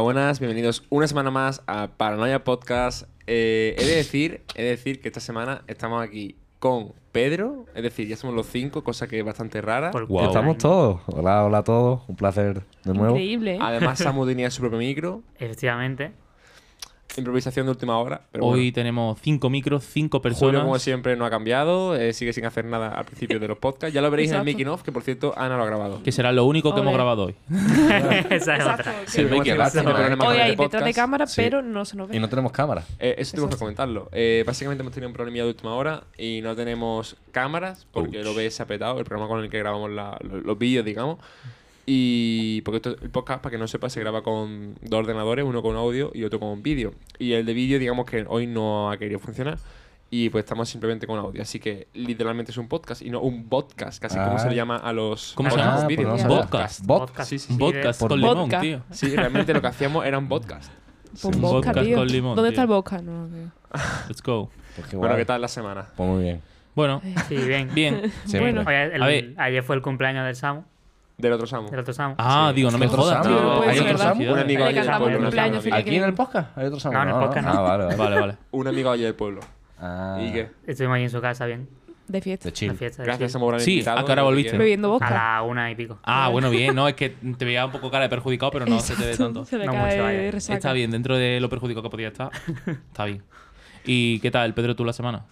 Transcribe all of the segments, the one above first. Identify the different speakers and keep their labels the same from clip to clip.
Speaker 1: buenas, bienvenidos una semana más a Paranoia Podcast. Eh, he, de decir, he de decir que esta semana estamos aquí con Pedro, es decir, ya somos los cinco, cosa que es bastante rara.
Speaker 2: Por-
Speaker 3: Wow.
Speaker 2: Estamos
Speaker 3: Estamos todos. Hola, hola a todos. Un placer de nuevo.
Speaker 4: Increíble. ¿eh?
Speaker 5: Ah,
Speaker 1: Además, Samu tenía su propio micro,
Speaker 2: Efectivamente.
Speaker 1: improvisación de última hora. Pero
Speaker 5: Hoy
Speaker 1: bueno,
Speaker 5: tenemos cinco micros, cinco
Speaker 1: Julio,
Speaker 5: personas.
Speaker 1: como siempre, no ha cambiado, eh, sigue sin hacer nada al principio de los podcasts. Ya lo veréis en el
Speaker 4: Exacto.
Speaker 1: making of, que por cierto, Ana lo ha grabado.
Speaker 5: Que será lo único
Speaker 4: Ole.
Speaker 5: que hemos grabado hoy.
Speaker 2: Esa es
Speaker 4: Exacto.
Speaker 2: otra.
Speaker 4: que-
Speaker 5: Sí,
Speaker 1: Hemos
Speaker 5: Making
Speaker 1: tenido
Speaker 5: of.
Speaker 1: bastantes problemas con
Speaker 4: Hoy
Speaker 1: este
Speaker 4: hay detrás de
Speaker 1: podcast.
Speaker 4: cámara,
Speaker 3: sí.
Speaker 4: pero no se nos ve.
Speaker 3: Y no tenemos cámara.
Speaker 1: Eh, eso tenemos que
Speaker 4: Exacto.
Speaker 1: comentarlo. Eh, básicamente hemos tenido un problemilla de última hora y no tenemos cámaras porque
Speaker 3: Ouch.
Speaker 1: lo ves se ha petado, el programa con el que grabamos la- lo- los, vídeos, digamos. Y porque esto, el podcast, para que no sepa, se graba con dos ordenadores, uno con audio y otro con vídeo. Y el de vídeo, digamos que hoy no ha querido funcionar y pues estamos simplemente con audio. Así que literalmente es un podcast y no un podcast, casi como
Speaker 3: Ah.
Speaker 1: se le llama a los
Speaker 5: ¿Cómo
Speaker 1: a
Speaker 5: se
Speaker 1: los
Speaker 5: llama?
Speaker 3: pues
Speaker 1: vídeos.
Speaker 3: no
Speaker 4: Podcast.
Speaker 3: sabía.
Speaker 5: Podcast.
Speaker 3: Bot.
Speaker 2: Podcast.
Speaker 1: Sí, sí,
Speaker 2: Sí,
Speaker 1: sí.
Speaker 5: Podcast
Speaker 3: por
Speaker 5: con limón,
Speaker 4: vodka.
Speaker 5: tío.
Speaker 1: Sí, realmente lo que hacíamos era un podcast.
Speaker 4: Pon
Speaker 5: un
Speaker 4: vodka,
Speaker 5: podcast
Speaker 4: tío.
Speaker 5: con limón,
Speaker 4: ¿Dónde
Speaker 5: tío.
Speaker 4: está el vodka? No, no, no.
Speaker 5: Let's go.
Speaker 3: Pues qué
Speaker 1: Bueno,
Speaker 3: guay.
Speaker 1: ¿qué tal la semana?
Speaker 3: Pues muy bien.
Speaker 5: Bueno,
Speaker 2: Sí, bien.
Speaker 5: bien.
Speaker 3: Siempre.
Speaker 4: Bueno.
Speaker 2: Oye, el-
Speaker 5: A ver.
Speaker 2: ayer fue el cumpleaños del Samu,
Speaker 1: Del otro Samu.
Speaker 2: del otro Samu.
Speaker 5: Ah, digo, no me
Speaker 3: ¿Otro
Speaker 5: jodas,
Speaker 3: Samu?
Speaker 5: tío.
Speaker 3: Puede
Speaker 5: Hay
Speaker 3: ser,
Speaker 5: otras
Speaker 3: ¿verdad?
Speaker 5: ciudades.
Speaker 1: Un amigo
Speaker 4: Le
Speaker 1: ayer del
Speaker 4: cantamos
Speaker 1: pueblo, un
Speaker 4: cumpleaños,
Speaker 1: amigo.
Speaker 4: sí.
Speaker 3: ¿Aquí en el podcast? ¿Hay otro Samu?
Speaker 2: No, en el podcast no.
Speaker 3: Ah, vale, vale.
Speaker 5: Vale, vale.
Speaker 1: Un amigo ayer del pueblo.
Speaker 3: Ah,
Speaker 1: ¿Y qué?
Speaker 2: Estuvimos ahí en su casa, bien.
Speaker 4: De fiesta.
Speaker 3: De
Speaker 2: La
Speaker 3: chill.
Speaker 2: fiesta de
Speaker 1: Gracias,
Speaker 2: Chile.
Speaker 1: Samu, por haber
Speaker 5: Sí,
Speaker 1: invitado.
Speaker 5: ¿a qué hora
Speaker 1: Lo
Speaker 5: volviste?
Speaker 1: quieras.
Speaker 4: Bebiendo
Speaker 2: A
Speaker 4: vodka.
Speaker 2: la una y pico.
Speaker 5: Ah, bueno, bien. No, es que te veía un poco cara de perjudicado, pero no se te ve
Speaker 4: Exacto,
Speaker 5: tanto.
Speaker 4: Se le
Speaker 2: No
Speaker 4: cae
Speaker 2: mucho, vaya.
Speaker 4: de resaca.
Speaker 5: Está bien, dentro de lo perjudicado que podía estar. Está bien. ¿Y qué tal, Pedro, tú la semana?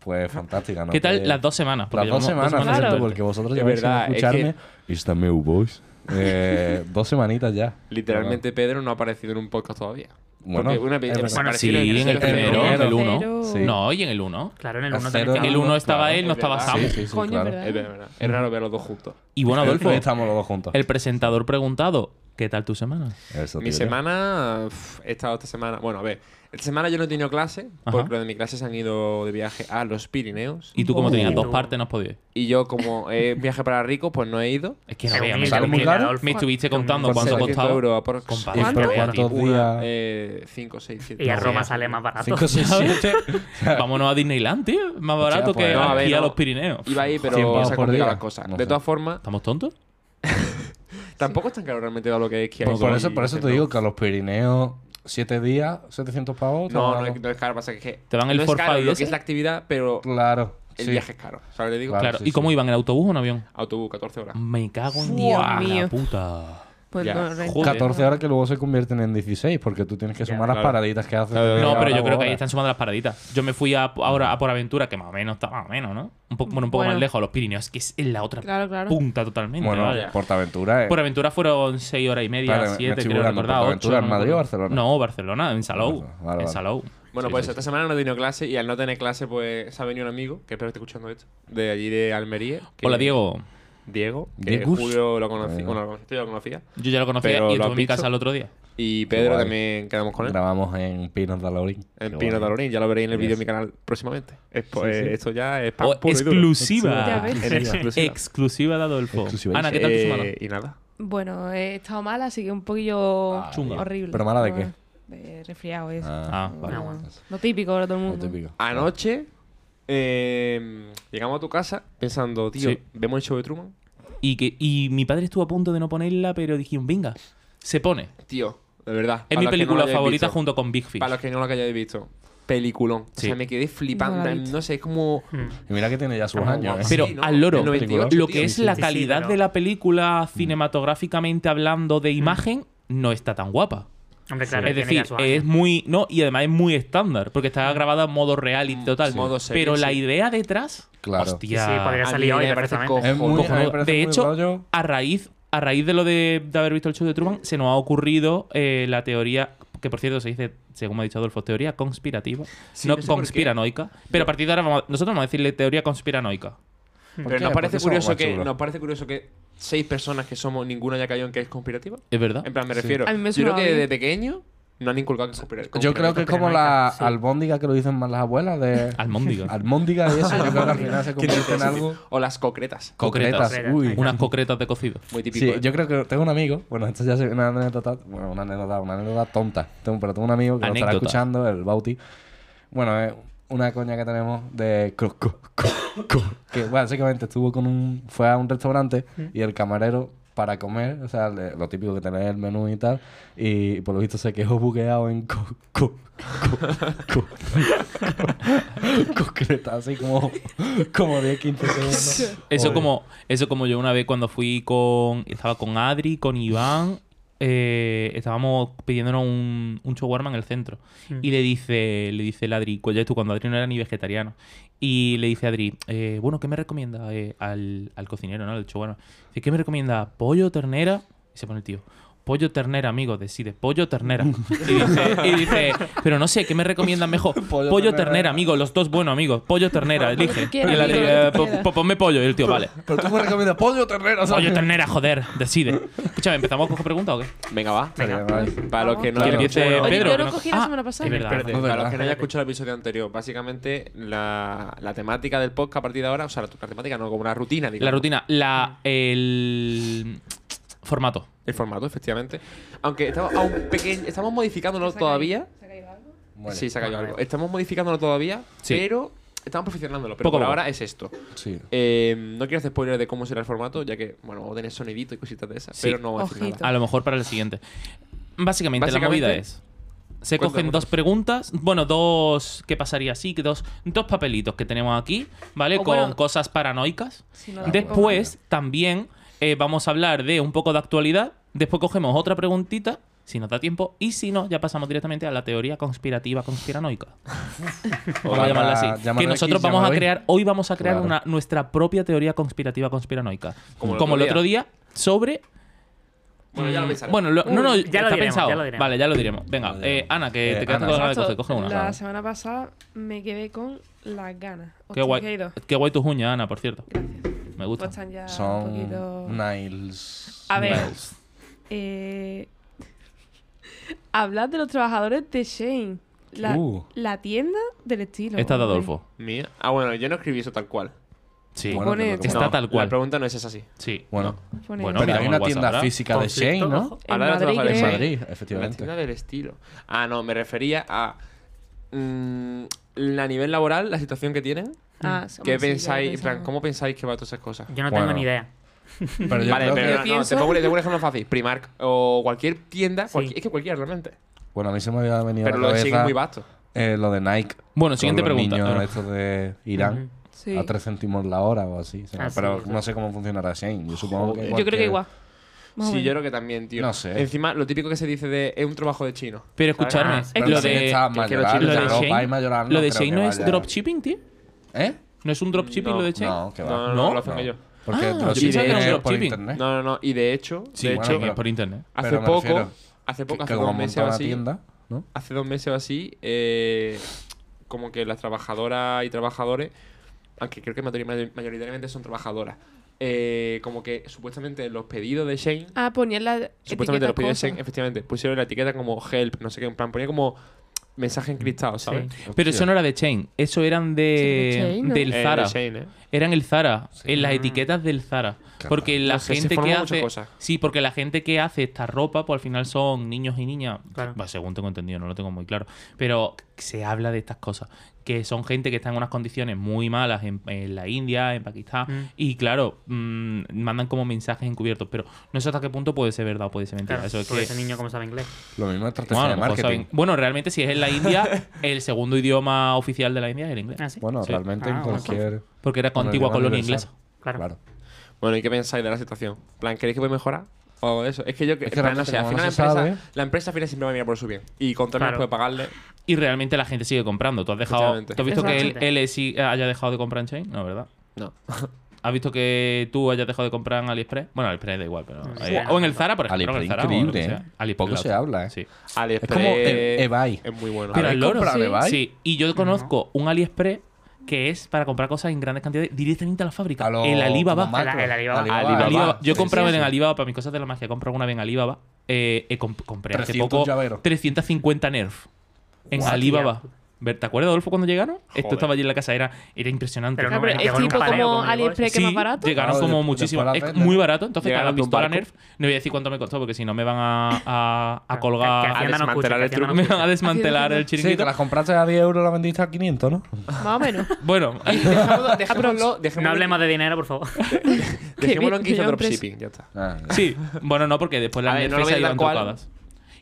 Speaker 3: Pues fantástica, ¿no?
Speaker 5: ¿Qué tal
Speaker 3: Que-
Speaker 5: las dos semanas? Porque
Speaker 3: Las dos
Speaker 5: llevamos
Speaker 3: semanas,
Speaker 4: semanas
Speaker 3: fíjate,
Speaker 4: sin
Speaker 3: porque vosotros
Speaker 1: Es
Speaker 3: ya vais
Speaker 1: verdad,
Speaker 3: a
Speaker 1: es
Speaker 3: escucharme. Y está meu voice. Eh, dos semanitas ya.
Speaker 1: Literalmente Pedro no ha aparecido en un podcast todavía.
Speaker 3: Bueno,
Speaker 1: Porque una
Speaker 3: es
Speaker 1: vez
Speaker 3: verdad.
Speaker 1: apareció
Speaker 5: Sí, en el primero, en el uno.
Speaker 4: Cero.
Speaker 3: Sí.
Speaker 5: No, y en el uno.
Speaker 2: Claro, en el uno
Speaker 3: Cero.
Speaker 2: también.
Speaker 5: En el
Speaker 2: estaba.
Speaker 5: uno estaba
Speaker 1: claro,
Speaker 5: él, no
Speaker 1: es
Speaker 5: estaba
Speaker 1: verdad.
Speaker 5: Sam.
Speaker 3: Sí, sí, sí,
Speaker 4: Coño,
Speaker 3: claro.
Speaker 4: ¿verdad?
Speaker 1: Es, verdad. es raro ver a los dos juntos.
Speaker 5: Y bueno, Adolfo,
Speaker 3: Hoy estamos los dos juntos.
Speaker 5: el presentador preguntado, ¿qué tal tu semana?
Speaker 3: Eso,
Speaker 1: Mi
Speaker 3: tío.
Speaker 1: semana, uf, he estado esta semana. Bueno, a ver, esta semana yo no he tenido clase,
Speaker 5: Ajá.
Speaker 1: porque los de mi clase se han ido de viaje a los Pirineos.
Speaker 5: Y tú, como
Speaker 3: Oh.
Speaker 5: tenías dos partes, no has podido. ir.
Speaker 1: Y yo, como es viaje para ricos, pues no he ido.
Speaker 5: Es que
Speaker 2: Qué
Speaker 5: no veas, me,
Speaker 2: humilde,
Speaker 3: sale muy
Speaker 2: humilde,
Speaker 3: caro.
Speaker 2: Adolfo.
Speaker 5: me estuviste
Speaker 2: Qué humilde.
Speaker 5: contando
Speaker 3: Por
Speaker 5: cuánto
Speaker 1: 700
Speaker 5: costaba.
Speaker 1: euros aprox.
Speaker 5: Compadre,
Speaker 3: ¿Y por
Speaker 5: por
Speaker 3: cuántos
Speaker 5: favor.
Speaker 1: Una,
Speaker 3: días?
Speaker 1: eh, cinco, seis, siete.
Speaker 2: Y a Roma
Speaker 1: días.
Speaker 2: sale más barato.
Speaker 3: Cinco, seis, siete.
Speaker 5: Vámonos a Disneyland, tío. Más barato
Speaker 3: pues,
Speaker 5: que
Speaker 3: no,
Speaker 1: a ver,
Speaker 5: aquí a
Speaker 1: no.
Speaker 5: los Pirineos.
Speaker 1: Iba ahí, pero
Speaker 3: 100 pavos
Speaker 1: se ha
Speaker 3: por
Speaker 1: complicado
Speaker 3: día.
Speaker 1: las cosas.
Speaker 3: No
Speaker 1: de
Speaker 3: sé.
Speaker 1: todas formas,
Speaker 5: ¿Estamos tontos?
Speaker 1: tampoco es tan caro realmente dado lo que es que
Speaker 3: Pues por, eso, por eso te digo que a los Pirineos, 7 días, 700 pavos.
Speaker 1: No,
Speaker 3: está
Speaker 1: no, es,
Speaker 3: barato.
Speaker 1: no es caro, pasa que es que
Speaker 5: Te dan el
Speaker 1: no es
Speaker 5: for
Speaker 1: caro
Speaker 5: five
Speaker 1: lo
Speaker 5: ese.
Speaker 1: que es la actividad, pero
Speaker 3: Claro.
Speaker 1: el
Speaker 3: sí.
Speaker 1: viaje es caro. ¿Sabes lo que digo?
Speaker 3: Claro, Mm.
Speaker 5: Claro.
Speaker 3: sí,
Speaker 5: ¿Y cómo
Speaker 3: sí.
Speaker 5: iban? ¿En autobús o en avión?
Speaker 1: Autobús, 14 horas.
Speaker 5: Me cago en
Speaker 4: Dios
Speaker 5: Dios
Speaker 4: mío.
Speaker 5: La puta.
Speaker 4: Pues
Speaker 1: Ya.
Speaker 4: no, no hay-
Speaker 5: Joder.
Speaker 3: 14 horas que luego se convierten en 16, porque tú tienes que
Speaker 2: Ya,
Speaker 3: sumar las
Speaker 1: claro.
Speaker 3: paraditas que haces.
Speaker 5: No, pero yo creo que ahí están sumando las paraditas. Yo me fui a- ahora a Por Aventura, que más o menos está más o menos, ¿no? Un poco, bueno, un poco
Speaker 4: Bueno.
Speaker 5: más lejos, a los Pirineos, que es en la otra
Speaker 4: Claro, claro.
Speaker 5: punta totalmente.
Speaker 3: Bueno,
Speaker 5: vaya.
Speaker 3: Portaventura, eh.
Speaker 5: Por Aventura fueron 6 horas y media,
Speaker 3: Vale, me- me
Speaker 5: 7,
Speaker 3: estoy
Speaker 5: creo
Speaker 3: burlando.
Speaker 5: recordar.
Speaker 3: ¿Portaventura
Speaker 5: ocho,
Speaker 3: en
Speaker 5: no me
Speaker 3: Madrid o
Speaker 5: acuerdo.
Speaker 3: Barcelona?
Speaker 5: No, Barcelona, en Salou.
Speaker 3: Barcelona, vale,
Speaker 5: En
Speaker 3: vale.
Speaker 5: Salou.
Speaker 1: Bueno,
Speaker 5: Sí,
Speaker 1: pues
Speaker 5: sí,
Speaker 1: esta semana no he tenido clase y al no tener clase, pues se ha venido un amigo, que espero que esté escuchando esto, de allí de Almería.
Speaker 5: sí.
Speaker 1: que-
Speaker 5: Hola, Diego.
Speaker 1: Diego, que
Speaker 3: Diegus.
Speaker 1: Julio lo conocí,
Speaker 3: Ah.
Speaker 1: bueno, lo conocí, yo lo conocía.
Speaker 5: Yo ya lo conocía
Speaker 1: Pero
Speaker 5: y
Speaker 1: lo
Speaker 5: estuve
Speaker 1: has
Speaker 5: en mi
Speaker 1: visto.
Speaker 5: casa el otro día.
Speaker 1: Y Pedro
Speaker 3: guay.
Speaker 1: también quedamos con él.
Speaker 3: Grabamos en Pinos de Laurín.
Speaker 1: En
Speaker 3: Qué
Speaker 1: Pino
Speaker 3: guay.
Speaker 1: Talorín, ya lo veréis en el
Speaker 3: Yes.
Speaker 1: vídeo de mi canal próximamente. Es po-
Speaker 3: Sí, sí.
Speaker 1: eh, Esto ya es
Speaker 5: Oh,
Speaker 1: pan puro y duro.
Speaker 4: Ya
Speaker 5: exclusiva.
Speaker 4: ves.
Speaker 1: En exclusiva.
Speaker 5: Exclusiva de Adolfo.
Speaker 3: Exclusiva.
Speaker 5: Ana, ¿qué tal tu
Speaker 1: Eh,
Speaker 5: semana?
Speaker 1: Y nada.
Speaker 4: Bueno, he estado mala, así que un poquillo
Speaker 3: Ah,
Speaker 5: Chunga.
Speaker 4: horrible.
Speaker 3: ¿Pero mala de
Speaker 4: Bueno, De resfriado, eso.
Speaker 3: Ah,
Speaker 5: Ah,
Speaker 3: vale.
Speaker 4: No, Lo típico ahora todo el
Speaker 3: Lo
Speaker 4: mundo.
Speaker 3: típico.
Speaker 1: Ah, Anoche eh, llegamos a tu casa pensando, tío,
Speaker 5: Sí.
Speaker 1: vemos el show de Truman.
Speaker 5: Y, que, y mi padre estuvo a punto de no ponerla, pero dijeron, venga, se pone.
Speaker 1: Tío, de verdad.
Speaker 5: Es
Speaker 1: para
Speaker 5: mi
Speaker 1: los que no lo
Speaker 5: película
Speaker 1: hayáis
Speaker 5: favorita
Speaker 1: visto.
Speaker 5: junto con Big Fish.
Speaker 1: Para los que no lo hayáis visto. Peliculón. O
Speaker 5: Sí.
Speaker 1: sea, me quedé
Speaker 4: No
Speaker 1: flipando.
Speaker 4: la he visto.
Speaker 1: No sé, es como...
Speaker 2: Mm.
Speaker 3: Y mira que tiene Hmm. ya sus
Speaker 2: Ah,
Speaker 3: años,
Speaker 2: guau.
Speaker 3: ¿eh?
Speaker 5: Pero
Speaker 1: Sí, ¿no?
Speaker 5: al loro,
Speaker 1: El 98,
Speaker 5: lo
Speaker 1: tío.
Speaker 5: que es
Speaker 2: Sí,
Speaker 5: la
Speaker 2: sí,
Speaker 5: calidad
Speaker 2: pero-
Speaker 5: de la película
Speaker 3: Mm.
Speaker 5: cinematográficamente hablando de imagen, no está tan guapa.
Speaker 2: Hombre, claro,
Speaker 5: Es
Speaker 2: tiene
Speaker 5: decir,
Speaker 2: ya su año.
Speaker 5: es muy. No, y además es muy estándar, porque está grabada en modo real y total.
Speaker 1: Mm. sí. Modo serie,
Speaker 5: pero la
Speaker 1: sí.
Speaker 5: idea detrás.
Speaker 3: Claro.
Speaker 5: Hostia.
Speaker 2: Sí, podría
Speaker 1: a
Speaker 2: salir
Speaker 1: mí
Speaker 2: hoy
Speaker 1: me parece
Speaker 2: perfectamente.
Speaker 1: cojo-
Speaker 3: Es muy,
Speaker 1: cojonudo.
Speaker 3: a mí me parece
Speaker 5: de
Speaker 3: muy
Speaker 5: hecho,
Speaker 3: rollo.
Speaker 5: a raíz, a raíz de lo de, de haber visto el show de Truman, se nos ha ocurrido eh, la teoría, que por cierto se dice, según me ha dicho Adolfo, teoría conspirativa.
Speaker 1: Sí,
Speaker 5: no
Speaker 1: no sé por qué.
Speaker 5: conspiranoica. Pero a partir de ahora vamos a- nosotros vamos a decirle teoría conspiranoica.
Speaker 3: ¿Por
Speaker 1: Pero
Speaker 3: qué?
Speaker 1: nos parece,
Speaker 3: Porque somos
Speaker 1: curioso
Speaker 3: más
Speaker 1: que,
Speaker 3: chulos.
Speaker 1: nos parece curioso que seis personas que somos, ninguna haya caído en que es conspirativa.
Speaker 5: Es verdad.
Speaker 1: En plan, me
Speaker 3: Sí.
Speaker 1: refiero.
Speaker 4: A mí me
Speaker 1: Yo creo
Speaker 4: suena
Speaker 1: que
Speaker 4: bien.
Speaker 1: desde pequeño no han inculcado que es conspira-
Speaker 3: Yo creo que es como la
Speaker 2: Sí.
Speaker 3: albóndiga que lo dicen más las abuelas de...
Speaker 5: Almóndiga.
Speaker 3: Almóndiga y eso. Yo creo que al final se convierte en algo...
Speaker 1: O las concretas.
Speaker 5: Concretas.
Speaker 3: Concretas. Uy.
Speaker 5: Unas concretas de cocido.
Speaker 1: Muy típico.
Speaker 3: Sí,
Speaker 1: ¿eh?
Speaker 3: yo creo que tengo un amigo, bueno, esto ya es una anécdota, bueno, una anécdota, una anécdota tonta, Tengo- pero tengo un amigo que lo estará
Speaker 5: Anécdota.
Speaker 3: escuchando, el Bauti. Bueno, es una coña que tenemos de co- co- co- co- que básicamente estuvo con un fue a un restaurante y el camarero para comer, o sea, le- lo típico que tenés el menú y tal, y por lo visto se quejó bugueado en co, co, co, co- co- concreta, así como, como 10, 15 segundos.
Speaker 5: Eso
Speaker 3: Joder.
Speaker 5: como, eso como yo una vez cuando fui con... Estaba con Adri, con Iván. eh, estábamos pidiéndonos un, un shawarma en el centro. Y le dice, le dice el Adri, cu- ya tú, cuando Adri no era ni vegetariano. Y le dice Adri, eh, bueno, ¿qué me recomienda eh, al, al cocinero, no? Al shawarma. Dice, ¿qué me recomienda? ¿Pollo, ternera? Y se pone el tío. Pollo ternera, amigo, decide. Pollo ternera. Y dice, y dice, pero no sé, ¿qué me recomienda mejor?
Speaker 3: Pollo
Speaker 5: Pollo,
Speaker 3: ternera.
Speaker 5: ternera. amigo, los dos buenos, amigos. Pollo ternera, elige.
Speaker 4: tú quieras,
Speaker 5: Y el Adri,
Speaker 4: amigo, lo que
Speaker 5: "Eh,
Speaker 4: tú
Speaker 5: po-
Speaker 4: quieras".
Speaker 5: po- ponme pollo. Y el tío, vale.
Speaker 3: Pero tú me recomiendas pollo o ternera, ¿sabes?
Speaker 5: Pollo ternera, joder, decide. Escúchame, ¿empezamos con preguntas o qué?
Speaker 1: Venga, va.
Speaker 3: Sería nice.
Speaker 1: Para los que no
Speaker 5: Que
Speaker 1: hayan
Speaker 5: empiece
Speaker 1: escuchado-
Speaker 4: Oye,
Speaker 5: Pedro,
Speaker 4: yo
Speaker 5: que
Speaker 4: lo
Speaker 5: no-
Speaker 4: cogí la
Speaker 5: Ah,
Speaker 4: semana pasada.
Speaker 5: es verdad.
Speaker 1: Espérate,
Speaker 3: No, de
Speaker 1: para los
Speaker 3: verdad.
Speaker 1: que no hayan escuchado el episodio anterior, básicamente la, la temática del podcast a partir de ahora, o sea, la, la temática no, como una rutina, digamos.
Speaker 5: La rutina, la, el formato.
Speaker 1: El formato, efectivamente. Aunque estamos a un pequeño. Estamos modificándolo todavía.
Speaker 3: Muere.
Speaker 1: Sí, se ha caído algo. Estamos modificándolo todavía,
Speaker 5: Sí.
Speaker 1: pero estamos perfeccionándolo. Pero
Speaker 5: Poco a
Speaker 1: por
Speaker 5: poco.
Speaker 1: ahora es esto.
Speaker 3: Sí.
Speaker 1: Eh, no quiero hacer spoiler de cómo será el formato, ya que, bueno, vamos a tener sonidito y cositas de esas,
Speaker 5: Sí.
Speaker 1: pero no vamos a decir
Speaker 4: Ojito.
Speaker 1: nada.
Speaker 5: A lo mejor para el siguiente. Básicamente,
Speaker 1: Básicamente,
Speaker 5: la movida es. Se
Speaker 1: ¿cuántas
Speaker 5: cogen dos preguntas, bueno, dos, ¿qué pasaría así? Que Dos, dos papelitos que tenemos aquí, ¿vale?
Speaker 4: O
Speaker 5: Con
Speaker 4: bueno,
Speaker 5: cosas paranoicas.
Speaker 4: si no la
Speaker 5: Después, también eh, vamos a hablar de un poco de actualidad. Después cogemos otra preguntita, si nos da tiempo. Y si no, ya pasamos directamente a la teoría conspirativa conspiranoica. Vamos a llamarla así.
Speaker 3: Llámala
Speaker 5: que
Speaker 3: X,
Speaker 5: nosotros vamos
Speaker 3: llámala
Speaker 5: a
Speaker 3: Y.
Speaker 5: crear, hoy vamos a crear
Speaker 3: Claro.
Speaker 5: una, nuestra propia teoría conspirativa conspiranoica.
Speaker 1: Como
Speaker 5: Como
Speaker 1: el
Speaker 5: el,
Speaker 1: otro
Speaker 5: otro día, sobre.
Speaker 1: Bueno, ya lo
Speaker 5: mm,
Speaker 1: pensaremos.
Speaker 5: Bueno, lo- no, no,
Speaker 2: Uy,
Speaker 5: ya lo diremos, ya lo diremos. Vale, ya lo diremos. Venga,
Speaker 3: Ya lo
Speaker 5: eh,
Speaker 3: diremos.
Speaker 5: Ana, que
Speaker 3: Eh,
Speaker 5: te quedas
Speaker 3: Ana.
Speaker 5: con ganas de
Speaker 4: Exacto,
Speaker 5: coger, coge una.
Speaker 4: La
Speaker 5: Ana.
Speaker 4: semana pasada me quedé con las ganas. Hostia, que
Speaker 5: Qué
Speaker 4: he
Speaker 5: guay,
Speaker 4: ido.
Speaker 5: qué guay tus uñas, Ana, por cierto.
Speaker 4: Gracias.
Speaker 5: Me
Speaker 4: Pues
Speaker 5: gusta.
Speaker 4: están ya
Speaker 3: Son
Speaker 4: un poquito...
Speaker 3: Niles.
Speaker 4: A ver.
Speaker 3: Niles.
Speaker 4: Eh, hablad de los trabajadores de Shane. La,
Speaker 3: Uh.
Speaker 4: la tienda del estilo.
Speaker 5: Esta es de
Speaker 4: hombre.
Speaker 5: Adolfo.
Speaker 1: Mía. Ah, bueno, yo no escribí eso tal cual.
Speaker 5: Sí.
Speaker 3: Bueno,
Speaker 4: Pone-
Speaker 3: te lo
Speaker 5: Está
Speaker 3: comento.
Speaker 1: No,
Speaker 5: tal cual.
Speaker 1: La pregunta no es esa así.
Speaker 5: Sí.
Speaker 3: Bueno,
Speaker 4: Pone-
Speaker 5: Bueno,
Speaker 3: pero
Speaker 5: mira,
Speaker 3: hay
Speaker 5: con
Speaker 3: una
Speaker 5: WhatsApp,
Speaker 3: tienda
Speaker 5: ¿verdad?
Speaker 3: física
Speaker 2: Conflicto,
Speaker 3: de Shane, ¿no?
Speaker 2: ojo.
Speaker 4: En
Speaker 1: Ahora
Speaker 4: Madrid,
Speaker 1: trabajadores
Speaker 3: En
Speaker 4: creo.
Speaker 3: Madrid,
Speaker 1: La
Speaker 3: efectivamente.
Speaker 1: tienda del estilo. Ah, no, me refería a. mm, la- a nivel laboral, la situación que tienen.
Speaker 4: Ah, sí,
Speaker 1: ¿Qué
Speaker 4: hombre, sí, ya lo
Speaker 1: pensáis? en plan,
Speaker 4: pensamos.
Speaker 1: ¿Cómo pensáis que va todas esas cosas?
Speaker 2: Yo no
Speaker 3: Bueno.
Speaker 2: tengo ni idea.
Speaker 3: Pero yo
Speaker 1: vale, pero
Speaker 3: creo que-
Speaker 1: no, no,
Speaker 4: pienso-
Speaker 1: te, pongo, te pongo un ejemplo fácil. Primark o cualquier tienda.
Speaker 2: Sí.
Speaker 1: cualquier- es que cualquiera, realmente.
Speaker 3: Bueno, a mí se me había venido a
Speaker 1: Pero lo
Speaker 3: la
Speaker 1: de
Speaker 3: cabeza
Speaker 1: Shein es muy vasto.
Speaker 3: eh, lo de Nike.
Speaker 5: Bueno,
Speaker 3: con
Speaker 5: siguiente
Speaker 3: los
Speaker 5: pregunta.
Speaker 3: niños
Speaker 5: Ahora.
Speaker 3: estos de Irán.
Speaker 4: Sí.
Speaker 3: A 3 céntimos la hora o así. ¿sabes?
Speaker 2: Ah, sí,
Speaker 3: pero
Speaker 2: eso.
Speaker 3: no sé cómo funcionará Shane. Yo supongo que.
Speaker 1: Yo
Speaker 4: Yo creo que
Speaker 3: cualquier-
Speaker 4: igual. Más o
Speaker 1: Sí,
Speaker 4: menos.
Speaker 1: yo creo que también, tío.
Speaker 3: No sé.
Speaker 1: Encima, lo típico que se dice de es un trabajo de chino.
Speaker 5: Pero escucharme,
Speaker 2: Ah,
Speaker 3: Pero
Speaker 5: lo
Speaker 3: también
Speaker 5: de.
Speaker 3: está
Speaker 1: que
Speaker 3: mayorando,
Speaker 1: los chinos-
Speaker 5: Lo de
Speaker 1: Europa
Speaker 3: Europa y
Speaker 5: Shane,
Speaker 3: mayorando,
Speaker 5: lo de
Speaker 3: creo
Speaker 5: Shane
Speaker 3: que
Speaker 5: no es
Speaker 3: vaya-
Speaker 5: dropshipping, tío.
Speaker 3: ¿Eh?
Speaker 5: ¿No es un dropshipping
Speaker 1: No.
Speaker 5: lo de Shane?
Speaker 3: No, que va.
Speaker 1: No, no, no,
Speaker 5: ¿No?
Speaker 1: lo hacen
Speaker 3: No.
Speaker 1: ellos.
Speaker 3: Porque
Speaker 5: Ah,
Speaker 3: el
Speaker 5: yo
Speaker 3: dropshipping
Speaker 1: pensaba que era un
Speaker 3: es por
Speaker 5: dropshipping.
Speaker 3: internet.
Speaker 1: No, no, no. Y de hecho,
Speaker 3: Sí,
Speaker 1: de
Speaker 3: bueno,
Speaker 1: hecho
Speaker 5: Es por internet.
Speaker 1: hace
Speaker 3: Pero me
Speaker 1: poco,
Speaker 3: refiero
Speaker 1: hace
Speaker 3: Que-
Speaker 1: poco,
Speaker 3: que
Speaker 1: hace
Speaker 3: como
Speaker 1: dos meses o
Speaker 3: monta una
Speaker 1: así,
Speaker 3: tienda, ¿no?
Speaker 1: hace dos meses o así, eh, como que las trabajadoras y trabajadores, aunque creo que mayor- mayoritariamente son trabajadoras, eh, como que supuestamente los pedidos de Shane,
Speaker 4: Ah, ponían la.
Speaker 1: supuestamente los
Speaker 4: etiqueta
Speaker 1: pedidos de
Speaker 4: cosa. Ah,
Speaker 1: Shane, efectivamente, pusieron la etiqueta como help, no sé qué, en plan, ponía como mensaje encriptado, ¿sabes?
Speaker 5: Pero eso no era de Chain, eso eran de,
Speaker 4: Sí, de Shein, ¿no?
Speaker 5: del
Speaker 1: Eh, de
Speaker 5: Zara.
Speaker 1: Shane, ¿eh?
Speaker 5: eran el Zara, en las etiquetas del Zara.
Speaker 3: Claro.
Speaker 5: Porque la
Speaker 1: No sé, se
Speaker 5: gente
Speaker 1: forman
Speaker 5: que
Speaker 1: muchas
Speaker 5: hace.
Speaker 1: cosas.
Speaker 5: Sí, porque la gente que hace esta ropa, pues al final son niños y niñas.
Speaker 2: Claro.
Speaker 5: Bah, según tengo entendido, no lo tengo muy claro. Pero se habla de estas cosas. Que son gente que está en unas condiciones muy malas en, en la India, en Pakistán.
Speaker 2: Mm.
Speaker 5: Y claro, mm, mandan como mensajes encubiertos. Pero no sé hasta qué punto puede ser verdad o puede ser mentira.
Speaker 2: Claro,
Speaker 5: Eso es
Speaker 2: sobre
Speaker 5: que.
Speaker 2: ese niño como sabe inglés.
Speaker 3: Lo mismo estrategia
Speaker 5: Bueno, a
Speaker 3: de
Speaker 5: lo mejor
Speaker 3: marketing.
Speaker 5: saben- bueno, realmente si es en la India, el segundo idioma oficial de la India es el
Speaker 2: Ah,
Speaker 5: inglés.
Speaker 2: sí.
Speaker 3: Bueno,
Speaker 5: Sí.
Speaker 3: realmente en
Speaker 2: Ah, bueno.
Speaker 3: cualquier.
Speaker 5: Porque era
Speaker 3: con el
Speaker 5: contigua
Speaker 3: idioma
Speaker 5: colonia
Speaker 3: universal.
Speaker 5: inglesa.
Speaker 2: claro.
Speaker 3: Claro.
Speaker 1: Bueno, ¿y qué pensáis de la situación? plan, ¿creéis que puede mejorar? O eso. Es que yo
Speaker 3: que
Speaker 1: en plan, no
Speaker 3: realmente
Speaker 1: sé, al
Speaker 3: como no
Speaker 1: final la
Speaker 3: se
Speaker 1: empresa,
Speaker 3: sabe-
Speaker 1: la empresa al final siempre va a mirar por su bien. Y con todo
Speaker 2: Claro.
Speaker 1: puede pagarle.
Speaker 5: Y realmente la gente sigue comprando. ¿Tú has dejado
Speaker 1: Efectivamente.
Speaker 5: ¿tú has visto que él,
Speaker 2: Exactamente.
Speaker 5: él sí haya dejado de comprar en Chain? No, ¿verdad?
Speaker 1: No.
Speaker 5: ¿Has visto que tú hayas dejado de comprar en AliExpress? Bueno, AliExpress da igual, pero...
Speaker 2: Sí.
Speaker 5: eh, o en el Zara, por ejemplo. en el
Speaker 3: AliExpress
Speaker 5: Zara, o lo que
Speaker 3: increíble,
Speaker 5: sea.
Speaker 3: ¿eh?
Speaker 5: AliExpress,
Speaker 3: Poco
Speaker 5: la
Speaker 3: se
Speaker 5: otra.
Speaker 3: habla, ¿eh?
Speaker 5: Sí.
Speaker 1: AliExpress
Speaker 3: Es como e- eBay.
Speaker 1: Es muy bueno.
Speaker 5: Pero
Speaker 3: ¿Habéis
Speaker 5: al loro,
Speaker 3: comprado
Speaker 4: sí.
Speaker 3: eBay?
Speaker 5: Sí, y yo conozco un AliExpress que es para comprar cosas en grandes cantidades directamente a la fábrica.
Speaker 3: A lo-
Speaker 5: el Alibaba.
Speaker 3: como macro.
Speaker 2: El- el Alibaba.
Speaker 5: Alibaba.
Speaker 3: Alibaba.
Speaker 5: Yo
Speaker 3: Sí,
Speaker 5: compraba
Speaker 3: sí,
Speaker 5: en
Speaker 3: sí.
Speaker 5: Alibaba para mis cosas de la magia. Compro una vez en Alibaba. Eh, eh, comp- compré hace
Speaker 3: 300
Speaker 5: poco
Speaker 3: llaveros.
Speaker 5: 350 Nerf en
Speaker 2: Hostia.
Speaker 5: Alibaba. Ver- ¿Te acuerdas, Adolfo, cuando llegaron? Esto
Speaker 1: Joder.
Speaker 5: estaba allí en la casa, era, era impresionante.
Speaker 2: Pero
Speaker 4: Ah,
Speaker 2: no,
Speaker 4: pero
Speaker 2: me
Speaker 4: es
Speaker 2: llegó en un
Speaker 4: tipo
Speaker 2: pareo
Speaker 4: como
Speaker 2: conmigo,
Speaker 4: AliExpress que es
Speaker 5: ¿eh? Sí,
Speaker 4: más barato.
Speaker 5: Llegaron
Speaker 3: Claro,
Speaker 5: como
Speaker 3: después-
Speaker 5: muchísimo.
Speaker 3: después la
Speaker 5: Es
Speaker 3: venden.
Speaker 5: muy barato. Entonces,
Speaker 1: Llegaron
Speaker 5: cada
Speaker 1: de un
Speaker 5: pistola
Speaker 1: barco.
Speaker 5: Nerf, no voy a decir cuánto me costó porque si no me van a, a, a
Speaker 2: Que- que
Speaker 5: colgar.
Speaker 1: hacían-
Speaker 2: Hacienda no escuche,
Speaker 1: desmantelar
Speaker 2: que
Speaker 1: el
Speaker 2: Hacienda no
Speaker 5: me
Speaker 2: escuche.
Speaker 5: van a desmantelar el
Speaker 3: Sí,
Speaker 5: chiringuito.
Speaker 3: te las compraste a 10 euros, la vendiste a 500, ¿no?
Speaker 4: Más o menos.
Speaker 5: Bueno,
Speaker 1: Dejémoslo, dejémoslo, dejémoslo,
Speaker 2: No hablemos de dinero, por favor.
Speaker 1: dejémoslo en que
Speaker 4: Que
Speaker 1: hizo
Speaker 4: yo empecé-
Speaker 1: dropshipping, ya está.
Speaker 3: Ah,
Speaker 5: sí. Bueno, no, porque después
Speaker 1: A
Speaker 5: las
Speaker 1: ver,
Speaker 5: Nerf
Speaker 1: no lo voy a
Speaker 5: esas iban
Speaker 1: dar cual.
Speaker 5: tocadas.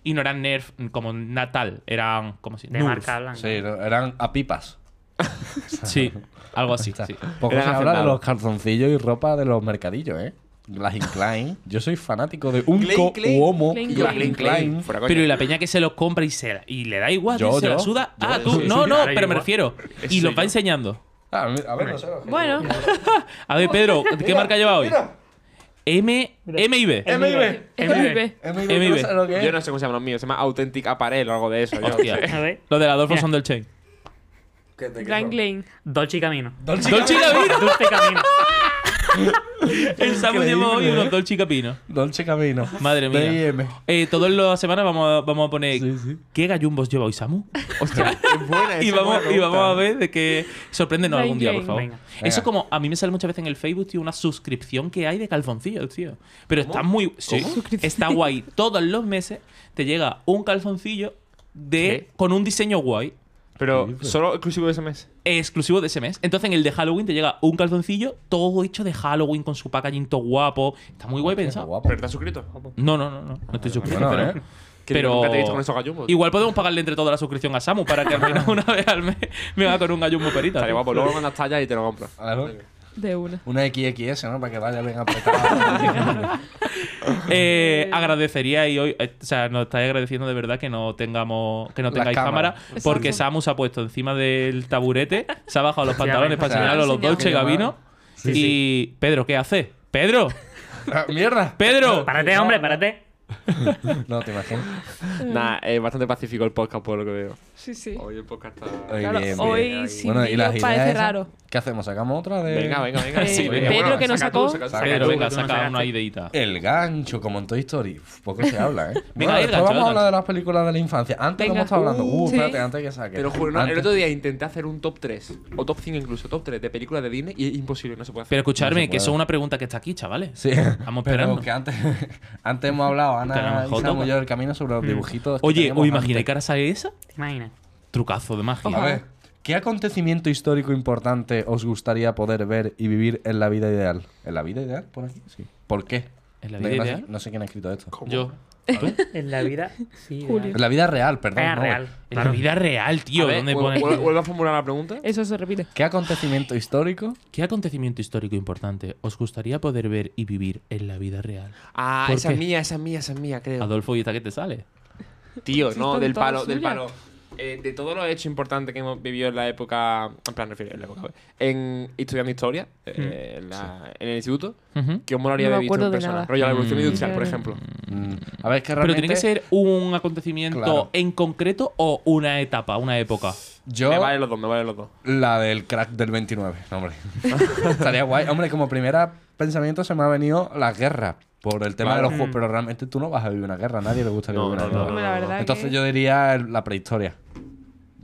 Speaker 5: Y no eran Nerf como Natal, eran como si.
Speaker 2: De
Speaker 5: Nerf.
Speaker 2: marca blanca.
Speaker 3: sí, no, eran a pipas.
Speaker 5: Sí, algo así.
Speaker 3: Está.
Speaker 5: sí.
Speaker 3: Poco
Speaker 1: Eran
Speaker 3: se habla de
Speaker 1: hacendados.
Speaker 3: los calzoncillos y ropa de los mercadillos, ¿eh? Las Klein. Yo soy fanático de Unco,
Speaker 1: Klein.
Speaker 3: Uomo,
Speaker 4: Klein,
Speaker 1: Y
Speaker 4: Klein.
Speaker 1: yo,
Speaker 3: Glass
Speaker 1: Klein, Klein,
Speaker 3: Klein.
Speaker 1: fuera coña.
Speaker 5: Pero y la peña que se los compra y, se, y le da igual,
Speaker 3: Yo,
Speaker 5: tío, se
Speaker 3: yo.
Speaker 5: la suda. ah, tú,
Speaker 1: sí,
Speaker 5: no,
Speaker 2: sí,
Speaker 5: no,
Speaker 2: claro,
Speaker 5: pero me
Speaker 2: igual.
Speaker 5: refiero. Y
Speaker 1: Soy
Speaker 5: los va
Speaker 1: yo.
Speaker 5: enseñando.
Speaker 3: Ah, a mí- a ver, no sé. lo que-
Speaker 4: Bueno,
Speaker 5: A ver, Pedro, ¿qué marca lleva hoy?
Speaker 3: Mira,
Speaker 5: M, M y
Speaker 3: MIB.
Speaker 5: B.
Speaker 4: es
Speaker 2: MIB.
Speaker 4: MIB.
Speaker 3: MIB.
Speaker 5: MIB.
Speaker 3: no sé lo que
Speaker 1: Yo
Speaker 3: es.
Speaker 1: no sé cómo se llaman los míos, se llama Authentic Apparel o algo de eso. yo no
Speaker 5: Hostia.
Speaker 1: sé.
Speaker 2: A ver.
Speaker 5: Los del Adolfo son del Chain.
Speaker 3: ¿Qué te- qué
Speaker 4: Grand
Speaker 3: son?
Speaker 4: Lane.
Speaker 2: Dolce y Camino.
Speaker 3: Dolce
Speaker 5: Dolce y Gabino.
Speaker 2: Dulce Camino.
Speaker 5: El Samu lleva hoy
Speaker 3: Increíble, ¿eh?
Speaker 5: unos Dolce Capino.
Speaker 3: Dolce Camino.
Speaker 5: Madre mía.
Speaker 3: DM.
Speaker 5: Eh, todas las semanas vamos a, vamos a poner
Speaker 3: Sí, sí.
Speaker 5: qué gallumbos lleva hoy Samu.
Speaker 1: Hostia, es buena
Speaker 5: Y
Speaker 1: esa,
Speaker 5: vamos,
Speaker 1: buena
Speaker 5: y vamos
Speaker 1: pregunta.
Speaker 5: a ver de qué sorpréndenos
Speaker 4: Rain
Speaker 5: algún día, por
Speaker 4: Jane.
Speaker 5: favor.
Speaker 2: Venga.
Speaker 5: Eso
Speaker 3: Venga.
Speaker 5: como a mí me sale muchas veces en el Facebook, tío, una suscripción que hay de calzoncillos, tío. Pero está muy... sí, está guay. Todos los meses te llega un calzoncillo de
Speaker 1: ¿Qué?
Speaker 5: con un diseño guay.
Speaker 1: Pero solo exclusivo de ese mes.
Speaker 5: exclusivo de ese mes. Entonces en el de Halloween te llega un calzoncillo todo hecho de Halloween con su packaging todo guapo. Está muy guay
Speaker 3: Qué
Speaker 5: pensado.
Speaker 3: guapo.
Speaker 1: Pero estás suscrito.
Speaker 5: No, no, no, no, no. estoy suscrito,
Speaker 3: Bueno,
Speaker 5: pero...
Speaker 3: ¿eh?
Speaker 1: Que
Speaker 5: pero-
Speaker 1: nunca te he visto con esos gallumbos.
Speaker 5: Igual podemos pagarle entre todas la suscripción a Samu para que al menos una vez al mes me haga con un gallumbo perita.
Speaker 1: Estaría
Speaker 5: tío.
Speaker 1: guapo. Luego lo mandas talla y te lo compras.
Speaker 3: Claro.
Speaker 4: De una.
Speaker 3: Una XXS, ¿no? Para que vaya bien apretada.
Speaker 5: Eh, agradecería y hoy, eh, o sea, nos estáis agradeciendo de verdad que no tengamos, que no
Speaker 3: Las
Speaker 5: tengáis cámara,
Speaker 3: cámaras.
Speaker 5: porque
Speaker 4: Exacto.
Speaker 5: Samu se ha puesto encima del taburete, se ha bajado los pantalones para
Speaker 3: O sea,
Speaker 5: enseñar a los
Speaker 4: enseñar.
Speaker 5: Dolce Gabino
Speaker 3: Sí,
Speaker 5: y Pedro, ¿qué hace? Pedro,
Speaker 3: Ah, ¡Mierda!
Speaker 5: Pedro,
Speaker 2: Párate, hombre, párate.
Speaker 3: No, te imaginas.
Speaker 5: Eh.
Speaker 1: Nah, es bastante pacífico el podcast por lo que veo. Eh.
Speaker 4: Sí, sí.
Speaker 1: Hoy el podcast está.
Speaker 3: Ay,
Speaker 4: Claro,
Speaker 3: bien, bien.
Speaker 4: hoy sin
Speaker 3: Bueno, y
Speaker 4: vídeo
Speaker 3: las ideas.
Speaker 4: parece
Speaker 3: esas?
Speaker 4: raro.
Speaker 3: ¿Qué hacemos? ¿Sacamos otra de.?
Speaker 1: Venga, venga, venga.
Speaker 4: Eh,
Speaker 1: Sí, venga,
Speaker 4: Pedro,
Speaker 1: bueno,
Speaker 4: que nos
Speaker 1: saca tú,
Speaker 4: sacó.
Speaker 1: saca tú.
Speaker 3: Saca
Speaker 5: Pedro,
Speaker 3: tú,
Speaker 5: venga,
Speaker 2: tú no
Speaker 5: saca
Speaker 2: sacaste.
Speaker 5: una ideita.
Speaker 3: El gancho, como en Toy Story. Uf, poco se habla, ¿eh?
Speaker 5: Venga,
Speaker 3: Bueno,
Speaker 5: el
Speaker 3: después
Speaker 5: gancho,
Speaker 3: vamos a
Speaker 5: el
Speaker 3: hablar de las películas de la infancia. Antes
Speaker 4: Venga.
Speaker 3: lo hemos estado hablando. Uh,
Speaker 4: Sí.
Speaker 3: espérate, antes que saque.
Speaker 1: Te lo juro, no, el
Speaker 3: Antes-
Speaker 1: otro día intenté hacer un top 3, o top 5 incluso, top 3 de películas de Disney y es imposible, no se puede hacer.
Speaker 5: Pero escucharme,
Speaker 3: No se
Speaker 5: que eso
Speaker 3: puede.
Speaker 5: es una pregunta que está aquí, chavales.
Speaker 3: Sí.
Speaker 5: Vamos esperando.
Speaker 3: Pero que antes, antes hemos hablado,
Speaker 5: Que a lo
Speaker 3: Ana y
Speaker 5: mejor
Speaker 3: Samu
Speaker 5: toca.
Speaker 3: y yo, el camino sobre los
Speaker 1: Mm.
Speaker 3: dibujitos. que
Speaker 5: Oye,
Speaker 3: teníamos
Speaker 5: ¿os imagináis
Speaker 3: antes.
Speaker 5: que ahora sale esa?
Speaker 2: ¿Te imaginas?
Speaker 5: Trucazo de magia.
Speaker 3: A ver, ¿qué acontecimiento histórico importante os gustaría poder ver y vivir en la vida ideal? ¿En la vida ideal? Por aquí, sí. ¿Por qué?
Speaker 5: ¿En la
Speaker 3: No-
Speaker 5: vida
Speaker 3: no sé-
Speaker 5: ideal?
Speaker 3: no sé quién ha escrito esto.
Speaker 5: Yo.
Speaker 2: En la vida, sí.
Speaker 4: Julio.
Speaker 3: En la vida real, perdón.
Speaker 2: Era
Speaker 5: Ah,
Speaker 3: no,
Speaker 2: real.
Speaker 5: En la vida real, tío.
Speaker 1: A ver,
Speaker 5: ¿Dónde
Speaker 1: vuel-
Speaker 5: pone?
Speaker 1: vuel- Vuelve a formular la pregunta.
Speaker 4: Eso se repite.
Speaker 3: ¿Qué acontecimiento histórico?
Speaker 5: ¿Qué acontecimiento histórico importante os gustaría poder ver y vivir en la vida real?
Speaker 1: Ah,
Speaker 5: ¿Por
Speaker 1: esa
Speaker 5: qué?
Speaker 1: es mía, esa es mía, esa es mía,
Speaker 3: Eh,
Speaker 1: creo.
Speaker 5: Adolfo, ¿y esta qué te sale?
Speaker 1: Tío,
Speaker 4: Sí,
Speaker 1: no,
Speaker 4: están
Speaker 1: del
Speaker 4: todas
Speaker 1: palo, del
Speaker 4: suyas.
Speaker 1: palo. Eh, de todos los hechos importantes que hemos vivido en la época, en plan, refiero, en la época, en estudiando historia, eh,
Speaker 5: Mm,
Speaker 1: en, la- en el instituto,
Speaker 5: Ujú.
Speaker 1: que os molaría
Speaker 4: No me
Speaker 1: de haber visto
Speaker 4: acuerdo
Speaker 1: en
Speaker 4: de
Speaker 1: persona.
Speaker 4: nada.
Speaker 1: Rollo, la evolución
Speaker 5: Mm.
Speaker 1: industrial, por
Speaker 4: Claro.
Speaker 1: ejemplo.
Speaker 3: Mm, A ver, es que
Speaker 5: Pero
Speaker 3: realmente
Speaker 5: tiene que ser un acontecimiento
Speaker 3: Claro.
Speaker 5: en concreto o una etapa, una época.
Speaker 3: yo
Speaker 1: Me vale los dos, me vale los dos.
Speaker 3: la del crack del 29, no, hombre. Estaría guay. Hombre, como primer pensamiento se me ha venido la guerra por el tema de los juegos, pero realmente tú no vas a vivir una guerra, a nadie le gustaría
Speaker 1: No,
Speaker 3: vivir
Speaker 1: no,
Speaker 3: una
Speaker 1: no, no,
Speaker 3: guerra.
Speaker 4: Hombre,
Speaker 1: no,
Speaker 4: la
Speaker 1: no.
Speaker 4: verdad
Speaker 3: Entonces
Speaker 4: que-
Speaker 3: yo diría el- la prehistoria,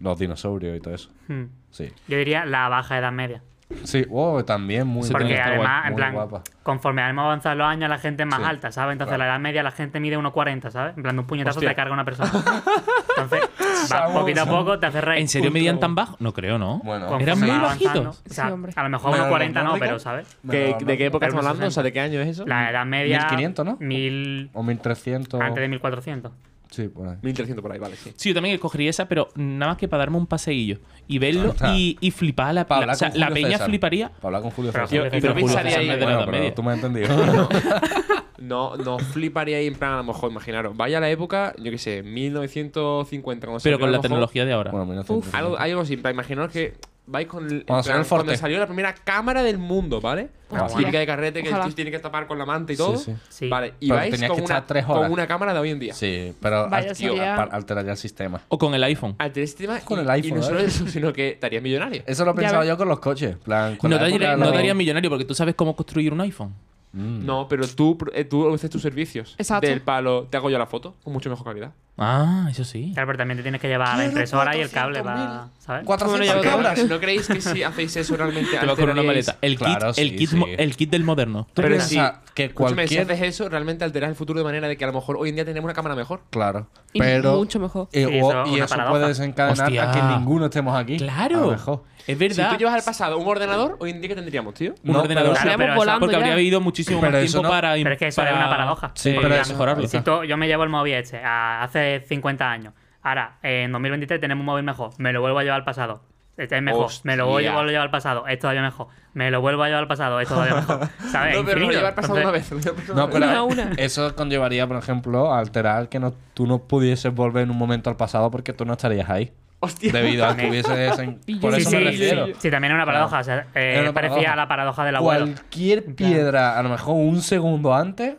Speaker 3: los dinosaurios y todo eso.
Speaker 2: Hmm.
Speaker 3: Sí.
Speaker 2: Yo diría la baja edad media.
Speaker 3: Sí, wow, también muy
Speaker 5: Sí,
Speaker 2: Porque
Speaker 5: tiene que estar
Speaker 2: además,
Speaker 3: guay-
Speaker 2: en
Speaker 3: muy
Speaker 2: plan,
Speaker 3: guapa.
Speaker 2: conforme hemos avanzado los años, la gente es más
Speaker 3: Sí,
Speaker 2: alta, ¿sabes? Entonces
Speaker 3: claro.
Speaker 2: la edad media, la gente mide 1,40, ¿sabes? En plan, de un puñetazo
Speaker 1: Hostia.
Speaker 2: te carga una persona. Entonces, va
Speaker 3: Samu,
Speaker 2: poquito a
Speaker 3: Samu.
Speaker 2: poco, te hace reír.
Speaker 5: ¿En serio medían tan bajo? No creo, ¿no?
Speaker 3: Bueno.
Speaker 2: Conforme
Speaker 5: Eran muy
Speaker 2: va avanzando.
Speaker 5: bajitos.
Speaker 2: O sea,
Speaker 4: Sí, hombre.
Speaker 2: a lo mejor
Speaker 3: Bueno,
Speaker 2: 1,40 no,
Speaker 3: nórdicos.
Speaker 2: pero, ¿sabes?
Speaker 1: ¿Qué-
Speaker 3: Pero
Speaker 1: ¿De qué época
Speaker 2: pero
Speaker 1: estamos
Speaker 2: unos
Speaker 1: hablando? O sea,
Speaker 2: 60.
Speaker 1: ¿de qué año es eso?
Speaker 2: La edad media.
Speaker 3: 1500, ¿no?
Speaker 2: 1000.
Speaker 3: O 1300.
Speaker 2: Antes de 1400.
Speaker 3: Sí, por ahí.
Speaker 1: 1300 por ahí, vale, sí.
Speaker 5: Sí, yo también escogería esa, pero nada más que para darme un paseillo y verlo
Speaker 3: Ajá.
Speaker 5: y, y flipar a la,
Speaker 3: Para
Speaker 5: la-
Speaker 3: hablar
Speaker 5: o sea,
Speaker 3: con
Speaker 5: la
Speaker 3: Julio
Speaker 5: peña
Speaker 3: César.
Speaker 5: fliparía.
Speaker 3: Para hablar con Julio
Speaker 2: Pero
Speaker 3: César.
Speaker 1: Tío,
Speaker 2: Julio
Speaker 1: y
Speaker 2: César
Speaker 1: pero
Speaker 2: no
Speaker 5: Julio
Speaker 1: pensaría
Speaker 5: César
Speaker 1: ahí-
Speaker 5: no es de la
Speaker 3: Bueno,
Speaker 5: Edad
Speaker 3: pero
Speaker 5: Media.
Speaker 3: tú me has entendido.
Speaker 1: No, no fliparía ahí en plan, a lo mejor, imaginaros, vaya a la época, yo qué sé, 1950, no sé,
Speaker 5: Pero
Speaker 1: a
Speaker 5: con
Speaker 1: lo
Speaker 5: la
Speaker 1: mejor-
Speaker 5: tecnología de ahora.
Speaker 3: bueno, mira,
Speaker 4: Uf.
Speaker 1: Algo, hay algo simple, imaginaros que vais con el, en
Speaker 3: Cuando salió el Forte.
Speaker 1: cuando salió la primera cámara del mundo, ¿vale? La
Speaker 2: Ah,
Speaker 1: típica de carrete que el
Speaker 4: Ojalá.
Speaker 1: tío tiene que tapar con la manta y todo.
Speaker 3: Sí, sí.
Speaker 2: Sí.
Speaker 1: Vale, y
Speaker 3: Pero
Speaker 1: vais
Speaker 3: tenías
Speaker 1: con
Speaker 3: que
Speaker 1: una,
Speaker 3: estar tres
Speaker 1: con
Speaker 3: horas.
Speaker 1: una cámara de hoy en día.
Speaker 3: Sí, pero
Speaker 4: Vaya,
Speaker 3: al- tío,
Speaker 4: sería-
Speaker 3: al- alteraría el sistema.
Speaker 5: O con el iPhone.
Speaker 1: Alteré este tema
Speaker 3: Con
Speaker 1: y,
Speaker 3: el iPhone,
Speaker 1: y no solo
Speaker 3: ¿eh?
Speaker 1: eso, sino que estarías millonario.
Speaker 3: Eso lo
Speaker 4: Ya
Speaker 3: pensaba
Speaker 4: ves.
Speaker 3: yo con los coches. plan, con
Speaker 5: No
Speaker 3: la
Speaker 5: te,
Speaker 3: época
Speaker 5: haría-
Speaker 3: de
Speaker 5: no
Speaker 3: los-
Speaker 5: te harías millonario porque tú sabes cómo construir un iPhone.
Speaker 3: Mm.
Speaker 1: No, pero tú, pro- eh, tú haces tus servicios
Speaker 4: Exacto.
Speaker 1: del palo, te hago yo la foto con mucho mejor calidad.
Speaker 5: Ah, eso sí.
Speaker 2: Claro, pero también te tienes que llevar la
Speaker 3: Quiero
Speaker 2: impresora y el cable
Speaker 3: 400.000.
Speaker 2: para. ¿Sabes?
Speaker 1: Bueno, ya
Speaker 3: 400
Speaker 1: lo
Speaker 3: cabras.
Speaker 1: tengo. ¿No creéis que si hacéis eso realmente
Speaker 5: Te vas con una
Speaker 1: alteraréis-
Speaker 5: maleta. El kit,
Speaker 3: Claro,
Speaker 5: el,
Speaker 3: sí,
Speaker 5: kit mo-
Speaker 3: sí.
Speaker 5: el kit del moderno.
Speaker 3: ¿Tú
Speaker 1: Pero
Speaker 3: piensas
Speaker 1: si-
Speaker 3: que
Speaker 1: Escúchame, si
Speaker 3: cualquier...
Speaker 1: haces eso, realmente alteras el futuro de manera de que a lo mejor hoy en día tenemos una cámara mejor.
Speaker 3: Claro.
Speaker 4: Y
Speaker 3: Pero...
Speaker 4: mucho mejor.
Speaker 3: eh,
Speaker 2: Sí,
Speaker 3: o-
Speaker 2: eso es
Speaker 3: y
Speaker 2: una
Speaker 3: eso
Speaker 2: paradoja.
Speaker 3: puede desencadenar a
Speaker 5: Hostia.
Speaker 3: que ninguno estemos aquí. A lo
Speaker 5: Claro.
Speaker 3: mejor.
Speaker 5: Es
Speaker 1: Si tú
Speaker 5: verdad.
Speaker 1: llevas al pasado un ordenador, hoy en día, ¿qué tendríamos, tío?
Speaker 5: un
Speaker 3: No,
Speaker 5: ordenador.
Speaker 2: pero- Claro, pero eso-
Speaker 5: porque
Speaker 4: ya.
Speaker 5: habría habido muchísimo
Speaker 3: Pero
Speaker 5: más
Speaker 3: eso
Speaker 5: tiempo
Speaker 3: no-
Speaker 5: para. im-
Speaker 2: Pero es que eso
Speaker 5: para-
Speaker 2: es una paradoja.
Speaker 3: Sí,
Speaker 5: eh,
Speaker 3: pero
Speaker 2: mira,
Speaker 3: eso- mejorarlo.
Speaker 2: Si tú- yo me llevo el móvil este a- hace 50 años. Ahora, eh, en 2023 tenemos un móvil mejor. Me lo vuelvo a llevar al pasado. Este es mejor. Me lo voy a
Speaker 1: Hostia.
Speaker 2: vuelvo a llevar al pasado. Es todavía mejor. Me lo vuelvo a llevar al pasado. Es todavía mejor.
Speaker 5: Ah,
Speaker 2: ¿Sabes?
Speaker 1: no, pero no
Speaker 2: Infinito.
Speaker 1: llevar pasado
Speaker 2: Entonces-
Speaker 1: una vez. lo llevar pasado
Speaker 3: No,
Speaker 1: una
Speaker 3: pero
Speaker 4: Una a una.
Speaker 3: eso conllevaría, por ejemplo, a alterar que no, tú no pudieses volver en un momento al pasado porque tú no estarías ahí.
Speaker 1: vez. Hostia.
Speaker 3: Debido a que
Speaker 2: También.
Speaker 3: hubiese desen-
Speaker 4: Pillo.
Speaker 3: Por
Speaker 2: Sí,
Speaker 3: eso
Speaker 2: sí,
Speaker 3: me
Speaker 2: sí,
Speaker 3: refiero.
Speaker 2: sí, también era una paradoja. o sea, eh,
Speaker 3: Era una
Speaker 2: parecía
Speaker 3: paradoja.
Speaker 2: la paradoja del abuelo.
Speaker 3: Cualquier piedra, a lo mejor un segundo antes,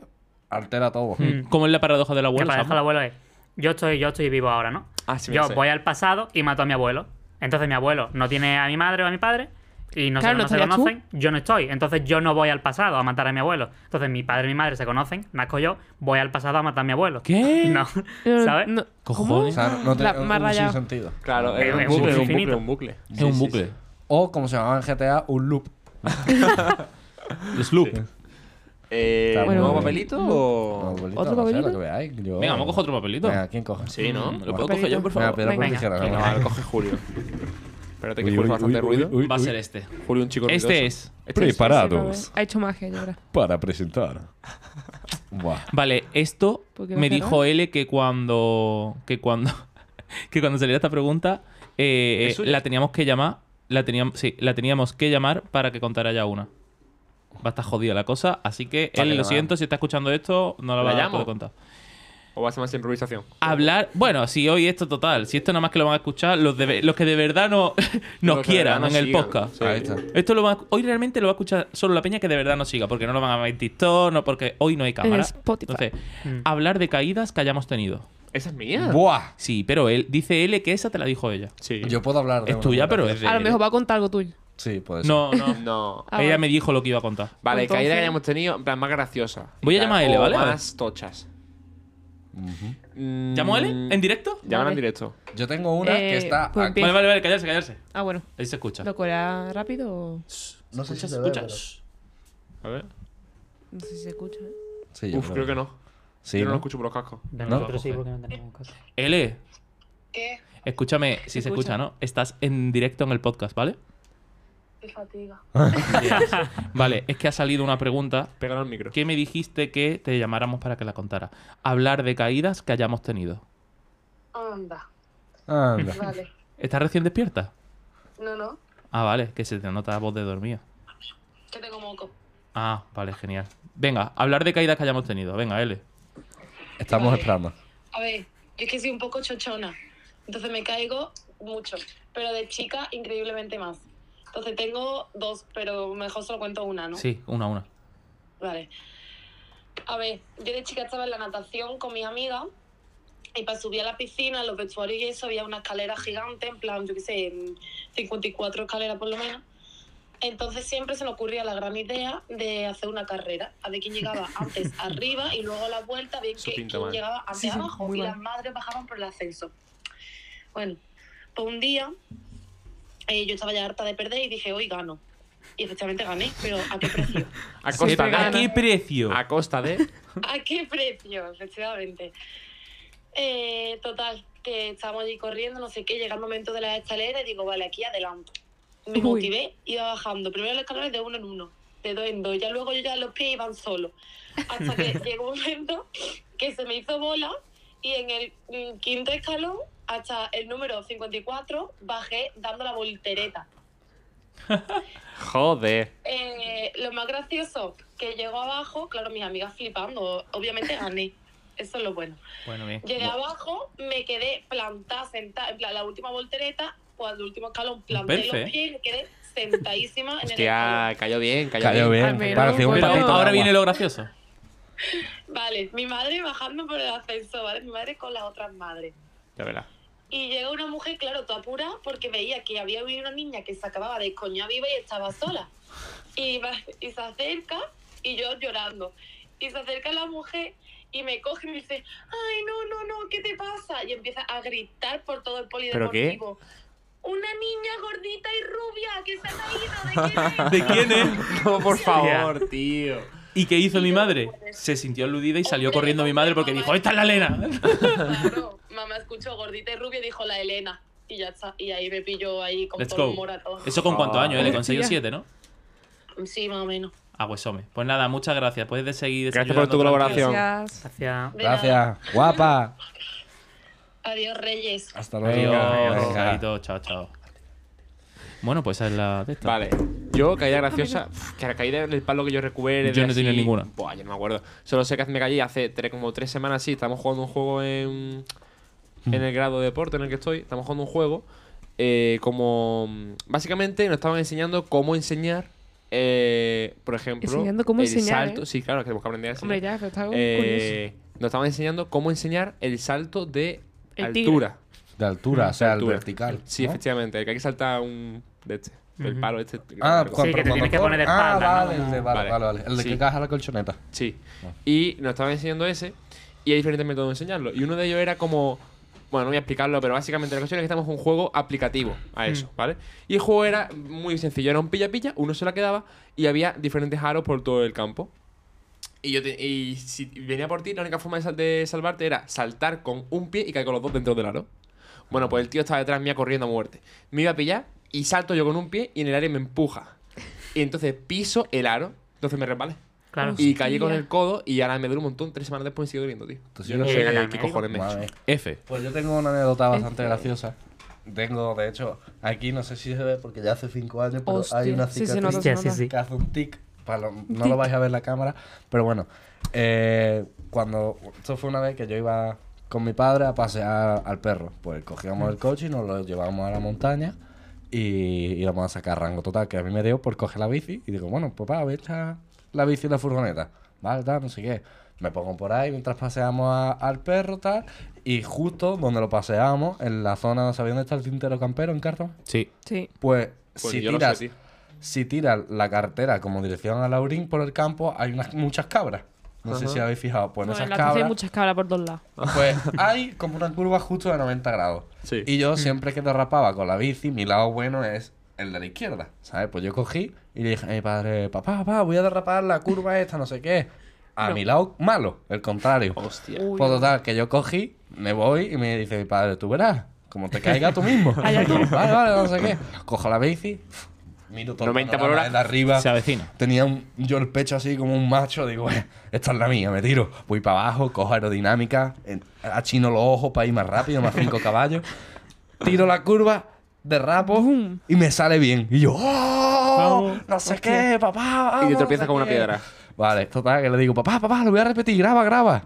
Speaker 3: altera todo.
Speaker 5: Mm, ¿Cómo es la paradoja del
Speaker 2: La
Speaker 5: abuelo?
Speaker 2: paradoja del abuelo es: yo estoy, yo estoy vivo ahora, ¿no?
Speaker 1: Ah, sí, me
Speaker 2: yo
Speaker 1: lo sé.
Speaker 2: voy al pasado y mato a mi abuelo. Entonces mi abuelo no tiene a mi madre o a mi padre y no, se-
Speaker 4: Claro, no
Speaker 2: no se,
Speaker 4: estarías tú.
Speaker 2: conocen. Yo no estoy. Entonces yo no voy al pasado a matar a mi abuelo. Entonces mi padre y mi madre se conocen, nazco yo, voy al pasado a matar a mi abuelo.
Speaker 5: ¿Qué?
Speaker 2: No,
Speaker 4: No,
Speaker 2: ¿sabes?
Speaker 4: no-
Speaker 3: O
Speaker 5: Cojones.
Speaker 3: sea, no, no te-
Speaker 4: La-
Speaker 3: un-
Speaker 4: me ha
Speaker 3: un
Speaker 4: rayado.
Speaker 3: sin sentido.
Speaker 1: Claro,
Speaker 2: Es
Speaker 1: es un
Speaker 2: un
Speaker 1: bucle, un
Speaker 2: infinito.
Speaker 1: bucle, un bucle.
Speaker 5: Es
Speaker 1: Sí,
Speaker 5: un
Speaker 1: sí,
Speaker 5: bucle.
Speaker 1: sí.
Speaker 3: O como se llamaba en GTA, un loop.
Speaker 5: Los loop.
Speaker 1: Eh,
Speaker 3: Está
Speaker 1: ¿Nuevo
Speaker 3: bueno.
Speaker 1: papelito o...?
Speaker 3: Papelito, no
Speaker 4: ¿Otro
Speaker 3: sé, lo
Speaker 4: papelito?
Speaker 3: que veáis, yo-
Speaker 5: Venga, vamos a coger otro papelito.
Speaker 3: Venga, ¿quién coge?
Speaker 1: Sí, ¿no?
Speaker 5: Mm, ¿Lo puedo coger
Speaker 4: Papelito.
Speaker 5: yo, por
Speaker 3: Venga,
Speaker 5: favor?
Speaker 3: piedra, papel,
Speaker 2: Venga.
Speaker 3: tijera,
Speaker 1: No,
Speaker 3: venga.
Speaker 1: ahora coge Julio. Espérate que
Speaker 3: Uy,
Speaker 1: Julio
Speaker 3: uy,
Speaker 1: hace bastante
Speaker 3: uy, uy,
Speaker 1: ruido.
Speaker 3: uy,
Speaker 5: Va a
Speaker 3: uy.
Speaker 5: ser este.
Speaker 1: Julio un chico
Speaker 5: Este es.
Speaker 1: Este es.
Speaker 4: sí, pero, eh, Ha hecho magia, yo ahora.
Speaker 3: para presentar. Buah.
Speaker 5: Vale, esto
Speaker 4: ¿Por qué
Speaker 5: me
Speaker 4: no será?
Speaker 5: dijo L que cuando. que cuando. que cuando saliera esta pregunta, eh,
Speaker 1: ¿Es suya?
Speaker 5: la teníamos que llamar. La teníamos, sí, la teníamos que llamar para que contara ya una. Va a estar jodida la cosa, así que
Speaker 3: Vale,
Speaker 5: L, lo
Speaker 3: va.
Speaker 5: siento, si está escuchando esto, no
Speaker 1: ¿La
Speaker 5: la va a
Speaker 1: llamo?
Speaker 5: poder contar.
Speaker 1: ¿O va a ser más improvisación?
Speaker 5: Hablar, bueno, si hoy esto total, si esto nada más que lo van a escuchar los, de, los que de verdad no,
Speaker 1: Los
Speaker 5: nos
Speaker 1: que de
Speaker 5: quieran
Speaker 1: verdad nos
Speaker 5: en el
Speaker 1: sigan.
Speaker 5: podcast.
Speaker 1: Sí.
Speaker 3: Ahí está.
Speaker 5: Esto lo van a- hoy realmente lo va a escuchar solo la peña que de verdad nos siga, porque no lo van a ver en TikTok, no porque hoy no hay cámara.
Speaker 4: Spotify.
Speaker 5: Entonces,
Speaker 2: Mm.
Speaker 5: hablar de caídas que hayamos tenido.
Speaker 1: ¿Esa es mía?
Speaker 3: Buah.
Speaker 5: Sí, pero él dice L que esa te la dijo ella.
Speaker 1: Sí.
Speaker 3: Yo puedo hablar de
Speaker 5: Es
Speaker 3: una
Speaker 5: tuya,
Speaker 3: buena
Speaker 5: pero
Speaker 3: vez.
Speaker 5: es de
Speaker 4: A lo
Speaker 5: L.
Speaker 4: mejor va a contar algo tuyo.
Speaker 3: Sí, puede ser.
Speaker 5: No, no.
Speaker 1: No.
Speaker 4: Ah,
Speaker 5: ella
Speaker 4: vale.
Speaker 5: me dijo lo que iba a contar.
Speaker 1: Vale,
Speaker 4: Entonces-
Speaker 1: caída que hayamos tenido, en plan, más graciosa.
Speaker 5: Voy a llamar a L,
Speaker 1: o
Speaker 5: ¿vale? A ver.
Speaker 1: más tochas.
Speaker 3: Ujú.
Speaker 1: Mm,
Speaker 5: ¿Llamó L? ¿En directo?
Speaker 1: Llámala en
Speaker 4: Vale.
Speaker 1: directo.
Speaker 3: Yo tengo una que
Speaker 4: Eh,
Speaker 3: está.
Speaker 4: pues
Speaker 3: aquí.
Speaker 4: Bien.
Speaker 5: Vale, vale, vale, callarse, callarse.
Speaker 4: Ah, bueno.
Speaker 5: Ahí se escucha.
Speaker 4: ¿Lo corea rápido o.?
Speaker 3: No sé si
Speaker 5: Escucha,
Speaker 3: se ve,
Speaker 5: escucha.
Speaker 3: pero-
Speaker 5: Shh. A ver.
Speaker 4: No sé si se escucha. ¿eh?
Speaker 3: Sí, yo
Speaker 1: Uf, creo que no.
Speaker 3: Sí,
Speaker 1: Yo no
Speaker 3: ¿no?
Speaker 1: lo escucho por los cascos.
Speaker 2: De
Speaker 5: No.
Speaker 2: nosotros sí, porque no tenemos caso.
Speaker 5: L,
Speaker 6: ¿Qué?
Speaker 5: escúchame,
Speaker 4: Se
Speaker 5: si se escucha,
Speaker 4: escucha.
Speaker 5: ¿no? Estás en directo en el podcast, ¿vale?
Speaker 6: Qué fatiga.
Speaker 4: Mm.
Speaker 5: Vale, es que ha salido una pregunta
Speaker 1: Pégalo al micro.
Speaker 5: ¿Qué me dijiste que te llamáramos para que la contara? Hablar de caídas que hayamos tenido.
Speaker 6: Anda,
Speaker 3: Anda.
Speaker 6: vale.
Speaker 5: ¿Estás recién despierta?
Speaker 6: No, no,
Speaker 5: Ah, vale, que se te nota voz de dormida.
Speaker 6: que tengo moco.
Speaker 5: Ah, vale, genial. Venga, hablar de caídas que hayamos tenido. Venga, L.
Speaker 3: Estamos esperando.
Speaker 6: A ver, yo es que soy un poco chochona, entonces me caigo mucho, pero de chica increíblemente más. Entonces tengo dos, pero mejor solo cuento una, ¿no?
Speaker 5: Sí, una a una.
Speaker 6: Vale. A ver, yo de chica estaba en la natación con mis amigas y para subir a la piscina, en los vestuarios y eso, había una escalera gigante, en plan, yo qué sé, en 54 escaleras por lo menos. Entonces siempre se me ocurría la gran idea de hacer una carrera, a ver quién llegaba antes arriba y luego a la vuelta, a ver
Speaker 1: Eso
Speaker 6: que-
Speaker 1: pinta
Speaker 6: quién
Speaker 1: mal.
Speaker 6: llegaba antes
Speaker 4: Sí, sí,
Speaker 6: abajo
Speaker 4: muy
Speaker 6: y
Speaker 4: mal.
Speaker 6: las madres bajaban por el ascenso. Bueno, pues un día eh, yo estaba ya harta de perder y dije, hoy gano. Y efectivamente gané, pero ¿a qué precio?
Speaker 1: A
Speaker 5: ¿Qué-
Speaker 1: costa Ah.
Speaker 5: ¿A
Speaker 1: de...
Speaker 5: qué precio?
Speaker 1: A costa de...
Speaker 6: ¿A qué precio? Efectivamente. Eh, total, que estábamos allí corriendo, no sé qué, llega el momento de la escalera y digo, vale, aquí adelante. Me
Speaker 4: Uy.
Speaker 6: motivé, iba bajando. Primero los escalones de uno en uno, de dos en dos. Ya luego yo ya los pies iban solos. Hasta que llegó un momento que se me hizo bola y en el mm, quinto escalón, hasta el número 54, bajé dando la voltereta.
Speaker 1: Joder.
Speaker 6: Eh, lo más gracioso, que llegó abajo, claro, mis amigas flipando. Obviamente gané. Eso es lo bueno.
Speaker 5: Bueno, bien.
Speaker 6: Llegué abajo, me quedé plantada, sentada, en plan, la última voltereta, pues el último escalón, planté
Speaker 5: perfe.
Speaker 6: los pies, y me quedé sentadísima en el escalón.
Speaker 1: Hostia, cayó bien, cayó,
Speaker 3: Cayó bien.
Speaker 4: Ay, pero-
Speaker 3: Parecía un
Speaker 5: Pero
Speaker 3: patito.
Speaker 5: ahora
Speaker 3: agua.
Speaker 5: viene lo gracioso.
Speaker 6: Vale, mi madre bajando por el ascensor, ¿vale? Mi madre con las otras madres.
Speaker 1: Ya verás.
Speaker 6: Y llegó una mujer, claro, toda pura, porque veía que había habido una niña que se acababa de coña viva y estaba sola. Y, va- y se acerca, y yo llorando. Y se acerca la mujer y me coge y me dice, ay, no, no, no, ¿qué te pasa? Y empieza a gritar por todo el
Speaker 1: ¿Pero qué?
Speaker 6: polideportivo. Una niña gordita y rubia que se ha caído de quién es?".
Speaker 5: ¿De quién es?
Speaker 1: No, por
Speaker 5: favor,
Speaker 1: tío.
Speaker 5: ¿Y qué hizo mi madre? Se sintió aludida y salió
Speaker 6: Hombre,
Speaker 5: corriendo mi madre porque
Speaker 6: mamá.
Speaker 5: dijo, ¡Esta es la Elena!
Speaker 6: Claro, mamá escuchó gordita y rubia y dijo la Elena. Y ya está. Y ahí me pilló ahí con
Speaker 5: Let's go.
Speaker 6: todo el humor a todo.
Speaker 5: ¿Eso con cuántos
Speaker 1: Ah.
Speaker 5: años? eh? Le conseguí
Speaker 4: Hostia.
Speaker 5: 7, ¿no?
Speaker 6: Sí, más o menos.
Speaker 5: Ah, pues hombre. Pues nada, muchas gracias. Puedes de seguir
Speaker 1: Gracias por tu
Speaker 5: desayunando
Speaker 1: colaboración.
Speaker 4: Gracias.
Speaker 2: Hacia...
Speaker 6: De nada.
Speaker 3: Gracias. Guapa.
Speaker 6: Adiós, Reyes.
Speaker 3: Hasta
Speaker 5: tranquilo.
Speaker 3: luego.
Speaker 5: Adiós.
Speaker 3: Venga.
Speaker 5: Chaito, Chao, chao. Bueno, pues esa es la de esta.
Speaker 1: Vale. Yo, caída graciosa, pf, que la caída del palo que yo recuerde.
Speaker 5: Yo
Speaker 1: de
Speaker 5: no
Speaker 1: así-
Speaker 5: tenía ninguna.
Speaker 1: Buah, yo no me acuerdo. Solo sé que me caí hace tres- como tres semanas, sí. Estamos jugando un juego en,
Speaker 5: Mm.
Speaker 1: en el grado de deporte en el que estoy. Estamos jugando un juego eh, como... Básicamente nos estaban enseñando cómo enseñar, eh, por ejemplo...
Speaker 4: Enseñando cómo
Speaker 1: el
Speaker 4: enseñar,
Speaker 1: salto.
Speaker 4: ¿eh?
Speaker 1: Sí, claro, que tenemos que aprender a
Speaker 4: Hombre,
Speaker 1: enseñar.
Speaker 4: ya, pero está algo
Speaker 1: Eh, nos estaban enseñando cómo enseñar el salto de
Speaker 4: El tigre.
Speaker 1: altura.
Speaker 3: De altura, o sea, el
Speaker 1: altura.
Speaker 3: vertical.
Speaker 1: Sí,
Speaker 3: ¿no?
Speaker 1: efectivamente, que hay que saltar un... De este, el
Speaker 2: Ujú.
Speaker 1: palo este.
Speaker 3: Ah,
Speaker 1: Recuerdo.
Speaker 2: Sí, que te tienes que poner de
Speaker 3: Ah,
Speaker 2: espalda,
Speaker 3: vale,
Speaker 2: ¿no?
Speaker 3: el de, vale,
Speaker 1: Vale.
Speaker 3: vale, vale. El de
Speaker 1: Sí.
Speaker 3: que caja la colchoneta.
Speaker 1: Sí. Y nos estaban enseñando ese. Y hay diferentes métodos de enseñarlo. Y uno de ellos era como. Bueno, no voy a explicarlo, pero básicamente la cuestión es que estamos en un juego aplicativo a eso, ¿vale? Y el juego era muy sencillo, era un pilla-pilla, uno se la quedaba y había diferentes aros por todo el campo. Y, yo te- y si venía por ti, la única forma de, sal- de salvarte era saltar con un pie y caer con los dos dentro del aro. Bueno, pues el tío estaba detrás mía corriendo a muerte. Me iba a pillar y salto yo con un pie y en el área me empuja. Y entonces piso el aro, entonces me resbalé.
Speaker 2: Claro.
Speaker 1: Y caí con
Speaker 4: Hostia.
Speaker 1: el codo y ahora me duele un montón. Tres semanas después sigo doliendo, tío.
Speaker 3: Entonces,
Speaker 1: Yo no
Speaker 3: eh,
Speaker 1: sé
Speaker 2: eh,
Speaker 1: qué cojones me he hecho.
Speaker 3: Madre.
Speaker 5: F.
Speaker 3: Pues yo tengo una anécdota bastante graciosa. Tengo, de hecho, aquí no sé si se ve porque ya hace cinco años, pero
Speaker 4: Hostia,
Speaker 3: hay una
Speaker 4: sí, se
Speaker 3: cicatriz
Speaker 4: nota,
Speaker 2: se nota. Sí.
Speaker 3: que hace un tic. para lo- no lo vais a ver en la cámara, pero bueno. eh, cuando esto fue una vez que yo iba con mi padre a pasear al perro, pues cogíamos el coche y nos lo llevábamos a la montaña y íbamos a sacar rango total, que a mí me dio por coger la bici y digo, bueno, papá, ve esta la bici en la furgoneta, vale, tal, no sé qué. Me pongo por ahí mientras paseamos a- al perro, tal, y justo donde lo paseamos, en la zona, ¿sabéis dónde está el tintero campero en Cartón?
Speaker 5: Sí.
Speaker 4: Sí.
Speaker 3: Pues,
Speaker 1: Pues
Speaker 3: si
Speaker 1: yo lo sé,
Speaker 3: tiras,
Speaker 1: tío.
Speaker 3: si tiras la cartera como dirección a Laurín por el campo, hay unas muchas cabras. No sé si habéis fijado. Pues en
Speaker 4: Bueno, en
Speaker 3: esas
Speaker 4: la cabra... hay
Speaker 3: cabras,
Speaker 4: muchas cabras por dos lados.
Speaker 3: pues hay como una curva justo de 90 grados.
Speaker 1: Sí.
Speaker 3: Y
Speaker 4: Mm.
Speaker 3: yo siempre que derrapaba con la bici, mi lado bueno es el de la izquierda, ¿sabes? Pues yo cogí y le dije a mi padre, papá, papá, voy a derrapar la curva esta, no sé qué. A mi lado malo, el contrario.
Speaker 1: Hostia.
Speaker 4: Uy,
Speaker 3: Pues total, que yo cogí, me voy y me dice mi padre, tú verás, como te caiga tú mismo.
Speaker 4: Allá tú.
Speaker 3: Vale, vale, no sé qué. Cojo la bici, miro todo
Speaker 1: 90
Speaker 3: el
Speaker 1: por
Speaker 3: panorama
Speaker 1: hora.
Speaker 3: de arriba.
Speaker 5: Se avecina.
Speaker 3: Tenía un- yo el pecho así como un macho, digo, "Eh, esta es la mía, me tiro. Voy para abajo, cojo aerodinámica, en- achino los ojos para ir más rápido, más cinco caballos. Tiro la curva, derrapo
Speaker 4: Boom.
Speaker 3: y me sale bien. Y yo, ¡oh!
Speaker 5: Vamos.
Speaker 3: No sé qué, papá.
Speaker 1: Y te
Speaker 3: vamos,
Speaker 1: tropiezas
Speaker 3: no sé
Speaker 1: con una
Speaker 3: qué".
Speaker 1: piedra.
Speaker 3: Vale, total, que le digo, papá, papá, lo voy a repetir, graba, graba.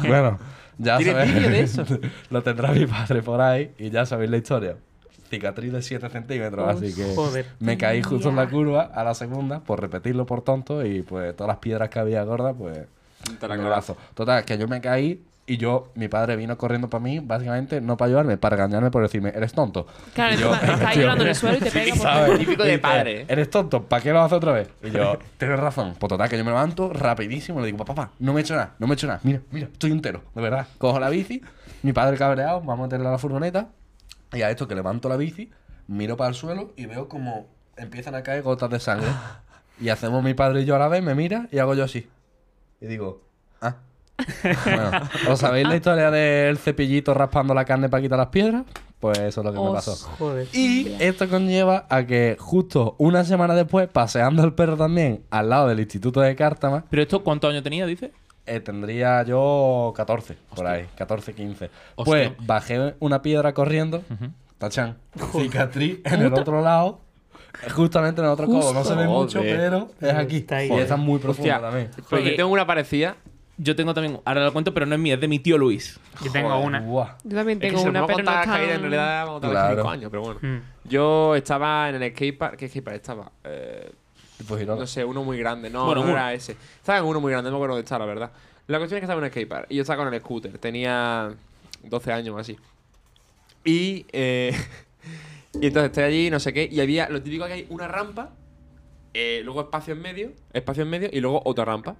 Speaker 3: bueno, ya
Speaker 1: ¿Tienes
Speaker 3: sabéis.
Speaker 1: vídeo de eso?
Speaker 3: lo tendrá mi padre por ahí y ya sabéis la historia. Cicatriz de 7 centímetros, así que
Speaker 2: Joder.
Speaker 3: me caí justo en la curva a la segunda por repetirlo por tonto y pues todas las piedras que había gordas, pues
Speaker 1: Te la
Speaker 3: en el
Speaker 1: clavazo.
Speaker 3: brazo. Total, que yo me caí y yo, mi padre vino corriendo para mí, básicamente no para ayudarme, para engañarme por decirme, eres tonto.
Speaker 4: Claro,
Speaker 3: Y yo-
Speaker 4: encima está llorando en el suelo y te pega por...
Speaker 3: ¿Sabes?
Speaker 1: Típico de
Speaker 3: Dice,
Speaker 1: padre.
Speaker 3: Eres tonto, ¿para qué lo haces otra vez? Y yo, tienes razón. Pues total, que yo me levanto rapidísimo. Le digo, papá, papá, no me he hecho nada, no me he hecho nada. Mira, mira, estoy entero, de verdad. Cojo la bici, mi padre cabreado, vamos a meterla a la furgoneta. Y a esto que levanto la bici, miro para el suelo y veo como empiezan a caer gotas de sangre. Y hacemos mi padre y yo a la vez, me mira y hago yo así. Y digo, ah. Bueno, ¿os sabéis la historia del cepillito raspando la carne para quitar las piedras? Pues eso es lo que me pasó.
Speaker 2: Joder.
Speaker 3: Y esto conlleva a que justo una semana después, paseando el perro también al lado del Instituto de Cártama,
Speaker 5: ¿Pero esto cuántos años tenía, dice?
Speaker 3: eh, tendría yo 14, por ahí, 14, 15. Pues
Speaker 5: Hostia.
Speaker 3: bajé una piedra corriendo,
Speaker 5: Ujú.
Speaker 3: tachan, cicatriz en el otro lado, eh, justamente en el otro codo. No se ve
Speaker 1: Joder.
Speaker 3: mucho, pero es aquí.
Speaker 2: Está ahí.
Speaker 3: Y está muy profunda
Speaker 1: Hostia,
Speaker 3: también.
Speaker 1: pues yo tengo una parecida.
Speaker 5: Yo tengo también, ahora lo cuento, pero no es mía, es de mi tío Luis.
Speaker 2: Yo tengo
Speaker 1: Joder.
Speaker 2: una.
Speaker 3: Buah.
Speaker 4: Yo también
Speaker 1: Es que
Speaker 4: tengo
Speaker 1: si nos
Speaker 4: una,
Speaker 1: vamos a
Speaker 4: pero no
Speaker 1: contar
Speaker 4: es
Speaker 1: las caídas, en
Speaker 4: tan...
Speaker 1: realidad vamos a contar
Speaker 3: Claro.
Speaker 1: hace cinco años, pero bueno.
Speaker 2: Mm.
Speaker 1: Yo estaba en el skatepark. ¿Qué skatepark estaba? Eh,
Speaker 3: Pues giró.
Speaker 1: no sé, uno muy grande. No,
Speaker 5: Bueno,
Speaker 1: no
Speaker 5: uno.
Speaker 1: era ese. Estaba en uno muy grande, no me acuerdo dónde estaba, la verdad. La cuestión es que estaba en un skatepark y yo estaba con el scooter. Tenía 12 años o así. Y, eh, y entonces estoy allí, no sé qué, y había lo típico que hay una rampa, eh, luego espacio en medio, espacio en medio y luego otra rampa.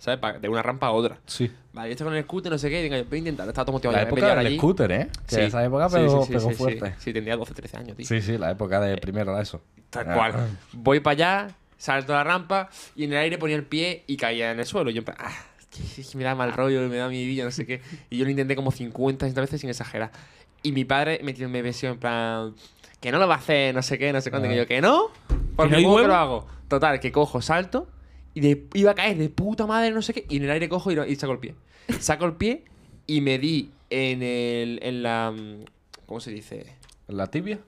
Speaker 1: ¿sabes? Pa- de una rampa a otra.
Speaker 3: Sí.
Speaker 1: Vale, yo estoy con el scooter, no sé qué, y venga, voy a intentar, estaba todo motivado.
Speaker 3: La
Speaker 1: ya, voy a
Speaker 3: época
Speaker 1: pelear
Speaker 3: del
Speaker 1: allí.
Speaker 3: scooter, ¿eh? Que
Speaker 1: Sí.
Speaker 3: esa época
Speaker 1: Sí,
Speaker 3: pegó,
Speaker 1: sí, sí,
Speaker 3: pegó
Speaker 1: sí, sí.
Speaker 3: fuerte.
Speaker 1: Sí, tendría 12, 13 años, tío.
Speaker 3: Sí, sí, la época de primero de eso.
Speaker 1: Tal
Speaker 3: Ah.
Speaker 1: cual. Voy para allá, salto la rampa y en el aire ponía el pie y caía en el suelo. Yo en plan, ah, que- que me da mal rollo, me da mi vida, no sé qué. Y yo lo intenté como 50, 60 veces sin exagerar. Y mi padre me, tiró- me besó en plan, que no lo va a hacer, no sé qué, no sé cuándo.
Speaker 3: Ah.
Speaker 1: Y yo, que no, por
Speaker 5: ¿Que no
Speaker 1: mi
Speaker 5: hay
Speaker 1: huevo que
Speaker 5: huevo?
Speaker 1: lo hago. Total, que cojo, salto y de- iba a caer de puta madre, no sé qué. Y en el aire cojo y, lo- y saco el pie. Saco el pie y me di en, el, en la. ¿Cómo se dice?
Speaker 3: ¿La tibia?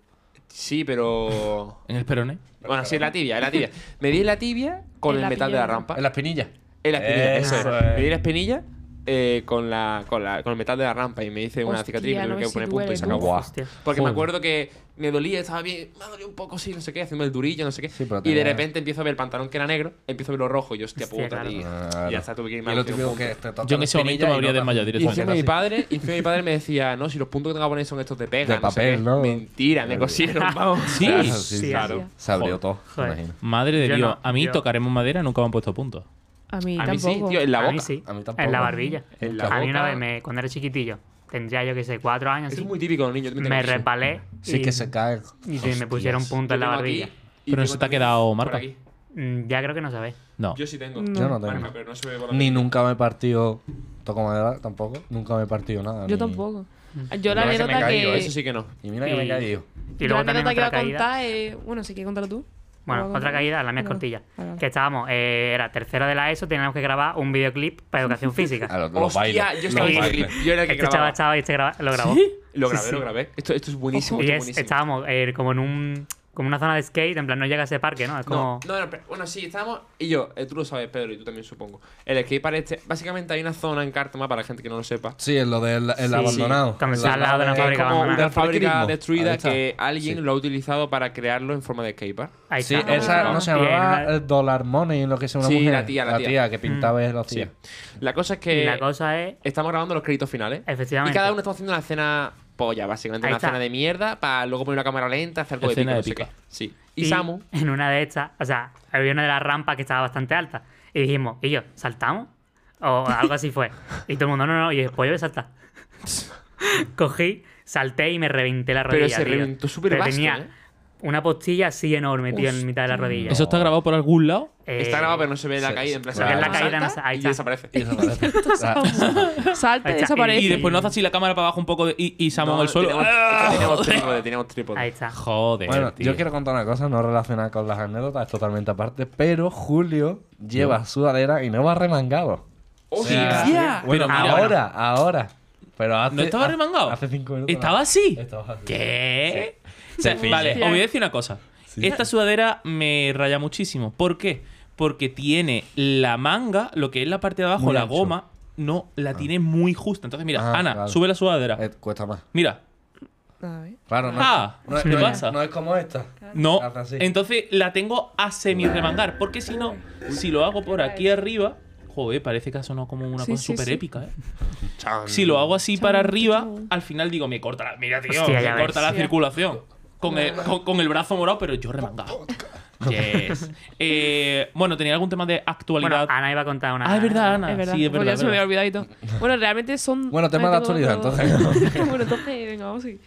Speaker 1: Sí, pero.
Speaker 5: En el ¿eh? peroné.
Speaker 1: Bueno, sí, en la tibia, en la tibia. Me di en la tibia con
Speaker 4: En
Speaker 1: el
Speaker 4: la
Speaker 1: metal de la
Speaker 4: pillera.
Speaker 1: rampa.
Speaker 3: En la espinilla.
Speaker 1: En la espinilla, eso,
Speaker 3: Eso
Speaker 1: es.
Speaker 3: es.
Speaker 1: Me di la espinilla eh, con, la, con, la, con el metal de la rampa y me hice una
Speaker 4: Hostia,
Speaker 1: cicatriz me
Speaker 4: no,
Speaker 1: tuvieron que
Speaker 4: si
Speaker 1: poner
Speaker 4: duele
Speaker 1: punto y se
Speaker 4: mucho.
Speaker 1: acabó.
Speaker 3: Buah.
Speaker 2: Hostia.
Speaker 1: Porque me
Speaker 5: Joder.
Speaker 1: acuerdo que me dolía, estaba bien, me dolía un poco, sí, no sé qué, haciendo el durillo, no sé qué.
Speaker 3: Sí, pero
Speaker 1: y de
Speaker 3: tenía-
Speaker 1: repente empiezo a ver el pantalón que era negro, empiezo a ver lo rojo, y yo, hostia,
Speaker 2: Hostia,
Speaker 1: puta,
Speaker 2: claro.
Speaker 1: tío.
Speaker 3: Claro.
Speaker 1: Y ya está, tuve que
Speaker 3: Y
Speaker 1: irme a
Speaker 3: lo
Speaker 1: hacer un
Speaker 3: típico
Speaker 1: punto.
Speaker 3: que te trata
Speaker 5: Yo en
Speaker 3: la
Speaker 5: ese
Speaker 3: espinilla
Speaker 5: momento
Speaker 3: y
Speaker 5: me habría
Speaker 3: no-
Speaker 5: desmayado
Speaker 1: Y encima mi
Speaker 5: directamente.
Speaker 1: padre, y encima mi padre me decía, no, si los puntos que tengo que poner son estos de pega,
Speaker 3: De
Speaker 1: no sé qué".
Speaker 3: papel, ¿no?
Speaker 1: Mentira, me cosieron, vamos.
Speaker 5: Sí.
Speaker 3: Claro,
Speaker 4: Sí,
Speaker 1: claro.
Speaker 4: así.
Speaker 3: Se abrió
Speaker 5: Joder.
Speaker 3: todo, me
Speaker 2: Joder.
Speaker 3: imagino.
Speaker 5: Madre de
Speaker 2: Yo
Speaker 5: Dios.
Speaker 2: no,
Speaker 5: A mí
Speaker 2: yo-
Speaker 5: tocaremos madera, nunca me han puesto puntos.
Speaker 4: A mí
Speaker 1: A mí sí,
Speaker 4: tampoco.
Speaker 1: tío, en la
Speaker 2: A mí
Speaker 1: boca.
Speaker 2: sí.
Speaker 3: A mí tampoco.
Speaker 2: En la barbilla.
Speaker 1: En la
Speaker 2: a mí una
Speaker 1: boca.
Speaker 2: vez, me, cuando era chiquitillo, tendría yo que sé, cuatro años,
Speaker 1: Eso
Speaker 2: así,
Speaker 1: es muy típico de los niños. yo también
Speaker 2: me
Speaker 1: tengo eso.
Speaker 2: resbalé
Speaker 3: Sí,
Speaker 2: y,
Speaker 3: que se cae.
Speaker 2: y se me pusieron
Speaker 3: Hostias.
Speaker 2: punto en la
Speaker 1: Yo tengo aquí
Speaker 2: barbilla.
Speaker 1: y
Speaker 5: Pero
Speaker 1: tengo
Speaker 5: eso te ha
Speaker 1: también
Speaker 5: quedado
Speaker 1: por
Speaker 5: marca.
Speaker 1: aquí.
Speaker 2: Mm, Ya creo que no sabéis.
Speaker 5: No.
Speaker 1: Yo sí tengo.
Speaker 4: No.
Speaker 3: Yo no
Speaker 1: Marca,
Speaker 3: tengo.
Speaker 1: pero no se ve por la
Speaker 3: Ni nunca me he partido. Toco madera tampoco. Nunca me he partido nada.
Speaker 4: Yo
Speaker 3: ni-
Speaker 4: tampoco. Yo la
Speaker 1: Mm. No, ese me
Speaker 4: anécdota
Speaker 1: he caído, ¿eh?
Speaker 4: que.
Speaker 1: Eso sí que no.
Speaker 3: Y mira que me he
Speaker 2: Y-
Speaker 3: caído.
Speaker 2: Y
Speaker 4: la
Speaker 2: luego también
Speaker 4: anécdota que
Speaker 2: otra
Speaker 4: iba a
Speaker 2: caída.
Speaker 4: contar es. Bueno, si quieres contarlo tú.
Speaker 2: Bueno,
Speaker 4: Luego
Speaker 2: otra
Speaker 4: contarlo.
Speaker 2: caída, la mía es
Speaker 4: Bueno,
Speaker 2: cortilla.
Speaker 4: vale, vale.
Speaker 2: Que estábamos, eh, era tercera de la ESO, teníamos que grabar un videoclip para educación
Speaker 3: A
Speaker 2: física.
Speaker 3: los, los
Speaker 1: Hostia,
Speaker 3: bailes.
Speaker 1: yo estaba
Speaker 3: los
Speaker 2: Sí.
Speaker 1: en el
Speaker 3: bailes.
Speaker 1: clip. Yo era el que
Speaker 2: Este chaval
Speaker 1: grababa.
Speaker 2: estaba y este gra- lo grabó.
Speaker 1: Lo grabé,
Speaker 2: Sí,
Speaker 1: lo
Speaker 2: sí.
Speaker 1: grabé. Esto, esto es buenísimo.
Speaker 2: Y
Speaker 1: esto es
Speaker 2: es-
Speaker 1: buenísimo.
Speaker 2: estábamos eh, como en un como una zona de skate, en plan no llega a ese parque, ¿no? Es como...
Speaker 1: No, no, no, pero- bueno, sí, estábamos. Y yo, eh, tú lo sabes, Pedro, y tú también supongo. El skatepark este. Básicamente hay una zona en Cártama, para la gente que no lo sepa.
Speaker 3: Sí, en lo del el
Speaker 2: Sí.
Speaker 3: abandonado.
Speaker 2: Cuando
Speaker 3: El
Speaker 2: está al lado de una
Speaker 1: Es
Speaker 2: fábrica
Speaker 1: como
Speaker 2: abandonada.
Speaker 1: una fábrica
Speaker 3: Ahí
Speaker 1: destruida
Speaker 3: está.
Speaker 1: que alguien
Speaker 3: Sí.
Speaker 1: lo ha utilizado para crearlo en forma de skatepark.
Speaker 2: Ahí
Speaker 3: Sí,
Speaker 2: está.
Speaker 3: esa no se
Speaker 2: Y en
Speaker 3: llamaba
Speaker 2: una-
Speaker 3: el Dollar Money, lo que es una
Speaker 1: Sí,
Speaker 3: mujer.
Speaker 1: la tía, la tía.
Speaker 3: que pintaba y lo
Speaker 1: Sí.
Speaker 3: hacía.
Speaker 1: La cosa es
Speaker 2: y
Speaker 1: que
Speaker 2: la cosa es...
Speaker 1: estamos grabando los créditos finales.
Speaker 2: Efectivamente.
Speaker 1: Y cada uno estamos haciendo una escena polla, básicamente.
Speaker 2: Ahí
Speaker 1: una
Speaker 2: está.
Speaker 1: escena de mierda para luego poner una cámara lenta, hacer algo
Speaker 5: Escena
Speaker 1: de pico,
Speaker 5: épica.
Speaker 1: no sé qué. Sí. Y, Samu.
Speaker 2: En una de estas, o sea, había una de las rampas que estaba bastante alta. Y dijimos, ¿y yo, saltamos? O algo así fue. Y todo el mundo, no, no, no, y yo, pues yo voy a saltar. Cogí, salté y me reventé la rodilla.
Speaker 1: Pero se
Speaker 2: tío.
Speaker 1: reventó súper
Speaker 2: Pero
Speaker 1: vasto,
Speaker 2: Tenía
Speaker 1: ¿eh?
Speaker 2: una postilla así enorme, tío, en mitad de la rodilla.
Speaker 5: ¿Eso está grabado por algún lado?
Speaker 2: Eh,
Speaker 1: Está grabado, pero no se ve la
Speaker 3: sí,
Speaker 1: caída. En plan,
Speaker 3: claro.
Speaker 1: se ve
Speaker 3: La
Speaker 1: cómo
Speaker 2: caída no
Speaker 1: salta
Speaker 2: se- ahí
Speaker 1: y
Speaker 2: está.
Speaker 1: desaparece.
Speaker 3: Y eso parece. O sea,
Speaker 4: Salta
Speaker 2: Ahí
Speaker 4: y
Speaker 2: está.
Speaker 4: desaparece.
Speaker 2: Sí.
Speaker 5: Y después no hace así la cámara para abajo un poco de- y, y Samu en el suelo.
Speaker 1: Teníamos,
Speaker 5: ¡Ah!
Speaker 1: teníamos trípode, teníamos trípode.
Speaker 2: Ahí está.
Speaker 5: Joder,
Speaker 3: Bueno,
Speaker 5: tío.
Speaker 3: yo quiero contar una cosa no relacionada con las anécdotas, es totalmente aparte, pero Julio lleva sudadera y no va remangado.
Speaker 1: ¡Hostia!
Speaker 5: Hostia.
Speaker 3: Bueno,
Speaker 5: Pero mira,
Speaker 3: ahora, ahora. Pero hace,
Speaker 5: ¿No estaba
Speaker 3: hace-
Speaker 5: remangado?
Speaker 3: Hace cinco minutos.
Speaker 5: ¿Estaba así?
Speaker 3: Estaba así.
Speaker 5: ¿Qué? O sea,
Speaker 3: Sí.
Speaker 5: vale, os
Speaker 4: Hostia.
Speaker 5: voy a decir una cosa.
Speaker 3: Sí.
Speaker 5: Esta sudadera me raya muchísimo. ¿Por qué? Porque tiene la manga, lo que es la parte de abajo,
Speaker 3: Muy
Speaker 5: la
Speaker 3: ancho.
Speaker 5: goma, no la tiene muy justa. Entonces, mira,
Speaker 3: Ah,
Speaker 5: Ana,
Speaker 3: claro.
Speaker 5: sube la sudadera.
Speaker 3: Eh, cuesta más.
Speaker 5: Mira.
Speaker 4: A ver.
Speaker 3: Claro, no.
Speaker 5: Ah,
Speaker 3: no, es-
Speaker 5: ¿qué
Speaker 3: no es-
Speaker 5: pasa?
Speaker 3: no es como esta.
Speaker 5: No.
Speaker 3: Hazla así.
Speaker 5: Entonces la tengo a semi-remangar. Porque si no, si lo hago por aquí arriba. Joder, parece que ha sonado como una
Speaker 4: Sí,
Speaker 5: cosa
Speaker 4: sí,
Speaker 5: súper
Speaker 4: sí.
Speaker 5: épica, ¿eh? Si lo hago así para
Speaker 4: Chan,
Speaker 5: arriba,
Speaker 4: chan.
Speaker 5: al final digo, me corta la. Mira, tío,
Speaker 2: Hostia, ya
Speaker 5: me
Speaker 2: ves.
Speaker 5: corta la
Speaker 4: Hostia.
Speaker 5: circulación. Con el, con, con el brazo morado, pero yo remangado. Yes. Eh, bueno, ¿tenía algún tema de
Speaker 2: Bueno,
Speaker 5: actualidad?
Speaker 2: Ana iba a contar una.
Speaker 5: ah, es verdad, Ana.
Speaker 4: Es verdad,
Speaker 5: Sí, es
Speaker 4: porque
Speaker 5: verdad.
Speaker 4: ya se me había
Speaker 5: verdad.
Speaker 4: olvidado y todo. Bueno, realmente son.
Speaker 3: Bueno, tema de
Speaker 4: Ay, tengo
Speaker 3: actualidad,
Speaker 4: otro-
Speaker 3: entonces.
Speaker 4: bueno, entonces, venga, vamos a seguir.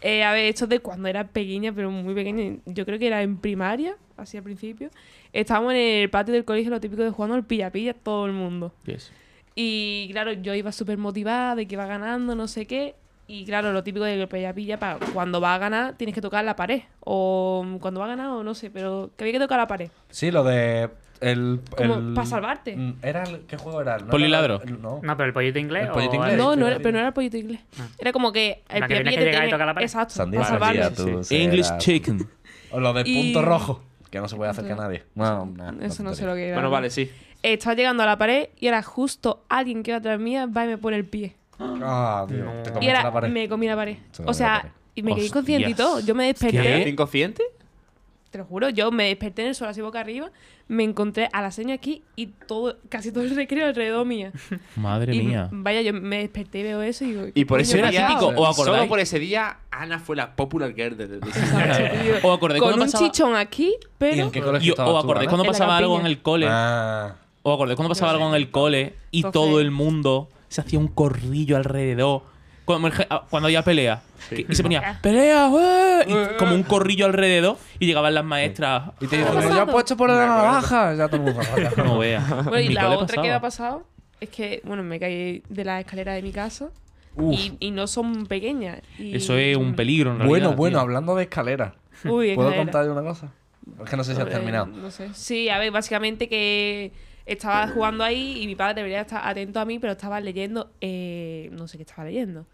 Speaker 4: Eh, a ver, esto es de cuando era pequeña, pero muy pequeña. Yo creo que era en primaria, así al principio. Estábamos en el patio del colegio, lo típico de jugando al pilla-pilla, todo el mundo.
Speaker 5: Yes.
Speaker 4: Y claro, yo iba súper motivada de que iba ganando, no sé qué. Y claro, lo típico de que el pilla-pilla, pa- cuando va a ganar, tienes que tocar la pared. O mm, cuando va a ganar, o no sé, pero que había que tocar la pared.
Speaker 3: Sí, lo de. El,
Speaker 4: Como
Speaker 3: el-
Speaker 4: pa' salvarte.
Speaker 3: Mm, Era el- ¿Qué juego era? ¿No
Speaker 5: Poliladro.
Speaker 3: era el- No.
Speaker 2: No, pero el pollito inglés.
Speaker 3: El pollito
Speaker 2: o-
Speaker 3: inglés.
Speaker 4: No, no
Speaker 3: sí,
Speaker 4: era,
Speaker 3: sí.
Speaker 4: pero no era el pollito inglés. Era como que el
Speaker 2: Ah. La que tenía
Speaker 4: pilla-pilla
Speaker 2: que
Speaker 4: te
Speaker 2: llegar y
Speaker 4: tiene-
Speaker 2: tocar la pared.
Speaker 4: Exacto,
Speaker 3: Sandía,
Speaker 4: para
Speaker 3: sandía,
Speaker 4: salvarle.
Speaker 3: tú
Speaker 5: English
Speaker 3: serás-
Speaker 5: Chicken.
Speaker 3: O lo de
Speaker 4: Y-
Speaker 3: punto rojo. Que no se puede acercar a nadie. Bueno, nah,
Speaker 4: Ah, Eso no sé lo que era.
Speaker 1: Bueno, vale, sí.
Speaker 4: Estaba llegando a la pared y era justo alguien que iba atrás mía va y me pone el pie.
Speaker 3: Ah, tío, te
Speaker 4: Y
Speaker 3: comiste
Speaker 4: era,
Speaker 3: la pared.
Speaker 4: me comí la pared.
Speaker 3: Te comí
Speaker 4: O
Speaker 3: la
Speaker 4: sea,
Speaker 3: pared.
Speaker 4: y me quedé inconsciente y
Speaker 5: Hostias.
Speaker 4: todo. Yo me
Speaker 5: ¿Qué?
Speaker 4: desperté,
Speaker 1: ¿Eres inconsciente?
Speaker 4: te lo juro, yo me desperté en el suelo así boca arriba, me encontré a la señora aquí y todo, casi todo el recreo alrededor mía.
Speaker 5: Madre
Speaker 4: Y
Speaker 5: mía.
Speaker 4: vaya, yo me desperté y veo eso y digo,
Speaker 1: Y por
Speaker 4: "Coño,
Speaker 1: ese
Speaker 4: ¿qué ha
Speaker 1: día,
Speaker 5: típico,
Speaker 4: pasado?".
Speaker 5: ¿os acordáis?
Speaker 1: solo por ese día, Ana fue la popular girl de, de- de-
Speaker 5: ¿O acordáis
Speaker 4: Con
Speaker 5: cuando
Speaker 4: un
Speaker 5: pasaba,
Speaker 4: chichón aquí,
Speaker 3: ¿Y
Speaker 4: pero
Speaker 3: en qué colegio
Speaker 5: Yo-
Speaker 3: estabas
Speaker 5: ¿o
Speaker 3: tú,
Speaker 5: acordáis
Speaker 3: Ana?
Speaker 5: cuando
Speaker 4: En la
Speaker 5: pasaba algo
Speaker 4: campiña.
Speaker 5: en el cole?
Speaker 3: Ah,
Speaker 5: ¿Os acordáis cuando pasaba
Speaker 4: Yo
Speaker 5: algo en el cole y
Speaker 4: Entonces-
Speaker 5: todo el mundo se hacía un corrillo alrededor? Cuando, cuando había pelea. Que- y se ponía, pelea, ¡eh! Y como un corrillo alrededor y llegaban las maestras.
Speaker 3: Y te
Speaker 4: ¿Qué ha
Speaker 3: dicen, yo
Speaker 4: pasado?
Speaker 5: pues,
Speaker 3: apuesto por la navaja. Ya todo el mundo.
Speaker 5: No veas.
Speaker 4: Bueno,
Speaker 5: En
Speaker 4: y
Speaker 5: mi
Speaker 4: la
Speaker 5: cole
Speaker 4: otra que me
Speaker 5: pasaba.
Speaker 4: ha pasado es que, bueno, me caí de la escalera de mi casa y, y no son pequeñas. y-
Speaker 5: Eso es un peligro, en realidad.
Speaker 3: Bueno, bueno,
Speaker 5: tío.
Speaker 3: hablando de escalera.
Speaker 4: Uy,
Speaker 3: ¿Puedo
Speaker 4: escalera.
Speaker 3: contarte una cosa? Es que no sé si has
Speaker 4: Eh,
Speaker 3: terminado.
Speaker 4: No sé. Sí, a ver, básicamente que estaba jugando ahí y mi padre debería estar atento a mí, pero estaba leyendo, eh, no sé qué estaba leyendo.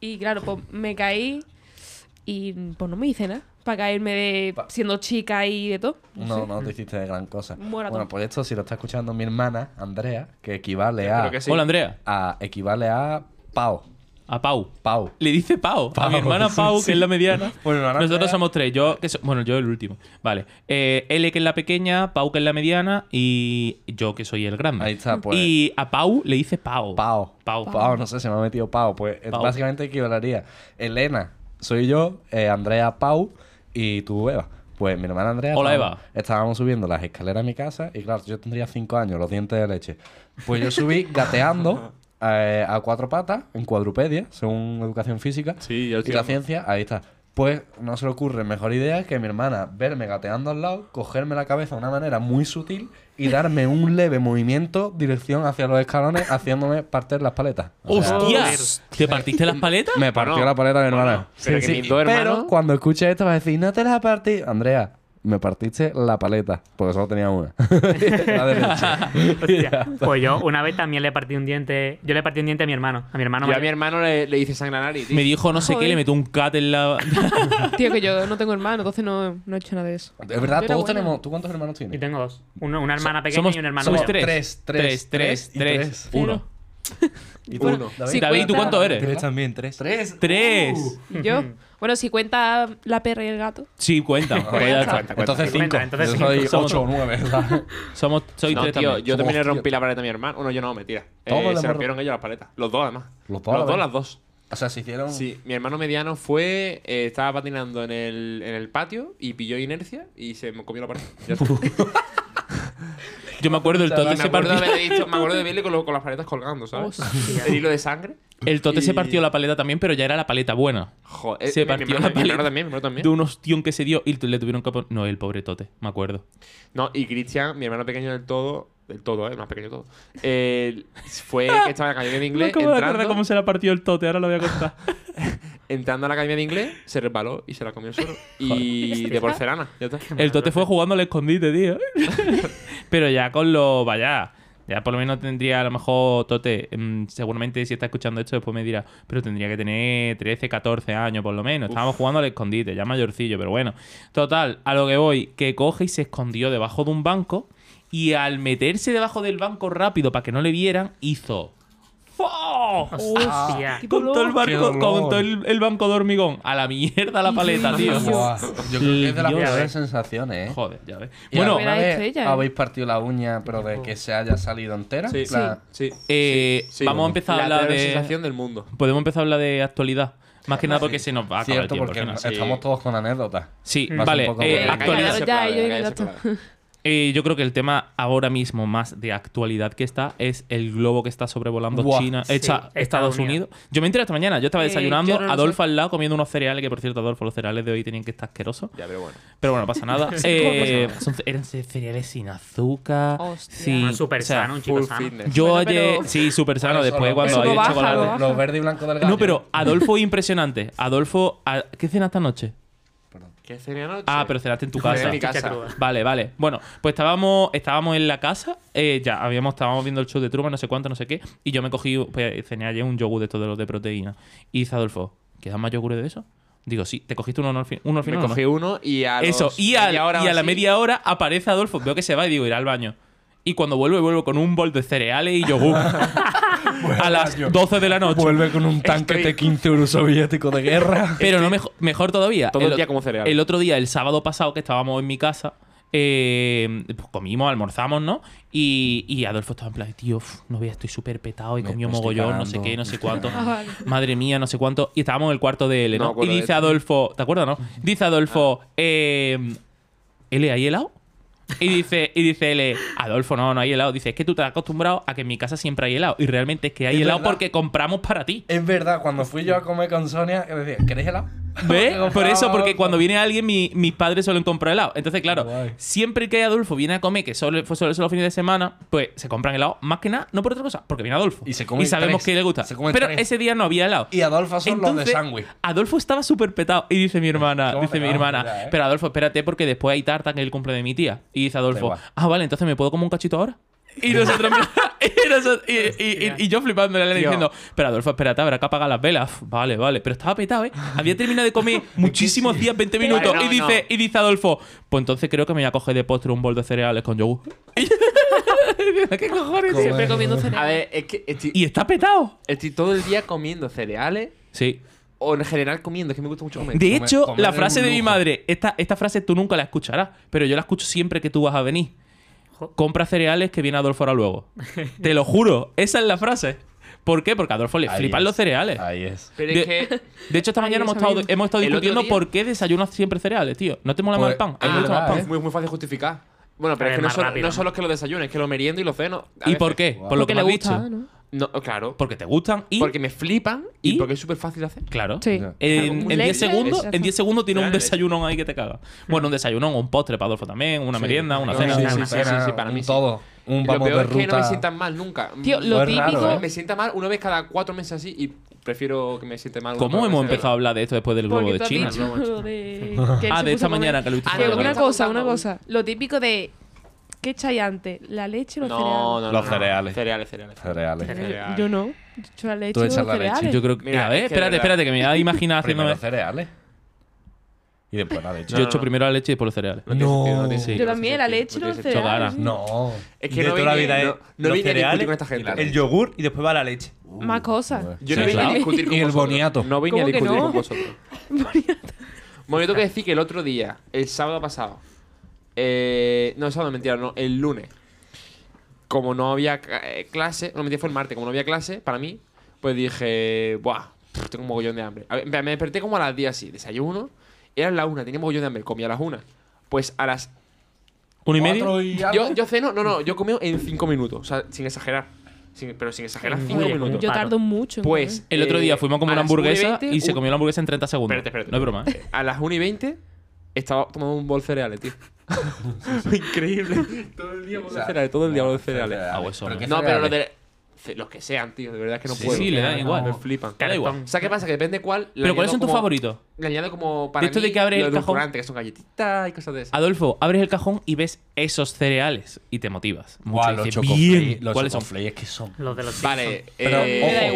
Speaker 4: Y claro, pues me caí y pues no me hice nada para caerme de
Speaker 3: Pa-
Speaker 4: siendo chica y de todo.
Speaker 3: No, no te hiciste de gran cosa.
Speaker 4: Moratón.
Speaker 3: Bueno, pues esto, si lo está escuchando mi hermana, Andrea, que equivale a.
Speaker 1: Creo que sí.
Speaker 5: Hola, Andrea.
Speaker 3: a equivale a Pau.
Speaker 5: A Pau.
Speaker 3: Pau.
Speaker 5: Le dice Pau, a mi
Speaker 3: Pau,
Speaker 5: hermana
Speaker 3: sí,
Speaker 5: Pau,
Speaker 3: sí.
Speaker 5: que es la mediana.
Speaker 3: Bueno, ahora
Speaker 5: Nosotros
Speaker 3: ya-
Speaker 5: somos tres. Yo, que so- bueno, yo el último. Vale. Eh, L, que es la pequeña, Pau, que es la mediana, y yo, que soy el grande.
Speaker 3: Ahí está, pues.
Speaker 5: Y a Pau le dice Pau.
Speaker 3: Pau.
Speaker 5: Pau.
Speaker 3: Pau, no sé, se me ha metido Pau. Pues eh,
Speaker 5: Pau.
Speaker 3: básicamente equivalería. Elena, soy yo, eh, Andrea, Pau y tú, Eva. Pues mi hermana Andrea.
Speaker 5: Hola,
Speaker 3: estábamos-
Speaker 5: Eva.
Speaker 3: Estábamos subiendo las escaleras de mi casa y, claro, yo tendría cinco años, los dientes de leche. Pues yo subí gateando eh, a cuatro patas, en cuadrupedia, según educación física.
Speaker 1: Sí, ya
Speaker 3: Y
Speaker 1: lo
Speaker 3: la ciencia, ahí está. Pues no se le ocurre mejor idea que mi hermana verme gateando al lado, cogerme la cabeza de una manera muy sutil y darme un leve movimiento dirección hacia los escalones, haciéndome partir las paletas. O sea,
Speaker 5: ¡Hostia! ¿Te partiste las paletas?
Speaker 3: me partió
Speaker 1: Bueno,
Speaker 3: la paleta mi hermana.
Speaker 1: pero que mis dos hermanos-
Speaker 3: Pero cuando escuches esto vas a decir, no te las partí. Andrea, me partiste la paleta, porque solo tenía una. La de leche.
Speaker 2: Hostia. Pues yo una vez también le partí un diente. Yo le partí un diente a mi hermano. A mi
Speaker 1: Yo
Speaker 2: hermano.
Speaker 1: a
Speaker 2: mayor.
Speaker 1: mi hermano le, le hice sangre a nariz.
Speaker 5: Me dijo no sé qué,
Speaker 4: Joder.
Speaker 5: le metió un cat en la.
Speaker 4: Tío, que yo no tengo hermano, entonces no, no he hecho nada de eso.
Speaker 3: Es verdad,
Speaker 4: Yo era
Speaker 3: todos
Speaker 4: buena.
Speaker 3: tenemos... ¿Tú cuántos hermanos
Speaker 2: Yo
Speaker 3: tienes?
Speaker 2: tengo dos. Uno- una hermana pequeña
Speaker 5: somos-
Speaker 2: y un hermano
Speaker 5: somos
Speaker 2: mayor.
Speaker 5: tres.
Speaker 3: Tres,
Speaker 5: tres, tres,
Speaker 3: y
Speaker 5: tres. Uno.
Speaker 3: Y
Speaker 1: Uno.
Speaker 4: Sí,
Speaker 5: David, ¿tú
Speaker 4: cuenta.
Speaker 5: cuánto eres?
Speaker 7: Tres también, tres.
Speaker 3: Tres. Uh.
Speaker 5: Tres.
Speaker 4: Yo, bueno, si cuenta la perra y el gato.
Speaker 5: Sí, cuenta. Pues ya está.
Speaker 3: Entonces
Speaker 2: cuenta,
Speaker 3: cinco.
Speaker 2: entonces
Speaker 3: Yo
Speaker 2: cinco.
Speaker 3: soy
Speaker 5: Somos-
Speaker 3: ocho o nueve, ¿verdad?
Speaker 5: Somos, soy
Speaker 1: no,
Speaker 5: tres
Speaker 1: tío,
Speaker 5: también.
Speaker 1: yo también le
Speaker 3: Somos-
Speaker 1: rompí la paleta a mi hermano. Bueno, yo no, mentira. Eh,
Speaker 3: Todos le
Speaker 1: se
Speaker 3: hemos
Speaker 1: rompieron ellos las paletas. Los dos, además.
Speaker 3: Los dos, a ver.
Speaker 1: las dos.
Speaker 3: O sea, se
Speaker 5: Ah.
Speaker 3: hicieron...
Speaker 1: Sí, mi hermano mediano fue, eh, estaba patinando en el, en el patio y pilló inercia y se me comió la paleta. Ya está.
Speaker 5: Yo me acuerdo el
Speaker 3: Me
Speaker 5: tote
Speaker 1: me,
Speaker 5: se
Speaker 1: acuerdo de
Speaker 5: partió.
Speaker 1: haberle dicho- me acuerdo de verle con, lo- con las paletas colgando, ¿sabes? El hilo de sangre.
Speaker 5: El tote se
Speaker 1: Y-
Speaker 5: partió la paleta también, pero ya era la paleta buena.
Speaker 1: Joder,
Speaker 5: Se
Speaker 1: mi- mi
Speaker 5: partió
Speaker 1: hermano- mi
Speaker 5: la
Speaker 1: hermano
Speaker 5: paleta.
Speaker 1: también, mi hermano también.
Speaker 5: De un ostión que se dio y le tuvieron que poner. No, el pobre tote, me acuerdo.
Speaker 1: No, y Cristian, mi hermano pequeño del todo, del todo, ¿eh? Más pequeño del todo, eh, fue que estaba en la academia de
Speaker 5: No
Speaker 1: inglés,
Speaker 5: acabo de acordar
Speaker 1: entrando,
Speaker 5: cómo se la partió el tote, ahora lo voy a contar.
Speaker 1: entrando a la academia de inglés, se resbaló y se la comió solo. y de porcelana, ya está.
Speaker 5: El tote fue jugando al escondite, tío. Pero ya con lo. Vaya. Ya por lo menos tendría, a lo mejor, Tote, mm, seguramente si está escuchando esto después me dirá, pero tendría que tener 13, 14 años por lo menos. Estábamos jugando al escondite, ya mayorcillo, pero bueno. Total, a lo que voy, que coge y se escondió debajo de un banco y al meterse debajo del banco rápido para que no le vieran, hizo... ¡Fo!
Speaker 2: Hostia.
Speaker 4: Tipo
Speaker 5: Con todo el
Speaker 4: loco.
Speaker 5: barco,
Speaker 3: Qué dolor.
Speaker 5: con todo el, el banco de hormigón. A la mierda la paleta, tío.
Speaker 3: Buah, Yo creo que es de las
Speaker 5: Dios.
Speaker 3: peores sensaciones, ¿eh?
Speaker 5: Joder, ya ves.
Speaker 3: Y
Speaker 5: Bueno,
Speaker 3: alguna
Speaker 4: Era
Speaker 3: vez
Speaker 4: estrella, ¿eh?
Speaker 3: habéis partido la uña, pero de que se haya salido entera.
Speaker 1: Sí,
Speaker 3: En plan,
Speaker 1: sí.
Speaker 5: eh,
Speaker 1: sí.
Speaker 5: vamos a empezar a
Speaker 1: la
Speaker 5: hablar
Speaker 1: peor
Speaker 5: de...
Speaker 1: sensación del mundo.
Speaker 5: Podemos empezar a hablar de actualidad. Más que nada porque
Speaker 3: sí.
Speaker 5: se nos va a acabar el
Speaker 3: Cierto,
Speaker 5: tiempo,
Speaker 3: porque
Speaker 5: al final.
Speaker 1: sí.
Speaker 3: estamos todos con anécdotas.
Speaker 5: Sí,
Speaker 3: Mm.
Speaker 5: vale.
Speaker 3: Más un poco
Speaker 5: eh,
Speaker 3: de-
Speaker 5: actualidad.
Speaker 4: Ya, ya, yo
Speaker 1: ya
Speaker 4: ya
Speaker 1: se
Speaker 4: está.
Speaker 1: clave.
Speaker 5: Eh, yo creo que el tema ahora mismo más de actualidad que está es el globo que está sobrevolando
Speaker 3: Buah,
Speaker 5: China,
Speaker 2: sí,
Speaker 5: hecha-
Speaker 2: Estados
Speaker 5: Estados Unidos.
Speaker 2: Unidos.
Speaker 5: Yo me enteré esta mañana. Yo estaba
Speaker 4: Eh,
Speaker 5: desayunando,
Speaker 4: yo no lo
Speaker 5: Adolfo
Speaker 4: sé.
Speaker 5: al lado comiendo unos cereales, que por cierto, Adolfo, los cereales de hoy tenían que estar asquerosos.
Speaker 1: Ya, pero bueno.
Speaker 5: Pero bueno, no pasa nada. Eh, son- eran cereales sin azúcar.
Speaker 4: Hostia.
Speaker 5: sin-
Speaker 2: Ah, súper
Speaker 5: Mm, o sea,
Speaker 2: sano, un chico
Speaker 1: Full
Speaker 2: sano.
Speaker 1: fitness.
Speaker 5: Yo
Speaker 4: Bueno,
Speaker 5: ayer,
Speaker 4: pero-
Speaker 5: sí, súper sano,
Speaker 3: Eso,
Speaker 5: después
Speaker 3: lo-
Speaker 5: cuando
Speaker 3: eso
Speaker 5: hay
Speaker 4: lo baja,
Speaker 5: chocolate.
Speaker 4: lo baja.
Speaker 3: Los verdes y blancos del gallo.
Speaker 5: No, pero Adolfo es impresionante. Adolfo, ¿a- ¿qué cena esta noche?
Speaker 1: ¿Qué cené anoche?
Speaker 5: Ah, pero cenaste en tu
Speaker 1: Cené
Speaker 5: casa.
Speaker 1: en mi casa.
Speaker 2: Chacruda.
Speaker 5: Vale, vale. Bueno, pues estábamos, estábamos en la casa, eh, ya habíamos, estábamos viendo el show de Truman, no sé cuánto, no sé qué, y yo me cogí, pues cené ayer un yogur de estos de los de proteína. Y dice Adolfo, ¿quedan más yogur de eso? Digo, sí, te cogiste uno al fin- uno al
Speaker 1: Me
Speaker 5: final. o no?".
Speaker 1: cogí uno y a los
Speaker 5: Eso, y, al-
Speaker 1: media hora
Speaker 5: y
Speaker 1: o
Speaker 5: a la
Speaker 1: así,
Speaker 5: media hora aparece Adolfo, veo que se va y digo, irá al baño. Y cuando vuelve, vuelve con un bol de cereales y yogur. a las 12 de la noche.
Speaker 3: Vuelve con un tanque
Speaker 1: Estoy-
Speaker 3: de 15 euros soviético de guerra.
Speaker 5: Pero no mejo- mejor todavía.
Speaker 1: Todo el
Speaker 5: o-
Speaker 1: día como cereal.
Speaker 5: El otro día, el sábado pasado, que estábamos en mi casa, eh, pues comimos, almorzamos, ¿no? Y, y Adolfo estaba en plan, tío, uf, no veas, estoy súper petado y
Speaker 3: Me-
Speaker 5: comió
Speaker 3: me estoy
Speaker 5: mogollón, no sé
Speaker 3: cagando,
Speaker 5: qué, no
Speaker 3: me
Speaker 5: sé
Speaker 3: estoy
Speaker 5: cuánto.
Speaker 4: Ah, vale.
Speaker 5: Madre mía, no sé cuánto. Y estábamos en el cuarto de L,
Speaker 1: No me
Speaker 5: ¿no?
Speaker 1: acuerdo
Speaker 5: y
Speaker 1: de
Speaker 5: dice
Speaker 1: esto.
Speaker 3: Ah.
Speaker 5: Adolfo, ¿te acuerdas, no? Dice Adolfo, eh, ¿L hay helado? Y dice, y dice él, Adolfo, no, no hay helado. Dice, es que tú te has acostumbrado a que en mi casa siempre hay helado. Y realmente es que hay
Speaker 3: Es
Speaker 5: helado
Speaker 3: verdad.
Speaker 5: porque compramos para ti.
Speaker 3: Es verdad, cuando fui yo a comer con Sonia, me decía, ¿queréis helado?
Speaker 5: ¿Ves?
Speaker 3: Porque compraba
Speaker 5: Por eso, porque
Speaker 3: Adolfo.
Speaker 5: cuando viene alguien, mi- mis padres suelen comprar helado. Entonces, claro,
Speaker 3: Guay.
Speaker 5: siempre que Adolfo viene a comer, que solo fue solo, solo fines de semana, pues se compran helado. Más que nada, no por otra cosa, porque viene Adolfo.
Speaker 3: Y se come tres.
Speaker 5: sabemos que le gusta.
Speaker 3: Se come
Speaker 5: Pero
Speaker 3: tres.
Speaker 5: ese día no había helado.
Speaker 3: Y Adolfo son los de
Speaker 5: Entonces,
Speaker 3: sándwich.
Speaker 5: Adolfo estaba súper petado. Y dice mi hermana,
Speaker 3: ¿Cómo
Speaker 5: dice mi
Speaker 3: petado?
Speaker 5: hermana,
Speaker 3: Ya, ¿eh?
Speaker 5: pero Adolfo, espérate porque después hay tarta que es el cumple de mi tía. Y dice Adolfo,
Speaker 3: igual.
Speaker 5: ah, vale, entonces me puedo comer un cachito ahora. Y nosotros, y, nosotros- y, y- y- y yo flipando le diciendo, pero Adolfo, espérate, habrá que apagar las velas. Uf, Vale, vale. Pero estaba petado, ¿eh? Había terminado de comer muchísimos días, 20 minutos.
Speaker 2: Pero
Speaker 5: y
Speaker 2: no,
Speaker 5: dice, y dice Adolfo, pues entonces creo que me voy a coger de postre un bol de cereales con yogur. ¿Qué cojones? tío?
Speaker 4: Siempre comiendo
Speaker 1: A
Speaker 4: cereal.
Speaker 1: ver, es que estoy,
Speaker 5: Y está petado.
Speaker 1: estoy todo el día comiendo cereales
Speaker 5: Sí.
Speaker 1: o en general comiendo, es que me gusta mucho comer.
Speaker 5: De
Speaker 3: Comer-
Speaker 5: hecho,
Speaker 3: comer
Speaker 5: la
Speaker 3: es
Speaker 5: frase
Speaker 3: un
Speaker 5: de mi
Speaker 3: lujo.
Speaker 5: madre, esta, esta frase tú nunca la escucharás, pero yo la escucho siempre que tú vas a venir.
Speaker 2: Jo.
Speaker 5: Compra cereales que viene Adolfo ahora luego. Te lo juro, esa es la frase. ¿Por qué? Porque a Adolfo le
Speaker 3: Ahí
Speaker 5: flipan
Speaker 3: es.
Speaker 5: los cereales.
Speaker 3: Ahí es.
Speaker 1: Pero
Speaker 5: de-
Speaker 1: es que
Speaker 5: De hecho, esta
Speaker 4: Ahí
Speaker 5: mañana
Speaker 4: es,
Speaker 5: hemos estado,
Speaker 4: amigo.
Speaker 5: hemos estado
Speaker 1: El otro
Speaker 5: discutiendo
Speaker 1: día-
Speaker 5: por qué desayunas siempre cereales, tío. ¿No te mola más
Speaker 3: Pues-
Speaker 5: el pan? A mí
Speaker 3: Ah,
Speaker 5: me gusta más el
Speaker 3: ¿eh?
Speaker 1: es
Speaker 5: pan.
Speaker 1: muy, muy fácil justificar. Bueno, pero
Speaker 2: Es
Speaker 1: es que no
Speaker 2: más
Speaker 1: solo,
Speaker 2: rápido,
Speaker 1: no
Speaker 2: ¿no?
Speaker 1: solo es que lo desayuno, es que lo meriendo y lo ceno. a
Speaker 5: ¿Y
Speaker 1: veces.
Speaker 5: por qué? Por lo que me has dicho.
Speaker 4: ¿no?
Speaker 1: No, claro.
Speaker 5: Porque te gustan y...
Speaker 1: Porque me flipan y,
Speaker 5: ¿Y?
Speaker 1: porque es súper fácil de hacer.
Speaker 5: Claro.
Speaker 4: Sí.
Speaker 3: Ya.
Speaker 5: En, en
Speaker 1: Leche,
Speaker 5: 10 segundos,
Speaker 4: leche.
Speaker 5: en 10 segundos tiene un
Speaker 1: Claro, leche.
Speaker 5: desayuno ahí que te caga. Bueno, un desayuno, un postre para Adolfo también, una
Speaker 1: Sí.
Speaker 5: merienda, una
Speaker 3: Ah,
Speaker 1: Sí,
Speaker 5: cena.
Speaker 1: sí,
Speaker 2: sí,
Speaker 1: sí, sí, para mí
Speaker 3: un
Speaker 1: sí.
Speaker 3: todo. Un
Speaker 1: Lo
Speaker 3: vamos de
Speaker 1: peor es que no me
Speaker 3: ruta.
Speaker 1: sientan mal nunca.
Speaker 4: Tío, lo
Speaker 5: Pues
Speaker 3: es raro,
Speaker 4: típico.
Speaker 3: ¿eh?
Speaker 1: Me sienta mal una vez cada cuatro meses así y prefiero que me siente mal. una
Speaker 5: ¿Cómo
Speaker 1: otra
Speaker 5: hemos
Speaker 1: vez.
Speaker 5: empezado a hablar de esto después del globo
Speaker 4: Porque
Speaker 5: de
Speaker 4: tú has
Speaker 5: China?
Speaker 1: China,
Speaker 4: dicho
Speaker 1: ¿no?
Speaker 4: lo de. que él
Speaker 5: Ah,
Speaker 4: se puso
Speaker 5: de esta
Speaker 4: a
Speaker 5: mañana
Speaker 4: comer.
Speaker 5: que lo he visto.
Speaker 1: Ah,
Speaker 4: Que
Speaker 1: no,
Speaker 4: una
Speaker 1: no.
Speaker 4: cosa, una cosa. Lo típico de. ¿Qué echáis antes? ¿La leche o los
Speaker 1: No, no, no,
Speaker 3: Los
Speaker 1: no.
Speaker 3: cereales.
Speaker 1: Cereales, cereales.
Speaker 3: Cereales.
Speaker 4: cereales?
Speaker 1: cereales.
Speaker 4: Yo no. Yo echo la leche
Speaker 3: Tú
Speaker 4: o
Speaker 3: echas
Speaker 4: los
Speaker 3: la leche,
Speaker 4: cereales.
Speaker 5: Yo creo que.
Speaker 1: Mira,
Speaker 5: a ver,
Speaker 1: es que de
Speaker 5: espérate,
Speaker 1: verdad.
Speaker 5: espérate, que me voy a imaginar
Speaker 3: Primero
Speaker 5: haciéndome.
Speaker 3: los cereales. Y después la leche.
Speaker 5: Yo he hecho primero la leche y después los
Speaker 1: No,
Speaker 5: cereales.
Speaker 1: tiene sentido, no tiene
Speaker 5: Sí.
Speaker 1: sentido,
Speaker 4: Yo
Speaker 1: no
Speaker 4: también,
Speaker 1: tiene
Speaker 4: la
Speaker 1: sentido,
Speaker 4: leche y
Speaker 1: no
Speaker 4: los
Speaker 1: tiene sentido.
Speaker 4: cereales.
Speaker 3: No.
Speaker 1: Es que
Speaker 7: de
Speaker 1: no
Speaker 7: toda la
Speaker 1: vine-
Speaker 7: vida
Speaker 1: no-
Speaker 7: es
Speaker 1: no
Speaker 7: los
Speaker 1: vine a discutir
Speaker 7: cereales,
Speaker 1: con esta gente.
Speaker 7: el yogur y después va la leche.
Speaker 4: Mm. Más cosas.
Speaker 1: Yo
Speaker 5: Sí,
Speaker 1: no vine
Speaker 5: claro.
Speaker 1: a discutir con
Speaker 3: Y el
Speaker 1: vosotros.
Speaker 3: boniato.
Speaker 1: No vine a
Speaker 4: ¿Cómo que
Speaker 1: discutir
Speaker 4: no?
Speaker 1: con vosotros. Bueno, yo tengo que decir que el otro día, el sábado pasado, eh, no, el sábado, mentira, no, el lunes, como no había ca- eh, clase, no, mentira, fue el martes, como no había clase, para mí, pues dije, buah, pff, tengo un mogollón de hambre. A ver, me desperté como a las 10 así, desayuno, eran las 1, tenía mogollón de hambre, comí a las 1. Pues a las
Speaker 5: ¿Uno y medio?
Speaker 3: Cuatro y
Speaker 1: yo,
Speaker 3: algo.
Speaker 1: yo ceno, no, no, yo comí en 5 minutos, o sea, sin exagerar. Sin- pero sin exagerar, 5
Speaker 2: Oye,
Speaker 1: minutos.
Speaker 4: Yo
Speaker 2: Paro.
Speaker 4: tardo mucho. en
Speaker 1: Pues.
Speaker 5: El otro día
Speaker 1: eh,
Speaker 5: fuimos a comer una
Speaker 1: las 1
Speaker 5: hamburguesa
Speaker 1: 20,
Speaker 5: y se
Speaker 1: un-
Speaker 5: comió la hamburguesa en 30 segundos.
Speaker 1: Espérate, espérate.
Speaker 5: No es broma. ¿eh?
Speaker 1: A las 1 y 20 estaba tomando un bol de cereales, tío. Increíble. todo el día bol de cereales, todo el día bol de cereales.
Speaker 5: Ah, pues eso,
Speaker 3: ¿Pero
Speaker 5: ¿no?
Speaker 3: qué
Speaker 1: No, pero los,
Speaker 3: cereales?
Speaker 1: de, ce- los que sean, tío, de verdad es que no
Speaker 5: Sí,
Speaker 1: puedo.
Speaker 5: sí, le da igual.
Speaker 1: Me flipan.
Speaker 5: Da igual.
Speaker 1: O sea, ¿qué pasa? Que depende cuál. le
Speaker 5: ¿Pero
Speaker 1: añado
Speaker 5: cuáles son tus
Speaker 1: como-
Speaker 5: favoritos?
Speaker 1: Le añado como para
Speaker 5: De esto
Speaker 1: mí
Speaker 5: de que abres
Speaker 1: lo
Speaker 5: el cajón. Ah,
Speaker 1: edulcorante, que son galletitas y cosas de esas.
Speaker 5: Adolfo, abres el cajón y ves esos cereales y te motivas. Mucho.
Speaker 3: Buah,
Speaker 5: Y
Speaker 3: los
Speaker 5: dices,
Speaker 3: chocoflakes.
Speaker 5: bien.
Speaker 3: Los
Speaker 5: ¿Cuáles son?
Speaker 3: chocoflakes que son
Speaker 2: Los de los
Speaker 1: Vale,
Speaker 3: Pero,
Speaker 1: eh,
Speaker 3: ojo. Me da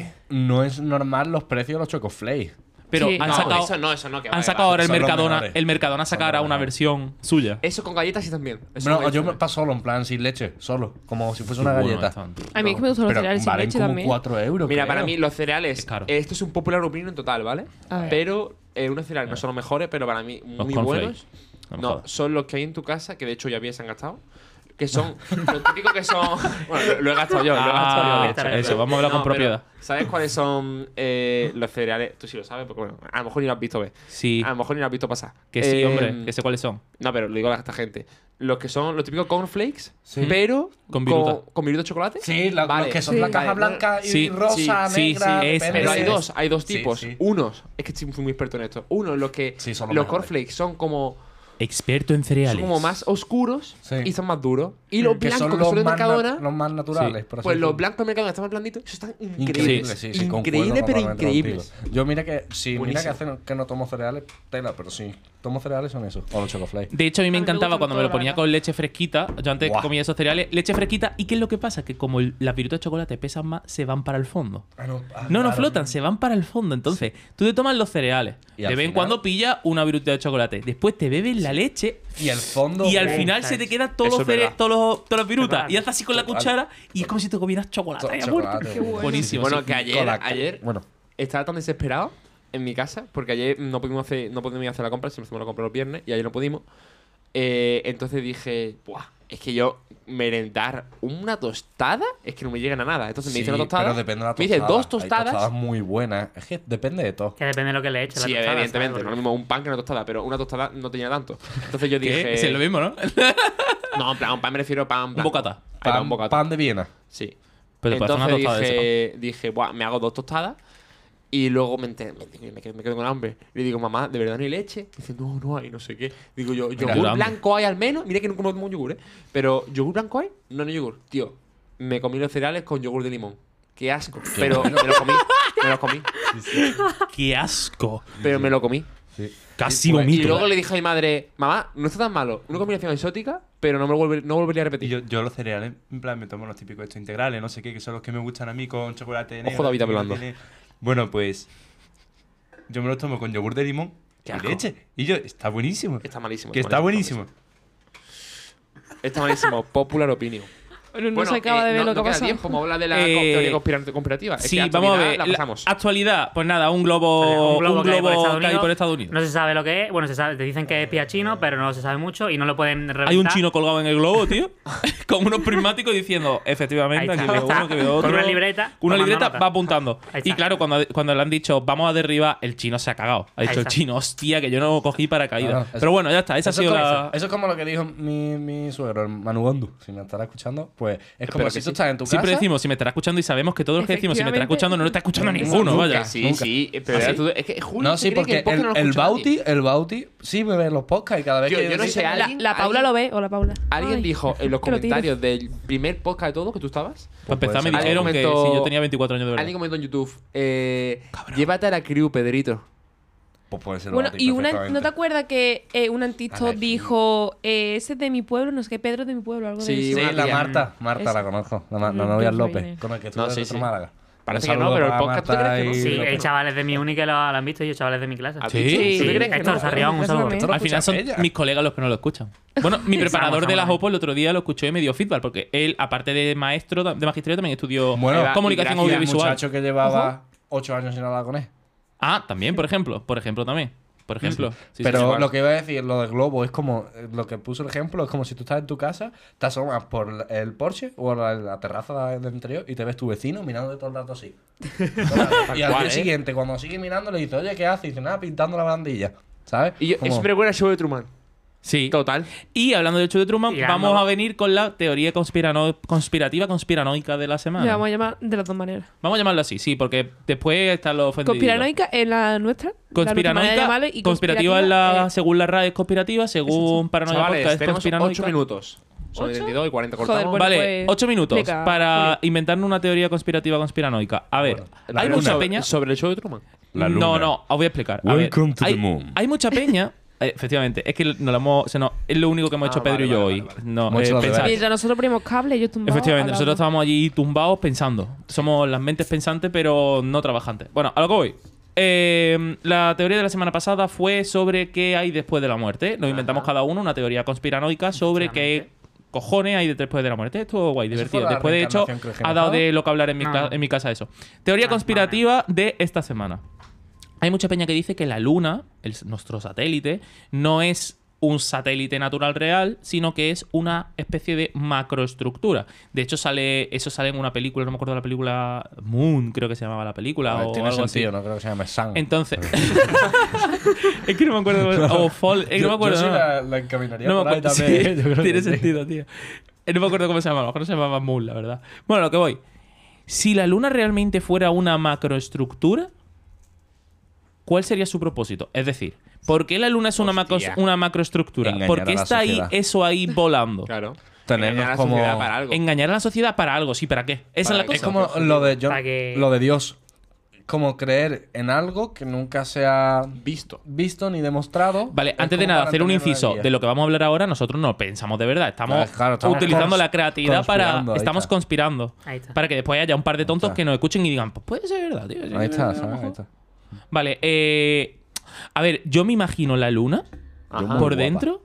Speaker 4: igual.
Speaker 3: No es normal los precios de los chocoflakes.
Speaker 5: Pero
Speaker 4: Sí.
Speaker 5: han
Speaker 1: No,
Speaker 5: sacado,
Speaker 1: eso no, eso no. Que va,
Speaker 5: han
Speaker 1: que
Speaker 5: sacado
Speaker 1: va.
Speaker 5: ahora el
Speaker 3: Son los
Speaker 5: Mercadona.
Speaker 3: mejores.
Speaker 5: El Mercadona
Speaker 3: Son los
Speaker 5: sacará una
Speaker 3: mejores.
Speaker 5: versión suya.
Speaker 1: Eso con galletas sí también. Eso
Speaker 3: Bueno,
Speaker 1: con galletas
Speaker 3: yo me
Speaker 1: también.
Speaker 3: paso solo, en plan, sin leche, solo. Como si fuese una
Speaker 5: Bueno,
Speaker 3: galleta.
Speaker 5: están-
Speaker 4: plan- A mí es que me gustan los
Speaker 3: pero
Speaker 4: cereales sin
Speaker 3: valen
Speaker 4: leche
Speaker 3: como
Speaker 4: también.
Speaker 3: 4 euros.
Speaker 1: Mira,
Speaker 3: creo.
Speaker 1: para mí los cereales.
Speaker 5: Es caro.
Speaker 1: Esto es un popular opinion en total, ¿vale?
Speaker 4: A ver.
Speaker 1: Pero eh, unos cereales no son los mejores, pero para mí muy
Speaker 5: cornflakes.
Speaker 1: buenos.
Speaker 5: No me
Speaker 1: No,
Speaker 5: jodas.
Speaker 1: son los que hay en tu casa, que de hecho ya había se han gastado. Que son los típicos que son. Bueno, lo, lo he gastado yo, lo he gastado yo.
Speaker 5: Ah,
Speaker 1: de hecho.
Speaker 5: eso, vamos a hablar con
Speaker 1: pero,
Speaker 5: propiedad.
Speaker 1: ¿Sabes cuáles son eh, los cereales? Tú sí lo sabes, porque bueno, a lo mejor ni lo has visto ver.
Speaker 5: Sí,
Speaker 1: A lo mejor ni lo has visto pasar.
Speaker 5: que sí,
Speaker 1: Eh,
Speaker 5: hombre. Que sé cuáles son.
Speaker 1: No, pero lo digo a esta gente. Los que son los típicos cornflakes, pero
Speaker 5: Con viruta.
Speaker 1: con, con viruta de chocolate.
Speaker 3: Sí, la-
Speaker 1: Vale.
Speaker 3: los que son
Speaker 4: Sí.
Speaker 3: la caja
Speaker 1: Vale,
Speaker 3: blanca y
Speaker 5: sí,
Speaker 3: rosa,
Speaker 5: sí, sí,
Speaker 3: negra.
Speaker 5: sí, es-
Speaker 3: depende.
Speaker 1: Pero hay
Speaker 5: Sí.
Speaker 1: dos, hay dos
Speaker 3: Sí,
Speaker 1: tipos.
Speaker 3: sí.
Speaker 1: Unos, es que sí fui muy experto en esto. Uno, los que
Speaker 3: Sí, son los
Speaker 1: los
Speaker 3: mejores.
Speaker 1: cornflakes son como,
Speaker 5: Experto en cereales.
Speaker 1: son como más oscuros
Speaker 3: Sí.
Speaker 1: y son más duros. Y los
Speaker 3: Que
Speaker 1: blancos
Speaker 3: son
Speaker 1: que
Speaker 3: los
Speaker 1: son de
Speaker 3: más, na-
Speaker 1: Mercadona,
Speaker 3: los más naturales.
Speaker 5: Sí.
Speaker 3: por así
Speaker 1: pues los
Speaker 3: decirlo.
Speaker 1: blancos de Mercadona están más blanditos, esos están
Speaker 3: Increíble,
Speaker 1: increíbles.
Speaker 3: sí, sí, concuerdo
Speaker 1: increíbles, pero
Speaker 3: totalmente
Speaker 1: increíbles.
Speaker 3: contigo. Yo mira que, sí, mira que,
Speaker 1: Buenísimo.
Speaker 3: hacen, que no tomo cereales, tela, pero sí, tomo cereales son esos, o los chocoflakes.
Speaker 5: De hecho, a mí me
Speaker 4: A mí me
Speaker 5: encantaba
Speaker 4: gustan
Speaker 5: cuando me
Speaker 4: todos,
Speaker 5: lo
Speaker 4: la
Speaker 5: ponía
Speaker 4: verdad.
Speaker 5: con leche fresquita. Yo antes
Speaker 3: Buah.
Speaker 5: comía esos cereales, leche fresquita. ¿Y qué es lo que pasa? Que como el- las virutas de chocolate pesan más, se van para el fondo.
Speaker 3: Ah, no, ah,
Speaker 5: No, no
Speaker 3: claro.
Speaker 5: flotan, se van para el fondo. Entonces, tú te tomas los cereales.
Speaker 3: Y
Speaker 5: de
Speaker 3: al
Speaker 5: vez en
Speaker 3: final-
Speaker 5: cuando pilla una viruta de chocolate. Después te bebes la leche.
Speaker 3: Y al fondo...
Speaker 5: Y al
Speaker 3: uh,
Speaker 5: final se te quedan todos los
Speaker 1: Eso es
Speaker 5: cere-
Speaker 1: verdad.
Speaker 5: todos los- todas las virutas.
Speaker 2: Total.
Speaker 5: Y haces así con la
Speaker 3: Total.
Speaker 5: cuchara y es como si te comieras chocolate.
Speaker 3: cho-
Speaker 5: ahí a muerte.
Speaker 3: chocolate.
Speaker 4: bueno.
Speaker 5: Buenísimo.
Speaker 1: Bueno,
Speaker 5: sí.
Speaker 1: que ayer,
Speaker 3: Con la-
Speaker 1: ayer
Speaker 3: Bueno,
Speaker 1: estaba tan desesperado en mi casa, porque ayer no pudimos hacer, no pudimos ir a hacer la compra, siempre hacemos la compra los viernes, y ayer no pudimos. Eh, entonces dije, ¡buah! es que yo merendar una tostada es que no me llegan a nada. Entonces me dice
Speaker 3: Sí,
Speaker 1: una tostada.
Speaker 3: Pero depende de la
Speaker 1: Me
Speaker 3: tostada.
Speaker 1: dice dos
Speaker 3: Hay
Speaker 1: tostadas.
Speaker 3: tostadas muy buenas. Es que depende de todo.
Speaker 2: Que depende de lo que le eches. la
Speaker 1: sí,
Speaker 2: tostada,
Speaker 1: evidentemente.
Speaker 2: ¿sabes?
Speaker 1: No es lo mismo un pan que una tostada, pero una tostada no tenía tanto. Entonces yo dije.
Speaker 5: ¿Qué? Sí, es lo mismo, ¿no?
Speaker 1: No, en plan, un pan me refiero a pan.
Speaker 5: Un
Speaker 1: blanco.
Speaker 5: bocata.
Speaker 1: Ahí va,
Speaker 3: Pan,
Speaker 1: un bocata.
Speaker 3: pan de Viena.
Speaker 1: Sí.
Speaker 5: Pero te pasa una
Speaker 1: Entonces
Speaker 5: tostada de
Speaker 1: dije,
Speaker 5: ese
Speaker 1: dije Buah, me hago dos tostadas. Y luego me, enter- me, digo, me quedo, me quedo con hambre. Le digo, mamá, ¿de verdad no hay leche? Dice, no, no hay, no sé qué. Digo yo,
Speaker 5: Mira,
Speaker 1: ¿yogur
Speaker 5: hambre.
Speaker 1: blanco hay al menos? Mira que nunca me tomo un yogur, ¿eh? Pero, ¿yogur blanco hay? No, no hay yogur. Tío, me comí los cereales con yogur de limón. Qué asco. pero me lo comí, me lo comí.
Speaker 5: pan. ¡Ah! ¡Qué asco!
Speaker 1: Pero me lo comí.
Speaker 3: Sí.
Speaker 5: Casi
Speaker 3: Y- pues,
Speaker 1: Y
Speaker 5: vomito.
Speaker 1: luego le dije a mi madre, mamá, no está tan malo. Una combinación exótica, pero no, me volver- no volvería a
Speaker 7: Y
Speaker 1: repetir.
Speaker 7: yo, yo los cereales, en plan, me tomo los típicos estos integrales, no sé qué, que son los que me gustan a mí con chocolate negro.
Speaker 1: David
Speaker 7: que
Speaker 1: hablando.
Speaker 7: tiene- Bueno, pues yo me los tomo con yogur de limón
Speaker 1: Qué
Speaker 7: y
Speaker 1: asco.
Speaker 7: leche. Y yo, está buenísimo.
Speaker 1: Está malísimo.
Speaker 7: que está buenísimo.
Speaker 1: Está malísimo. Popular opinion.
Speaker 4: Bueno, no
Speaker 1: Bueno,
Speaker 4: se acaba
Speaker 1: eh,
Speaker 4: de ver
Speaker 1: no,
Speaker 4: lo que
Speaker 1: no
Speaker 4: ha
Speaker 1: queda
Speaker 4: pasado.
Speaker 1: tiempo, vamos a hablar de la
Speaker 5: Eh,
Speaker 1: co- teoría conspirante- conspirativa. Es
Speaker 5: Sí,
Speaker 1: que
Speaker 5: vamos a ver.
Speaker 1: La
Speaker 5: la
Speaker 1: pasamos.
Speaker 5: actualidad, pues nada, un globo,
Speaker 2: Eh, Un globo, que hay por Estados
Speaker 5: que hay
Speaker 2: Unidos.
Speaker 5: por Estados Unidos.
Speaker 2: No se sabe lo que es. Bueno, se sabe, te dicen que es espía chino, pero no se sabe mucho y no lo pueden reventar.
Speaker 5: Hay un chino colgado en el globo, tío, con unos prismáticos diciendo,
Speaker 2: Ahí
Speaker 5: efectivamente,
Speaker 2: está.
Speaker 5: aquí veo
Speaker 2: Está.
Speaker 5: uno, aquí veo otro.
Speaker 2: Con una libreta,
Speaker 5: Con una
Speaker 2: tomando
Speaker 5: libreta
Speaker 2: nota.
Speaker 5: va apuntando.
Speaker 2: Ahí
Speaker 5: Y
Speaker 2: está.
Speaker 5: claro, cuando, cuando le han dicho, vamos a derribar, el chino se ha cagado. Ha
Speaker 2: Ahí
Speaker 5: dicho el
Speaker 2: está.
Speaker 5: chino, hostia, que yo no cogí
Speaker 3: Ah,
Speaker 5: paracaídas.
Speaker 3: eso-
Speaker 5: Pero bueno, ya está, esa ha
Speaker 3: Eso es,
Speaker 5: sido
Speaker 3: como,
Speaker 5: la...
Speaker 3: eso es como lo que dijo mi, mi suegro, el Manu Gondu. Si me estará escuchando, pues es como
Speaker 1: que
Speaker 3: si tú
Speaker 1: sí.
Speaker 3: estás en tu casa.
Speaker 5: Siempre decimos, si me estará escuchando y sabemos que todos los que decimos, si me estará
Speaker 4: Efectivamente.
Speaker 5: escuchando, no lo está escuchando
Speaker 4: Nunca,
Speaker 5: ninguno,
Speaker 1: Nunca,
Speaker 5: vaya.
Speaker 1: sí,
Speaker 3: nunca.
Speaker 1: sí. Pero
Speaker 5: ¿Ah,
Speaker 1: era
Speaker 5: sí?
Speaker 1: todo- es que Julio
Speaker 3: No,
Speaker 1: se cree
Speaker 3: sí,
Speaker 1: que
Speaker 3: porque
Speaker 1: el, podcast
Speaker 3: el,
Speaker 1: no lo
Speaker 3: el
Speaker 1: escucha nadie.
Speaker 3: Bauti, el Bauti, sí me ve los podcasts y cada vez
Speaker 1: Tío,
Speaker 3: que
Speaker 1: yo no
Speaker 3: digo-
Speaker 1: sé,
Speaker 4: La,
Speaker 1: alguien-
Speaker 4: la Paula
Speaker 1: alguien-
Speaker 4: lo ve. Hola, Paula.
Speaker 1: Alguien
Speaker 4: Ay,
Speaker 1: dijo en los
Speaker 4: que lo tiro.
Speaker 1: comentarios del primer podcast de todo que tú estabas.
Speaker 5: Para
Speaker 3: Pues
Speaker 5: empezar, me
Speaker 1: Alguien
Speaker 5: dijeron que
Speaker 1: comentó-
Speaker 5: si yo tenía 24 años de
Speaker 1: Alguien
Speaker 5: verdad.
Speaker 1: comentó en YouTube. Eh, llévate a la crew, Pedrito.
Speaker 3: Pues puede ser
Speaker 4: Bueno,
Speaker 3: Bauti,
Speaker 4: y una,
Speaker 3: perfectamente.
Speaker 4: ¿no te acuerdas que eh, un antisto
Speaker 3: Ana, sí.
Speaker 4: dijo, eh, ese es de mi pueblo, no sé qué, Pedro es de mi pueblo, algo
Speaker 1: Sí,
Speaker 4: de
Speaker 3: Sí,
Speaker 4: eso?
Speaker 1: una
Speaker 3: la
Speaker 1: tía.
Speaker 3: Marta, Marta
Speaker 4: Esa.
Speaker 3: la conozco, la, ma- la
Speaker 4: Mm,
Speaker 3: novia
Speaker 4: qué
Speaker 3: López,
Speaker 4: fine.
Speaker 3: con el que estuve
Speaker 1: No,
Speaker 3: en
Speaker 1: sí,
Speaker 3: otro
Speaker 1: sí.
Speaker 3: Málaga.
Speaker 1: Parece
Speaker 3: Un
Speaker 1: que no,
Speaker 3: saludo
Speaker 1: pero el
Speaker 3: para
Speaker 1: podcast, ¿tú
Speaker 3: Marta
Speaker 1: crees que no?
Speaker 3: y
Speaker 2: Sí,
Speaker 3: López.
Speaker 2: hay chavales de mi uni que lo, lo han visto y yo chavales de mi clase.
Speaker 1: ¿Has
Speaker 5: Sí.
Speaker 1: visto?
Speaker 5: Sí.
Speaker 1: ¿Tú te crees que
Speaker 2: Héctor
Speaker 1: no?
Speaker 2: Sarrión, un
Speaker 4: Eso
Speaker 2: saludo.
Speaker 4: también.
Speaker 3: lo
Speaker 5: Al final
Speaker 3: escuchas
Speaker 5: son
Speaker 3: ella?
Speaker 5: mis colegas los que no lo escuchan. Bueno, mi preparador
Speaker 2: Estamos,
Speaker 5: de la
Speaker 2: estamos.
Speaker 5: JOPO el otro día lo escuchó y me dio feedback, porque él, aparte de maestro de magisterio, también estudió eh,
Speaker 3: Bueno,
Speaker 1: Eva,
Speaker 5: comunicación
Speaker 1: y gracias,
Speaker 3: El
Speaker 5: audiovisual.
Speaker 3: muchacho que llevaba ocho años sin hablar con él.
Speaker 5: Ah, también, por ejemplo. Por ejemplo, también. Por ejemplo. Sí, sí,
Speaker 3: Pero
Speaker 5: sí.
Speaker 3: lo que iba a decir, lo del globo, es como eh, lo que puso el ejemplo, es como si tú estás en tu casa, te asomas por la- el porche o la, la terraza del interior y te ves tu vecino mirando todo el rato así. Todo el rato. y al
Speaker 1: cual,
Speaker 3: día
Speaker 1: ¿eh?
Speaker 3: siguiente, cuando sigue mirando, le dice, oye, ¿qué haces? Y dice, nada, pintando la bandilla. ¿Sabes?
Speaker 1: Y yo-
Speaker 3: Como-
Speaker 1: eso me recuerda al show de Truman.
Speaker 5: Sí.
Speaker 1: Total.
Speaker 5: Y hablando del show de Truman,
Speaker 2: Y
Speaker 5: vamos
Speaker 2: hablando-
Speaker 5: a venir con la teoría conspirano- conspirativa conspiranoica de la semana.
Speaker 4: Le vamos a llamar de las dos maneras.
Speaker 5: Vamos a llamarlo así, sí, porque después están los ofendidos.
Speaker 4: Conspiranoica es la nuestra.
Speaker 5: Conspiranoica, conspirativa es
Speaker 4: eh.
Speaker 5: la, según la radio es conspirativa, según Paranoia
Speaker 1: Chavales,
Speaker 5: Podcast es
Speaker 1: tenemos
Speaker 5: conspiranoica.
Speaker 1: 8 minutos. Son
Speaker 4: ¿Ocho?
Speaker 1: 22 y 40
Speaker 4: Joder,
Speaker 1: cortamos.
Speaker 4: bueno.
Speaker 5: vale,
Speaker 4: pues,
Speaker 5: 8 minutos
Speaker 4: explica,
Speaker 5: para
Speaker 4: Julio.
Speaker 5: inventarnos una teoría conspirativa conspiranoica. A ver,
Speaker 3: la
Speaker 5: pues, hay
Speaker 3: luna.
Speaker 5: mucha
Speaker 1: sobre,
Speaker 5: peña.
Speaker 1: sobre el show de Truman.
Speaker 7: La
Speaker 5: No,
Speaker 7: luna.
Speaker 5: no, os voy a explicar. A ver,
Speaker 7: Welcome to the
Speaker 5: hay,
Speaker 7: moon.
Speaker 5: hay mucha peña. eh, Efectivamente, es que no la hemos, se nos- es lo único que hemos
Speaker 1: Ah,
Speaker 5: hecho Pedro
Speaker 1: vale,
Speaker 5: y yo
Speaker 1: vale,
Speaker 5: hoy.
Speaker 1: vale, vale.
Speaker 5: No, eh,
Speaker 3: Hemos hecho los
Speaker 5: pensar.
Speaker 3: deberes.
Speaker 4: Mientras nosotros primamos cables, yo tumbaba.
Speaker 5: Efectivamente, nosotros estábamos allí tumbados pensando. Somos las mentes pensantes, pero no trabajantes. Bueno, a lo que voy. Eh, la teoría de la semana pasada fue sobre qué hay después de la muerte. Nos inventamos cada uno una teoría conspiranoica sobre qué cojones hay después de la muerte. Esto guay, divertido.
Speaker 3: fue la
Speaker 5: Después de hecho,
Speaker 3: reencarnación que
Speaker 5: ha dado
Speaker 3: dijimos, Ah.
Speaker 5: de lo que hablar en mi,
Speaker 2: No,
Speaker 5: cla-
Speaker 2: no.
Speaker 5: en mi casa eso. Teoría
Speaker 2: No,
Speaker 5: conspirativa de esta semana. Hay mucha peña que dice que la Luna, el- nuestro satélite, no es un satélite natural real, sino que es una especie de macroestructura. De hecho, sale eso sale en una película, no me acuerdo de la película Moon, creo que se llamaba la película.
Speaker 3: Pues
Speaker 5: o
Speaker 3: tiene
Speaker 5: algo
Speaker 3: sentido,
Speaker 5: así.
Speaker 3: no creo que se llame San.
Speaker 5: Entonces, es que no me acuerdo. O Fall, es
Speaker 3: Yo-
Speaker 5: que Eh, no me acuerdo.
Speaker 3: Yo, sí
Speaker 5: no.
Speaker 3: la, la encaminaría
Speaker 5: No me
Speaker 3: por ahí
Speaker 5: acuerdo.
Speaker 3: también. ¿eh?
Speaker 5: Sí,
Speaker 3: Yo creo que
Speaker 5: tiene
Speaker 3: sí.
Speaker 5: sentido, tío. Eh, No me acuerdo cómo se llamaba. A lo mejor se llamaba Moon, la verdad. Bueno, lo que voy. Si la luna realmente fuera una macroestructura, ¿cuál sería su propósito? Es decir, ¿por qué la luna es una, macro-
Speaker 1: Hostia.
Speaker 5: una macroestructura?
Speaker 3: Engañar
Speaker 5: ¿Por
Speaker 3: a
Speaker 5: qué
Speaker 3: la
Speaker 5: está ahí
Speaker 3: sociedad.
Speaker 5: eso ahí volando?
Speaker 1: Claro.
Speaker 3: Tenemos
Speaker 1: Engañar a la
Speaker 3: como-
Speaker 1: sociedad para algo.
Speaker 5: Engañar a la sociedad para algo, sí, ¿para qué? Esa
Speaker 1: Para
Speaker 5: es la
Speaker 1: que-
Speaker 5: cosa.
Speaker 3: Es como lo de, yo,
Speaker 2: Para que-
Speaker 3: lo de Dios. Como creer en algo que nunca se ha
Speaker 1: Visto.
Speaker 3: visto ni demostrado.
Speaker 5: Vale,
Speaker 3: Es
Speaker 5: antes de
Speaker 3: como
Speaker 5: nada,
Speaker 3: para
Speaker 5: hacer un
Speaker 3: tener una
Speaker 5: inciso
Speaker 3: guía.
Speaker 5: de lo que vamos a hablar ahora, nosotros no pensamos de verdad. Estamos,
Speaker 3: Claro, claro, estamos
Speaker 5: utilizando
Speaker 3: cons-
Speaker 5: la creatividad para.
Speaker 3: conspirando, ahí
Speaker 5: Estamos
Speaker 3: está.
Speaker 5: conspirando.
Speaker 2: Ahí está.
Speaker 5: Para que después haya un par de tontos
Speaker 3: está.
Speaker 5: que nos escuchen y digan, pues puede ser verdad, tío. sí,
Speaker 3: Ahí
Speaker 5: a
Speaker 3: está,
Speaker 5: lo
Speaker 3: ¿sabes?
Speaker 5: mejor".
Speaker 3: Ahí está.
Speaker 5: Vale, eh, a ver, yo me imagino la luna
Speaker 1: Ajá.
Speaker 3: muy
Speaker 5: por
Speaker 3: guapa.
Speaker 5: dentro,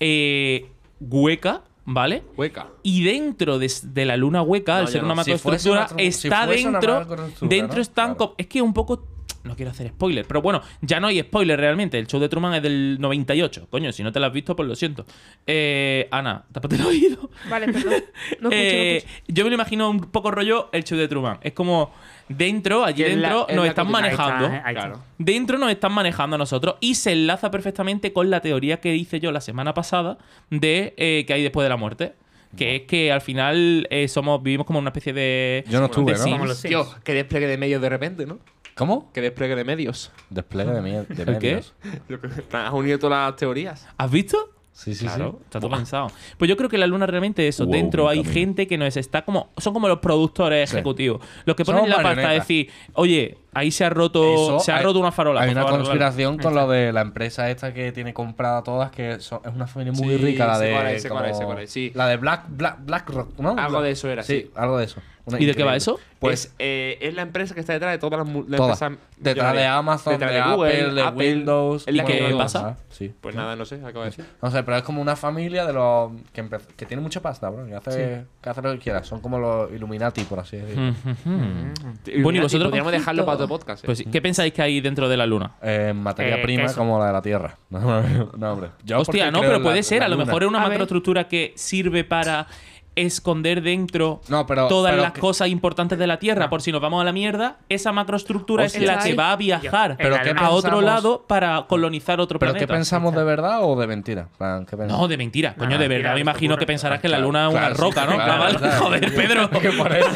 Speaker 5: eh, hueca, ¿vale?
Speaker 1: Hueca.
Speaker 5: Y dentro de, de la luna hueca, al
Speaker 1: No,
Speaker 5: ser
Speaker 1: yo
Speaker 5: una
Speaker 1: no.
Speaker 3: Si fuese
Speaker 5: macroestructura,
Speaker 3: una macro- si
Speaker 5: está
Speaker 3: fuese una
Speaker 5: dentro.
Speaker 3: macroestructura,
Speaker 5: dentro
Speaker 3: ¿no?
Speaker 5: están.
Speaker 3: Claro.
Speaker 5: co- Es que un poco. No quiero hacer spoiler, pero bueno, ya no hay spoiler realmente. El show de Truman es del 98. Coño, si no te lo has visto, pues lo siento. Eh, Ana, tápate el oído.
Speaker 4: Vale, perdón. No escucho, no
Speaker 5: Eh,
Speaker 4: escucho.
Speaker 5: Yo me lo imagino un poco rollo el show de Truman. Es como dentro, allí
Speaker 1: Que es la-
Speaker 5: dentro,
Speaker 1: es
Speaker 5: nos
Speaker 1: la
Speaker 5: están
Speaker 1: continuidad.
Speaker 5: manejando.
Speaker 2: Ahí está, ahí está.
Speaker 1: Claro.
Speaker 5: Dentro nos están manejando a nosotros y se enlaza perfectamente con la teoría que hice yo la semana pasada de eh, que hay después de la muerte. Que es que al final eh, somos vivimos como una especie de.
Speaker 3: Yo no estuve,
Speaker 5: de
Speaker 3: ¿no?
Speaker 5: Sims.
Speaker 2: Como los Sims.
Speaker 1: Tío, que despliegue de medios de repente, ¿no?
Speaker 3: ¿Cómo?
Speaker 1: Que despliegue de medios.
Speaker 3: Despliegue de, mie- de
Speaker 5: ¿El qué?
Speaker 3: medios.
Speaker 1: Yo creo que Has unido todas las teorías.
Speaker 5: ¿Has visto?
Speaker 3: Sí, sí,
Speaker 5: Claro,
Speaker 3: sí.
Speaker 5: está todo pensado. Pues yo creo que la luna realmente es eso.
Speaker 3: Wow,
Speaker 5: Dentro hay
Speaker 3: también.
Speaker 5: gente que nos está como. Son como los productores
Speaker 3: Sí.
Speaker 5: ejecutivos. Los que
Speaker 3: Somos
Speaker 5: ponen la pasta a
Speaker 3: marionetas.
Speaker 5: decir, oye, ahí se ha roto.
Speaker 3: Eso,
Speaker 5: se ha
Speaker 3: hay-
Speaker 5: roto una farola.
Speaker 3: Hay
Speaker 5: por
Speaker 3: una
Speaker 5: favor, arreglala".
Speaker 3: conspiración con lo de la empresa esta que tiene comprada todas, que son- es una familia muy
Speaker 1: Sí,
Speaker 3: rica, la
Speaker 1: sé
Speaker 3: de.
Speaker 1: cuál es, sé cuál es, sé
Speaker 3: como-
Speaker 1: cuál es, sí.
Speaker 3: La de Black, Black, BlackRock, ¿no?
Speaker 1: Algo de eso era, sí.
Speaker 3: algo de eso. Una
Speaker 5: ¿Y de qué
Speaker 3: increíble.
Speaker 5: va eso?
Speaker 3: Pues
Speaker 1: es, eh, es la empresa que está detrás de todas las, mu- las
Speaker 3: Todas.
Speaker 1: empresas
Speaker 3: Detrás de
Speaker 1: millonarias.
Speaker 3: Amazon,
Speaker 1: Detrás
Speaker 3: de, Apple, de Windows.
Speaker 1: Es la
Speaker 5: bueno,
Speaker 1: que
Speaker 5: todo.
Speaker 1: pasa.
Speaker 5: pasa?
Speaker 3: Ah, sí.
Speaker 1: Pues nada, no sé, acabo de decir.
Speaker 3: No sé, pero es como una familia de los que, empe- que tiene mucha pasta, bro. Que hace, que hace lo que quiera. Son como los Illuminati, por así decirlo.
Speaker 5: Mm.
Speaker 1: Illuminati,
Speaker 5: vosotros,
Speaker 1: Podríamos
Speaker 5: conflicto.
Speaker 1: dejarlo para otro podcast. eh.
Speaker 5: Pues sí, ¿Qué pensáis que hay dentro de la luna?
Speaker 3: Eh, materia
Speaker 2: Eh,
Speaker 3: prima
Speaker 2: queso.
Speaker 3: como la de la Tierra. No, no, hombre. Yo
Speaker 5: Hostia,
Speaker 3: porque
Speaker 5: no,
Speaker 3: creo
Speaker 5: pero
Speaker 3: en la-
Speaker 5: puede ser.
Speaker 3: la
Speaker 5: A lo
Speaker 3: luna.
Speaker 5: mejor es una
Speaker 4: A ver.
Speaker 5: macroestructura que sirve para esconder dentro
Speaker 3: No, pero-
Speaker 5: todas
Speaker 3: pero
Speaker 5: las
Speaker 3: que-
Speaker 5: cosas importantes de la Tierra. Por si nos vamos a la mierda, esa macroestructura es
Speaker 3: Hostia.
Speaker 5: la que
Speaker 4: Ay.
Speaker 5: va a viajar
Speaker 2: Pero
Speaker 5: a
Speaker 2: ¿qué
Speaker 5: otro
Speaker 3: pensamos?
Speaker 5: lado para colonizar otro
Speaker 3: ¿Pero
Speaker 5: planeta.
Speaker 3: qué pensamos de verdad o de mentira? En plan, ¿qué pensamos?
Speaker 5: No, de mentira, coño,
Speaker 2: no,
Speaker 5: de
Speaker 2: mentira,
Speaker 5: verdad. Me
Speaker 2: no se
Speaker 5: imagino
Speaker 2: ocurre.
Speaker 5: que pensarás que la luna es una
Speaker 3: Claro, sí,
Speaker 5: roca, ¿no?
Speaker 3: claro,
Speaker 5: Chaval,
Speaker 3: claro.
Speaker 5: Joder, Pedro.
Speaker 3: Es que por eso.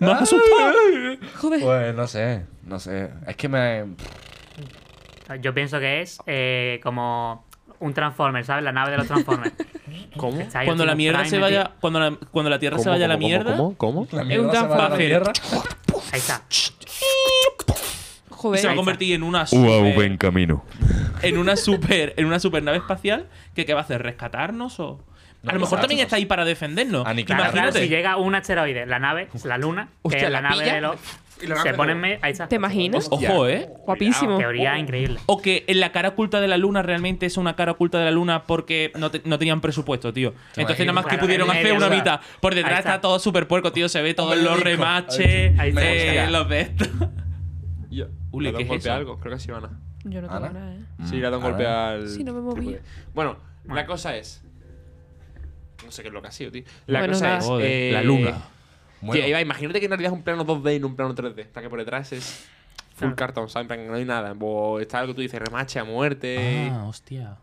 Speaker 5: ¿No has asustado?
Speaker 4: Joder.
Speaker 3: Pues no sé, no sé. Es que me.
Speaker 2: Yo pienso que es eh, como un Transformer, ¿sabes? La nave de los Transformers.
Speaker 1: ¿Cómo?
Speaker 2: Está ahí
Speaker 5: Cuando la
Speaker 2: Optimus
Speaker 5: mierda
Speaker 2: Prime
Speaker 5: se
Speaker 2: metido.
Speaker 5: vaya. Cuando la, cuando la Tierra se
Speaker 1: ¿Cómo,
Speaker 5: vaya a la
Speaker 1: cómo, cómo,
Speaker 5: mierda.
Speaker 1: ¿Cómo? ¿Cómo?
Speaker 3: La mierda
Speaker 5: un
Speaker 3: se va a la
Speaker 5: transfer.
Speaker 3: Tierra.
Speaker 2: Ahí está.
Speaker 5: y
Speaker 4: Joder.
Speaker 5: se va a
Speaker 2: Ahí
Speaker 5: convertir en una
Speaker 8: UAV
Speaker 5: super,
Speaker 8: en camino.
Speaker 5: en una super en una supernave espacial que qué va a hacer rescatarnos o a lo mejor
Speaker 3: exacto.
Speaker 5: también está ahí para defendernos
Speaker 3: Aniquilar.
Speaker 2: Claro, claro,
Speaker 5: imagínate
Speaker 2: si llega un asteroide, la nave, la luna, que
Speaker 1: Hostia,
Speaker 2: es la,
Speaker 1: ¿la
Speaker 2: nave
Speaker 1: pilla?
Speaker 2: de los.
Speaker 1: la
Speaker 2: Se
Speaker 1: nave
Speaker 2: pone en
Speaker 1: no.
Speaker 2: medio. Ahí está.
Speaker 4: ¿Te imaginas?
Speaker 5: ojo eh
Speaker 4: Guapísimo.
Speaker 2: Teoría increíble.
Speaker 5: o que en la cara oculta de la luna realmente es una cara oculta de la luna porque no, te- no tenían presupuesto tío entonces nada más que
Speaker 2: Claro,
Speaker 5: pudieron
Speaker 2: en
Speaker 5: hacer
Speaker 2: medio,
Speaker 5: una
Speaker 2: o sea,
Speaker 5: mitad por detrás
Speaker 2: ahí
Speaker 5: está.
Speaker 2: está.
Speaker 5: todo super puerco tío se ve todos los
Speaker 3: Hombre, rico.
Speaker 5: remaches
Speaker 2: Ahí está.
Speaker 5: eh,
Speaker 2: Hostia.
Speaker 5: los de estos
Speaker 1: Ya.
Speaker 5: Uli,
Speaker 1: Le ha dado
Speaker 5: ¿qué
Speaker 1: un
Speaker 5: es
Speaker 1: golpe
Speaker 5: eso?
Speaker 1: a algo, creo que sí, Ana.
Speaker 4: Yo no tengo
Speaker 3: Ana.
Speaker 4: nada, ¿eh?
Speaker 1: Sí, le ha dado un
Speaker 3: a
Speaker 1: golpe
Speaker 3: ver.
Speaker 1: al.
Speaker 4: Sí, no me moví.
Speaker 1: trípode. Bueno, la
Speaker 2: Bueno.
Speaker 1: cosa es. No sé qué es lo que ha sido, tío. La
Speaker 4: Bueno,
Speaker 1: cosa
Speaker 4: nada.
Speaker 1: es.
Speaker 5: Joder,
Speaker 1: eh,
Speaker 5: la luna.
Speaker 1: Tío, Ibai, imagínate que en realidad es un plano 2D y no un plano 3D. O sea, que por detrás es full
Speaker 2: Claro.
Speaker 1: cartón, ¿sabes? En plan, que no hay nada. Bo, está algo que tú dices, remache a muerte.
Speaker 5: Ah, hostia.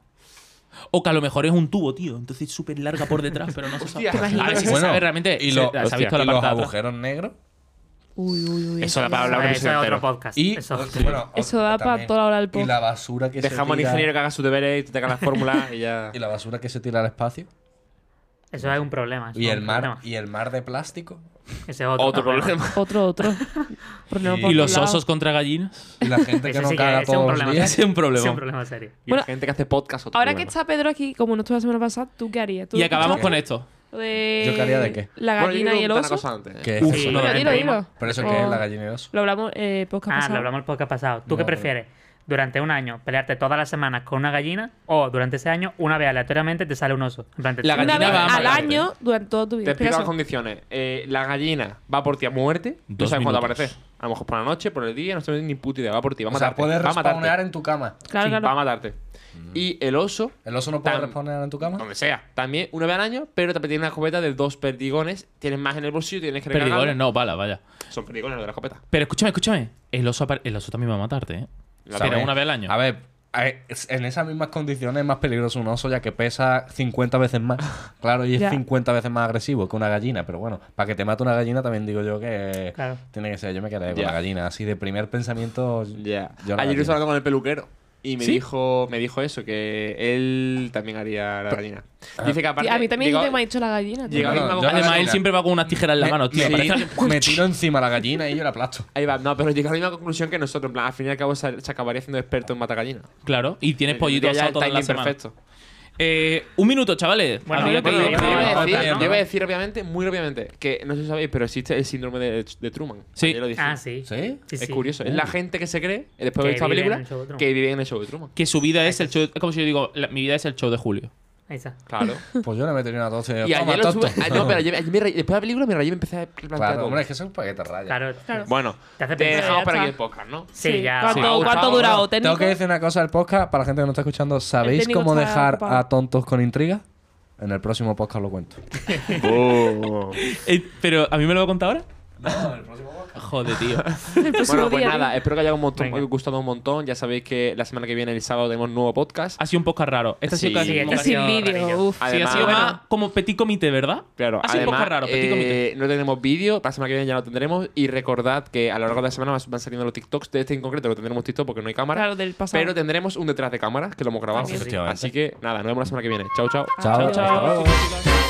Speaker 5: O que a lo mejor es un tubo, tío. Entonces súper larga por detrás, pero no se sabe.
Speaker 1: Hostia. ¿Te
Speaker 5: A ver si se
Speaker 3: Bueno,
Speaker 5: sabe realmente.
Speaker 3: y
Speaker 5: se-
Speaker 3: lo-
Speaker 5: se, ha
Speaker 1: hostia,
Speaker 5: visto la
Speaker 3: y los
Speaker 5: parte de atrás.
Speaker 3: agujeros negros.
Speaker 4: Uy, uy, uy.
Speaker 1: Eso la
Speaker 4: da-
Speaker 1: palabra
Speaker 2: Eso es
Speaker 1: entero.
Speaker 2: otro podcast.
Speaker 3: Y,
Speaker 2: Eso.
Speaker 3: bueno,
Speaker 4: Eso da
Speaker 3: también.
Speaker 4: para toda la hora del
Speaker 3: Y
Speaker 4: podcast.
Speaker 3: la basura que
Speaker 1: Dejamos
Speaker 3: se
Speaker 1: al
Speaker 3: tira.
Speaker 1: ingeniero que haga sus deberes y te haga las fórmulas y ya.
Speaker 3: Y la basura que se tira al espacio.
Speaker 2: Eso es un problema. eso
Speaker 3: Y
Speaker 2: es
Speaker 3: el
Speaker 2: un
Speaker 3: mar.
Speaker 2: problema.
Speaker 3: Y el mar de plástico.
Speaker 2: Ese es otro,
Speaker 1: Otro problema.
Speaker 4: Otro, otro. Problema
Speaker 3: Y-
Speaker 4: por
Speaker 5: Y los
Speaker 4: otro lado.
Speaker 5: osos contra gallinas.
Speaker 3: Y la gente que
Speaker 2: Ese
Speaker 3: no
Speaker 2: sí que ese
Speaker 3: caga
Speaker 2: es un
Speaker 3: todos los
Speaker 2: problema. ¿eh?
Speaker 3: días.
Speaker 5: Ese es un
Speaker 2: Ese Es un
Speaker 5: problema.
Speaker 2: problema serio.
Speaker 1: Y
Speaker 4: Bueno,
Speaker 1: la gente que hace podcast. otro
Speaker 4: Ahora que
Speaker 1: problema.
Speaker 4: está Pedro aquí, como no estuvo la semana pasada, ¿tú qué harías? ¿Tú
Speaker 5: Y
Speaker 4: qué
Speaker 5: acabamos
Speaker 4: harías?
Speaker 5: con esto.
Speaker 4: Lo de
Speaker 3: ¿Yo qué haría de qué?
Speaker 4: La
Speaker 1: Bueno, yo
Speaker 4: gallina
Speaker 1: quiero
Speaker 4: y el
Speaker 1: preguntar una
Speaker 4: oso.
Speaker 1: cosa antes, eh.
Speaker 3: ¿Qué es
Speaker 5: Uf,
Speaker 3: eso?
Speaker 5: no,
Speaker 4: Dilo,
Speaker 5: lo
Speaker 4: dilo,
Speaker 2: entendimos.
Speaker 4: dilo.
Speaker 3: Pero eso
Speaker 4: O-
Speaker 3: que es la gallineros.
Speaker 4: Lo hablamos eh, podcast
Speaker 2: Ah,
Speaker 4: pasado.
Speaker 2: lo hablamos el podcast pasado. ¿Tú
Speaker 3: No.
Speaker 2: qué prefieres? Durante un año, pelearte todas las semanas con una gallina o durante ese año, una vez aleatoriamente te sale un oso. En plan, te-
Speaker 5: La
Speaker 4: Una
Speaker 5: gallina
Speaker 4: vez
Speaker 5: va a
Speaker 4: al
Speaker 5: matarte.
Speaker 4: año durante toda tu
Speaker 1: Te
Speaker 4: vida.
Speaker 1: explico
Speaker 4: Espera,
Speaker 1: las condiciones. Eh, la gallina va por ti a muerte. No
Speaker 5: Dos
Speaker 1: sabes cuándo va a
Speaker 5: minutos.
Speaker 1: aparecer. A lo mejor por la noche, por el día, no sabes ni puta idea. Va por ti, va a
Speaker 3: O
Speaker 1: matarte.
Speaker 3: sea, puedes
Speaker 1: va a
Speaker 3: respawnear
Speaker 1: matarte.
Speaker 3: eso en tu cama.
Speaker 4: Claro,
Speaker 1: Sí, Va a
Speaker 4: claro.
Speaker 1: matarte.
Speaker 5: Mm.
Speaker 1: Y el oso,
Speaker 3: ¿El oso no puede
Speaker 1: Tan-
Speaker 3: respawnear en tu cama?
Speaker 1: donde sea, también una vez al año, pero te tiene una escopeta de dos perdigones. Tienes más en el bolsillo, tienes que regalarlo.
Speaker 5: Perdigones, no, bala, vaya.
Speaker 1: Son perdigones los de la escopeta.
Speaker 5: Pero escúchame, escúchame. El oso, apar- el oso también va a matarte, ¿eh?
Speaker 1: La
Speaker 5: Pero
Speaker 1: verdad.
Speaker 5: una vez al año.
Speaker 3: A ver, a- es- en esas mismas condiciones es más peligroso un oso ya que pesa 50 veces más. Claro, y es
Speaker 4: Ya.
Speaker 3: 50 veces más agresivo que una gallina, pero bueno, para que te mate una gallina también digo yo que
Speaker 2: Claro.
Speaker 3: tiene que ser, yo me quedaré con
Speaker 1: Ya.
Speaker 3: la gallina, así de primer pensamiento.
Speaker 1: Ya.
Speaker 3: yo la
Speaker 1: Ayer estuve
Speaker 3: gallina.
Speaker 1: hablando con el peluquero y me
Speaker 5: ¿Sí?
Speaker 1: dijo me dijo eso, que él también haría la gallina.
Speaker 5: Ah.
Speaker 1: Dice que aparte.
Speaker 4: Sí, a mí también
Speaker 1: llegó-
Speaker 4: te me ha dicho la gallina. tío.
Speaker 1: llegó a la
Speaker 3: No,
Speaker 1: misma
Speaker 3: yo-
Speaker 1: conclusión-
Speaker 5: Además, él
Speaker 3: gallina.
Speaker 5: siempre va con unas tijeras en la mano, tío.
Speaker 3: me,
Speaker 5: Parece-
Speaker 3: tiro, me tiro encima a la gallina y yo la aplasto.
Speaker 1: Ahí va, no, pero llegó a la misma conclusión que nosotros. En plan, al fin y al cabo se, se acabaría haciendo experto en matagallina.
Speaker 5: Claro, y tienes pollito
Speaker 1: Tendría Eh, ya
Speaker 5: asado
Speaker 1: el
Speaker 5: todas las
Speaker 1: timing
Speaker 5: semanas.
Speaker 1: perfecto.
Speaker 5: Eh, un minuto, chavales.
Speaker 2: Bueno,
Speaker 5: Había
Speaker 2: yo
Speaker 5: que-
Speaker 2: creo que-
Speaker 1: Bueno, yo
Speaker 2: sí,
Speaker 1: iba a
Speaker 2: vamos,
Speaker 1: decir-
Speaker 2: ¿no?
Speaker 1: yo iba a decir rápidamente, muy rápidamente, que no sé si sabéis, pero existe el síndrome de, de Truman.
Speaker 5: Sí.
Speaker 1: Ayer lo dije.
Speaker 2: Ah, sí.
Speaker 3: ¿Sí?
Speaker 2: Sí,
Speaker 1: Es
Speaker 2: sí.
Speaker 1: curioso. Es la gente que se cree, eh, después de
Speaker 2: Que
Speaker 1: esta
Speaker 2: vive en
Speaker 1: película,
Speaker 2: el show de Truman.
Speaker 1: que vive en el show de Truman.
Speaker 5: que su vida es el show. Es como si yo digo, la- mi vida es el show de Julio.
Speaker 2: Ahí está.
Speaker 1: Claro.
Speaker 3: Pues yo le metería una 12.
Speaker 1: Y
Speaker 3: Toma,
Speaker 1: ayer lo
Speaker 3: tonto.
Speaker 1: sube. ah, no, pero ayer, ayer me rayé- después de la película me rayé y me empecé a plantear
Speaker 3: Claro,
Speaker 1: todo.
Speaker 3: hombre, es que eso es un paquete raya.
Speaker 2: Claro.
Speaker 1: Bueno,
Speaker 2: Te hace
Speaker 1: te
Speaker 2: pensar.
Speaker 1: dejamos
Speaker 4: Ya
Speaker 1: para aquí
Speaker 4: está.
Speaker 1: el podcast, ¿no?
Speaker 2: Sí, ya.
Speaker 4: ¿Cuánto,
Speaker 1: Sí, ha gustado,
Speaker 4: cuánto ha durado? ¿Técnico?
Speaker 3: Tengo que decir una cosa del podcast para la gente que no está escuchando. ¿Sabéis
Speaker 4: técnico
Speaker 3: cómo
Speaker 4: está
Speaker 3: dejar
Speaker 4: ocupado.
Speaker 3: a tontos con intriga? En el próximo podcast lo cuento.
Speaker 4: Ah,
Speaker 5: Eh, pero ¿a mí me lo va a contar ahora? Joder, tío.
Speaker 4: El próximo
Speaker 1: Bueno, pues
Speaker 4: día,
Speaker 1: nada,
Speaker 4: ¿no?
Speaker 1: espero que haya un montón,
Speaker 2: Venga.
Speaker 1: os haya gustado un montón. Ya sabéis que la semana que viene, el sábado, tenemos nuevo podcast.
Speaker 5: Ha sido un podcast raro. Este
Speaker 1: Sí.
Speaker 5: ha sido casi
Speaker 2: Sí,
Speaker 5: como
Speaker 2: este
Speaker 4: Está
Speaker 5: casi-
Speaker 2: ha
Speaker 4: sin
Speaker 2: sido rarillo.
Speaker 4: vídeo. Uf.
Speaker 5: Sí, ha
Speaker 1: Además-
Speaker 5: sido más como petit comité, ¿verdad?
Speaker 1: Claro,
Speaker 5: ha sido un
Speaker 1: además,
Speaker 5: podcast raro, petit comité.
Speaker 1: eh, no tenemos vídeo, la semana que viene ya lo tendremos. Y recordad que a lo largo de la semana vas- van saliendo los TikToks. De este en concreto no tendremos TikTok porque no hay cámara.
Speaker 4: Claro, del pasado.
Speaker 1: pero
Speaker 5: Ah,
Speaker 1: tendremos un detrás de cámaras que lo hemos grabado.
Speaker 4: También.
Speaker 1: Así que nada, nos vemos la semana que viene. Chao, chao.
Speaker 3: Chao,
Speaker 4: Chao,
Speaker 3: chao.
Speaker 4: chao.